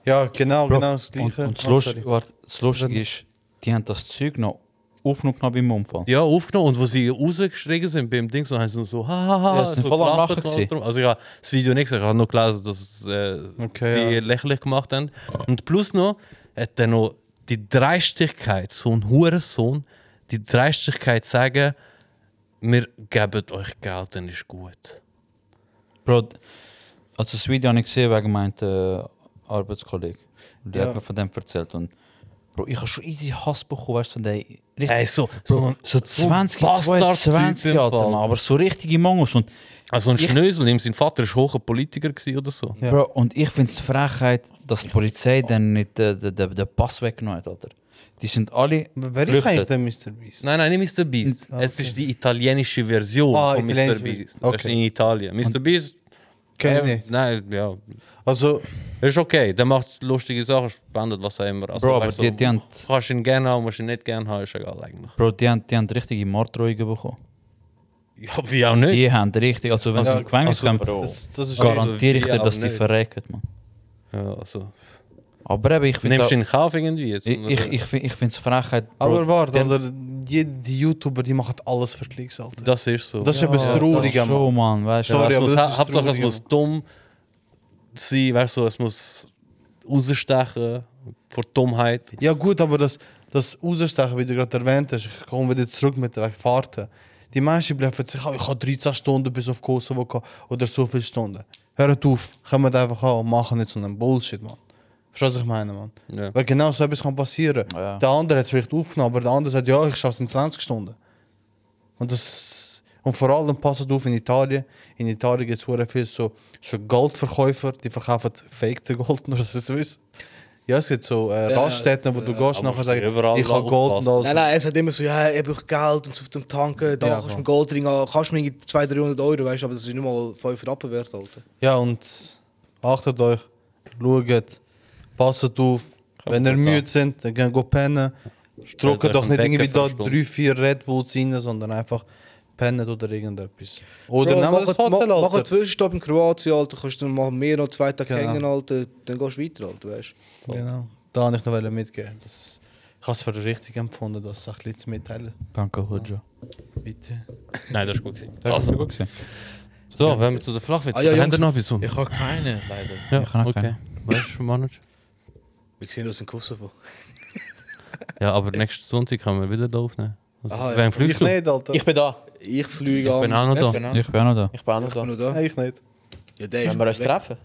S2: Ja, genau,
S1: Bro,
S2: genau das
S1: Und,
S2: gleiche.
S1: und das,
S2: Ah,
S1: Lustige,
S2: sorry.
S1: warte, das Lustige ist, die haben das Zeug noch aufgenommen beim Unfall.
S3: Ja, aufgenommen und wo sie rausgeschrien sind beim Ding, so haben sie so, hahaha,
S1: Ja, sie sind
S3: so
S1: voll am
S3: gelacht
S1: Lachen
S3: und alles
S1: gewesen.
S3: drum. Also ich habe das Video nicht gesehen, ich habe nur gelesen, dass äh,
S2: Okay,
S3: die
S2: ja.
S3: lächerlich gemacht haben. Und plus noch hat er noch die Dreistigkeit, so ein Hurensohn, die Dreistigkeit zu sagen, wir geben euch Geld, dann ist gut.
S1: Bro, d- also das Video habe ich gesehen wegen meinem äh, Arbeitskollegen. Und Die hat mir von dem erzählt. Und Bro, ich habe schon easy Hass bekommen, weißt du, von der richtig,
S3: Ey, so,
S1: Bro, so 20, 22 Alter, Mann, aber so richtige Mongos. Und,
S3: Also ein
S1: Ich-
S3: Schnösel, ihm sein Vater war hoher Politiker gewesen oder so.
S1: Bro, und ich finde es die Frechheit, dass die Polizei dann nicht äh, den, den, den Pass weggenommen hat, Alter. Die sind alle
S2: Wer ist eigentlich
S1: geflüchtet.
S2: der Mr. Beast?
S3: Nein, nein, nicht Mr. Beast.
S1: ah,
S3: Es ist die italienische Version
S2: Ah,
S3: von Mr.
S2: italienische
S3: Beast.
S2: Version.
S3: Das ist in Italien. Mr. Beast,
S2: Kenn ich
S3: ähm,
S2: nicht.
S3: nein, ja.
S2: Also,
S3: Er ist okay, der macht lustige Sachen, spendet, was auch immer. Also,
S1: Bro, aber
S3: weißt
S1: die-
S3: du,
S1: die haben-
S3: Kannst ihn gerne haben, musst ihn nicht gerne haben, ist egal eigentlich.
S1: Bro, die haben, die haben richtige Morddrohungen bekommen.
S3: Ja, wie auch nicht.
S1: Die haben richtig, also wenn sie im Gefängnis kommen,
S2: das, das ist
S1: garantiere ich
S3: wie
S1: dir, dass
S3: auch
S1: die Oh,
S3: nicht.
S1: verrecken, Mann.
S3: Ja, also.
S1: Aber eben, ich finde
S3: Nimmst
S1: es
S3: du ihn in Kauf irgendwie jetzt?
S1: ich, ich, ich, find- ich find's Frechheit, Bro.
S2: Aber warte,
S1: Die-
S2: Alter, die, die YouTuber, die machen alles für Klicks, Alter.
S3: das ist so.
S2: Das ist eben das Traurige, Mann.
S1: Schon, Mann, weißt du.
S2: Sorry,
S3: es
S2: aber
S3: muss,
S2: das ist
S3: Hauptsache, es
S2: traurig,
S3: muss dumm sein, weißt du, es muss rausstechen vor Dummheit.
S2: Ja gut, aber das, das Rausstechen, wie du gerade erwähnt hast, ich komme wieder zurück mit den Fahrten. Die Menschen bleiben sich, oh, ich habe 13 Stunden bis auf Kosovo gehabt oder so viele Stunden. Hört auf, kommt einfach an und machen nicht so einen Bullshit, Mann. Verstehst du, was ich meine, Mann?
S3: Ja.
S2: Weil genau so etwas kann passieren.
S1: Ja.
S2: Der andere hat es vielleicht aufgenommen, aber der andere sagt, ja, ich schaffe es in 20 Stunden. Und, das, und vor allem passt auf in Italien. In Italien gibt es sehr viele so, so Goldverkäufer, die verkaufen fake Gold, nur dass ihr es wisst. Ja, es gibt so äh,
S4: Ja,
S2: Raststätten, wo du gehst und nachher sagst,
S3: überall
S2: ich habe
S3: da
S2: Gold und
S3: aufpassen.
S2: alles.
S4: Nein, nein, er sagt immer so, ja, ich habe Geld und so zum Tanken, da
S2: Ja,
S4: kannst du
S2: Mann.
S4: einen Goldring an, kannst du mir irgendwie 200, 300 Euro, weißt du, aber das ist nicht mal 5 Rappen wert, Alter.
S2: Ja, und achtet euch, schaut, passet auf. Wenn ihr müde sind, dann geht pennen. Drucken
S3: euch
S2: doch
S3: einen
S2: nicht
S3: Wecker
S2: irgendwie
S3: für
S2: da
S3: eine Stunde.
S2: drei, vier Red Bulls rein, sondern einfach pennen oder irgendetwas. Oder
S4: Bro,
S2: nehmen
S4: mach-
S2: das Hotel,
S4: Mach mach einen
S2: Alter.
S4: Zwischenstopp in Kroatien, Alter, kannst du dann mal mehr noch zwei Tage
S2: Genau.
S4: hängen, Alter, dann gehst du weiter, Alter, weißt du.
S2: Genau, da wollte ich noch mitgeben. Das, ich habe es für richtig empfunden, das ein bisschen zu mitteilen.
S1: Danke, Hoja.
S2: Bitte.
S3: Nein, das ist gut. gewesen. Also.
S1: Das hast du gut gesehen.
S3: So, wenn wir zu der Flachwitz.
S4: Ah, ja,
S3: Habt ihr
S4: Jungs.
S3: noch etwas? Ja,
S7: Ich habe keine, leider.
S1: ich kann auch keinen.
S3: Weißt du, Manuel?
S4: Wir sehen uns in Kosovo.
S3: Ja, aber nächsten Sonntag können wir wieder da aufnehmen. Also,
S4: Aha, ja.
S3: Wem
S2: Ich
S3: fliegst du? Ich
S2: nicht, Alter.
S5: Ich bin da.
S4: Ich fliege an.
S3: bin auch noch da.
S7: Genau.
S1: Ich bin auch noch da.
S5: Ich bin auch noch da.
S4: Bin noch da.
S2: Ich nicht.
S4: Ja, der ist
S5: Wenn wir uns
S4: weg.
S5: treffen.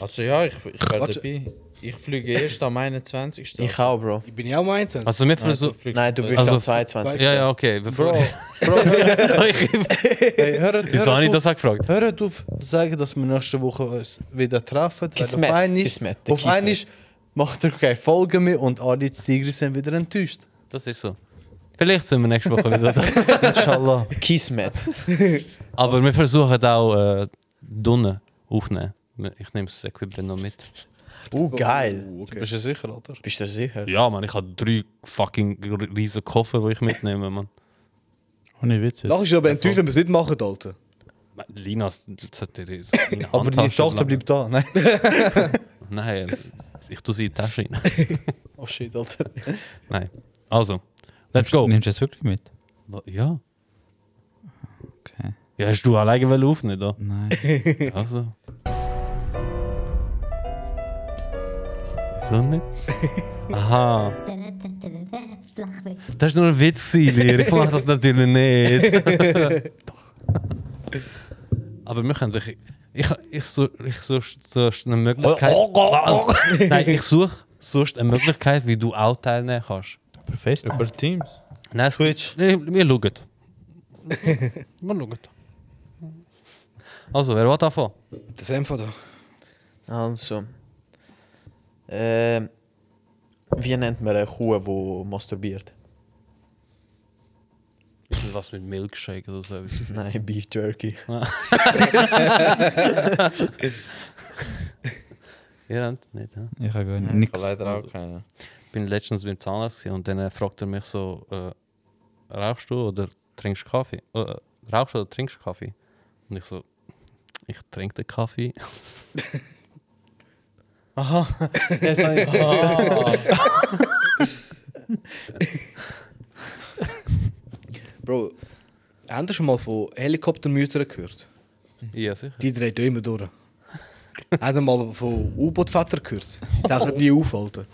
S7: Also ja, ich, ich wäre
S4: Warte.
S7: dabei. Ich fliege erst am 21.
S5: Ich auch, Bro.
S4: Ich bin ja auch meint. Also,
S3: Also, wir fliegen so.
S7: fliegst
S5: Nein, du bist
S3: Also-
S5: am 22.
S3: Ja, ja, okay. Bevor ich.
S2: Hey, hört,
S3: Wieso habe ich
S2: hört
S3: das
S2: auf,
S3: auch gefragt?
S2: hört auf sagen, dass wir nächste Woche uns wieder treffen. weil
S5: Kismet,
S2: auf einmal,
S5: Kismet, der
S2: auf
S5: Kismet.
S2: einmal macht er keine Folgen mehr und alle Tigris sind wieder enttäuscht.
S3: Das ist so. Vielleicht sind wir nächste Woche wieder da.
S2: Inshallah.
S5: Kismet.
S3: Aber wir versuchen auch äh, Dunne aufnehmen. Ich nehme das Equipment noch mit.
S5: Uh, geil.
S2: Bist du sicher, Alter?
S5: Bist du dir sicher?
S3: Ja, man, ich habe drei fucking r- riesen Koffer, die ich mitnehme, man.
S1: Ohne Witz. jetzt.
S4: Nachher ist ja aber enttäuscht, wenn wir es nicht machen, Alter.
S3: Linas, das hat dir das- meine
S2: Aber die
S3: Handtasche
S2: Tochter
S3: bleiben.
S2: bleibt da. Nein.
S3: Nein, ich tue sie in die Tasche rein.
S2: Oh shit, Alter.
S3: Nein. Also, let's go.
S1: Nimmst du es wirklich mit?
S3: Ja.
S1: Okay.
S3: Ja, hast du alleine wollen aufnehmen, da?
S1: Nein.
S3: Also. Wieso nicht? Aha.
S8: Da-da-da-da-da-da.
S3: Das ist nur ein Witz, Silir. Ich mache das natürlich nicht. Aber wir können dich. Ich, ich, such- ich suche sonst eine Möglichkeit. Nein, ich suche sonst eine Möglichkeit, wie du auch teilnehmen kannst.
S1: Per FaceTime.
S7: Über Teams.
S3: Nein, es Twitch. Nee, wir schauen. wir schauen. Also, wer will davon?
S4: Das einfach da.
S5: Also. Ähm, wie nennt man eine Kuh, die masturbiert?
S3: Was mit Milkshake oder so.
S5: Nein, Beef Jerky.
S3: Ihr habt nicht, ja?
S1: Ich habe gar nicht.
S7: Ich
S1: Nix.
S7: habe leider auch keine.
S3: bin letztens beim Zahnarzt gewesen und dann äh, fragt er mich so, äh, rauchst du oder trinkst Kaffee? Äh, rauchst du oder trinkst Kaffee? Und ich so, ich trinke den Kaffee.
S4: Bro, habt ihr schon mal von Helikoptermüttern gehört?
S3: ja, sicher.
S4: Die drehen immer durch. Habt ihr mal von U-Boot-Vätern gehört? Die tauchen nie auf, Alter.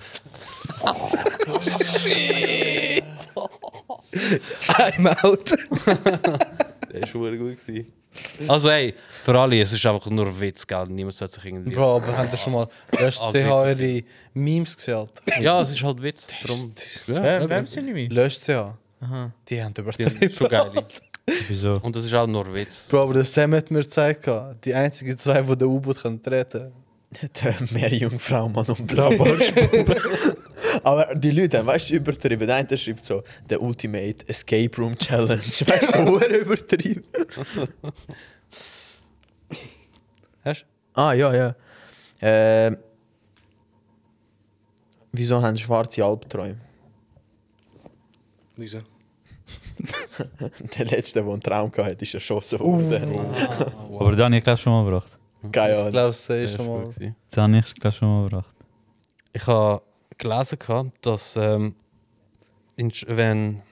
S4: Shit! I'm out.
S3: Der ist schon gut gewesen. Also hey, für alle, es ist einfach nur ein Witz, gell? Niemand sollte sich irgendwie...
S2: Bro, aber habt ihr schon mal löscht sie
S3: Ah,
S2: eure Memes gesehen? Alter?
S3: Ja, es ist halt Witz. Drum,
S6: Äh,
S7: Wem, wem sind die mir?
S2: Löscht sie an. Die haben übertrieben.
S3: die sind schon geil.
S1: Wieso?
S3: Und das ist auch nur ein Witz.
S2: Bro, aber der Sam hat mir gezeigt, gehabt, die einzigen zwei, die den U-Boot können treten
S5: Der Meerjungfrau, Mann, und Blaubarschbube. Aber die Leute haben, weißt du, übertrieben. Der eine schreibt so, der Ultimate Escape Room Challenge. Weißt du, so übertrieben.
S3: Hast
S5: Ah, ja, ja. Ähm, wieso haben schwarze Albträume?
S4: Wieso?
S5: Der letzte, der einen Traum hatte, ist erschossen worden.
S1: Aber den habe ich glaub, schon mal gebracht.
S5: Keine
S2: Ich
S5: Ahnung.
S2: glaube, der ist eh
S3: du?
S2: schon mal.
S3: Ja,
S1: Den habe ich glaub, schon mal gebracht.
S3: ich habe gelesen, gehabt, dass ähm, in, Sch- wenn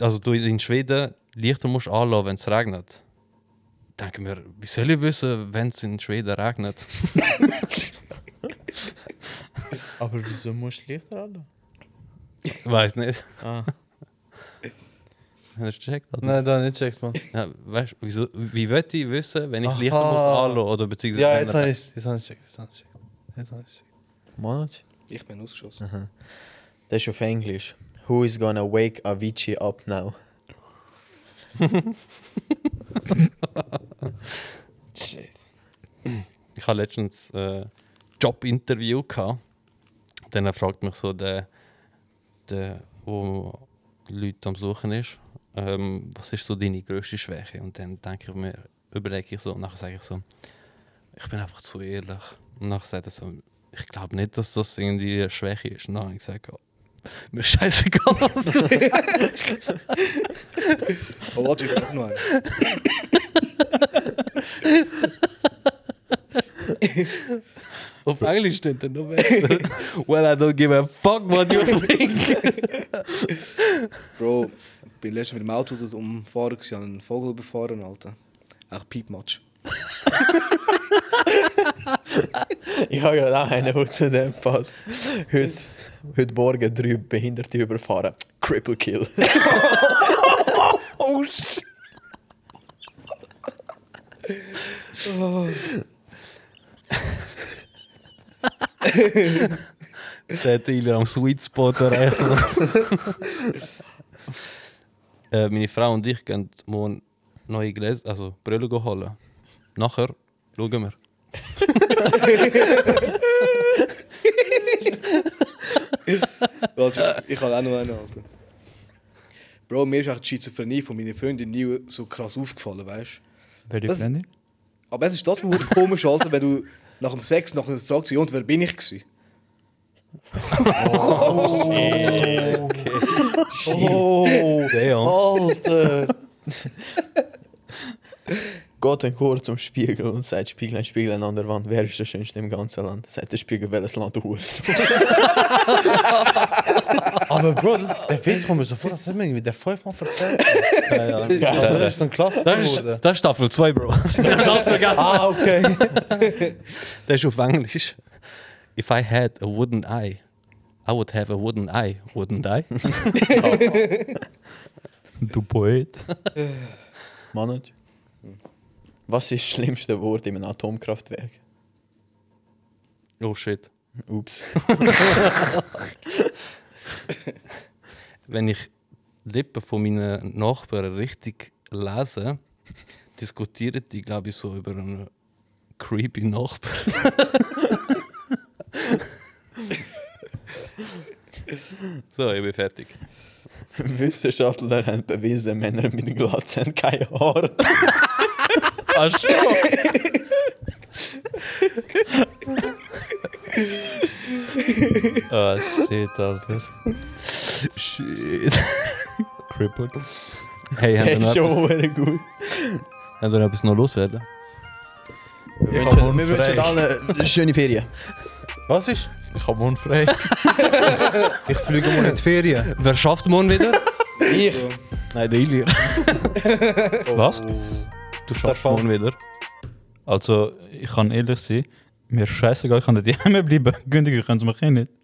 S3: also du in Schweden Lichter musst anlassen, wenn es regnet. Denke mir, wie soll ich wissen, wenn es in Schweden regnet?
S7: Aber wieso musst du Lichter an?
S3: Weiß nicht.
S7: Ah.
S3: Hast du gecheckt? oder?
S2: Nein, da nicht checkt man.
S3: Ja, weißt, wieso, wie wollte ich wissen, wenn ich Lichter
S2: Aha.
S3: muss anlassen oder beziehungsweise
S2: Ja,
S3: wenn
S2: jetzt
S3: er-
S2: habe ich es. Jetzt habe ich es checkt. Jetzt habe ich es checkt. Jetzt habe ich es checkt.
S5: Manoj?
S4: Ich bin ausgeschossen.
S5: Das ist auf Englisch. Who is gonna wake Avicii up now?
S3: ich habe letztens äh, Jobinterview gehabt. Dann fragt mich so der, der wo Leute am Suchen ist, ähm, was ist so deine grösste Schwäche? Und dann denke ich mir, überlege ich so und nachher sage ich so, ich bin einfach zu ehrlich. Und nachher sagt er so, ich glaube nicht, dass das irgendwie eine Schwäche ist. Und dann habe ich gesagt, ja, mir scheißegal, was du
S4: Oh, warte, ich brauche noch einen.
S3: Auf Englisch steht er noch besser. well, I don't give a fuck what you think.
S4: Bro, ich bin letztens mit dem Auto dort umgefahren, gewesen, habe einen Vogel befahren, Alter. Auch Piepmatsch.
S5: Ich habe gerade auch einen, genau, der zu dem passt. Heute, heute Morgen drei Behinderte überfahren. Cripple Kill.
S3: Der hat ihn am Sweet Spot erreicht. äh, meine Frau und ich gehen morgen neue Gläser, also Brille holen. Nachher schauen wir.
S4: Warte, ich habe auch noch einen, Alter. Bro, mir ist echt die Schizophrenie von meiner Freundin nie so krass aufgefallen, weißt du?
S1: Wer die
S4: Was?
S1: Freundin?
S4: Aber es ist das, was komisch, Alter, wenn du nach dem Sex nachher fragst, ja, und wer bin ich gewesen?
S5: Oh,
S3: Damn.
S5: Alter! Geht ein Chor zum Spiegel und sagt: Spieglein, Spieglein an der Wand, wer ist der Schönste im ganzen Land? Sagt der Spiegel, welches Land du hurst.
S2: Aber Bro, das- der Witz kommt mir so vor, als hätte man irgendwie der fünfmal verzählt. Ja, ja. Das ist ein Klassiker
S3: Das ist,
S2: geworden.
S3: das ist Staffel 2, Bro.
S2: Ah, okay.
S3: das ist auf Englisch. If I had a wooden eye, I would have a wooden eye, wouldn't I?
S1: Du Poet.
S5: Manoj,
S2: Hm.
S5: was ist das schlimmste Wort in einem Atomkraftwerk?
S3: oh shit.
S5: Ups.
S3: Wenn ich Lippen von meinen Nachbarn richtig lese, diskutieren die, glaube ich, so über einen creepy Nachbar. so, ich bin fertig.
S5: Wissenschaftler haben bewiesen, Männer mit Glatze haben keine Haare.
S1: Ach schon. oh shit, Alter.
S3: Shit. Crippled. Hey, haben wir
S5: Hey,
S3: noch, etwas-
S5: schon sehr gut.
S3: haben wir noch etwas noch loswerden?
S5: Wir
S6: hab
S5: wünschen-
S6: morgen
S5: wir wünschen
S6: frei.
S2: eh,
S5: allen schöne Ferien.
S2: Was ist?
S6: Ich habe morgen frei.
S2: Ich fliege mal in die Ferien.
S3: Wer schafft morgen wieder?
S5: Ich.
S3: Nein, der Ilir.
S1: Was?
S5: Oh.
S3: Du schaffst morgen wieder.
S1: Also, ich kann ehrlich sein, mir ist scheißegal, ich kann daheim bleiben. Kündigen können sie mich eh nicht.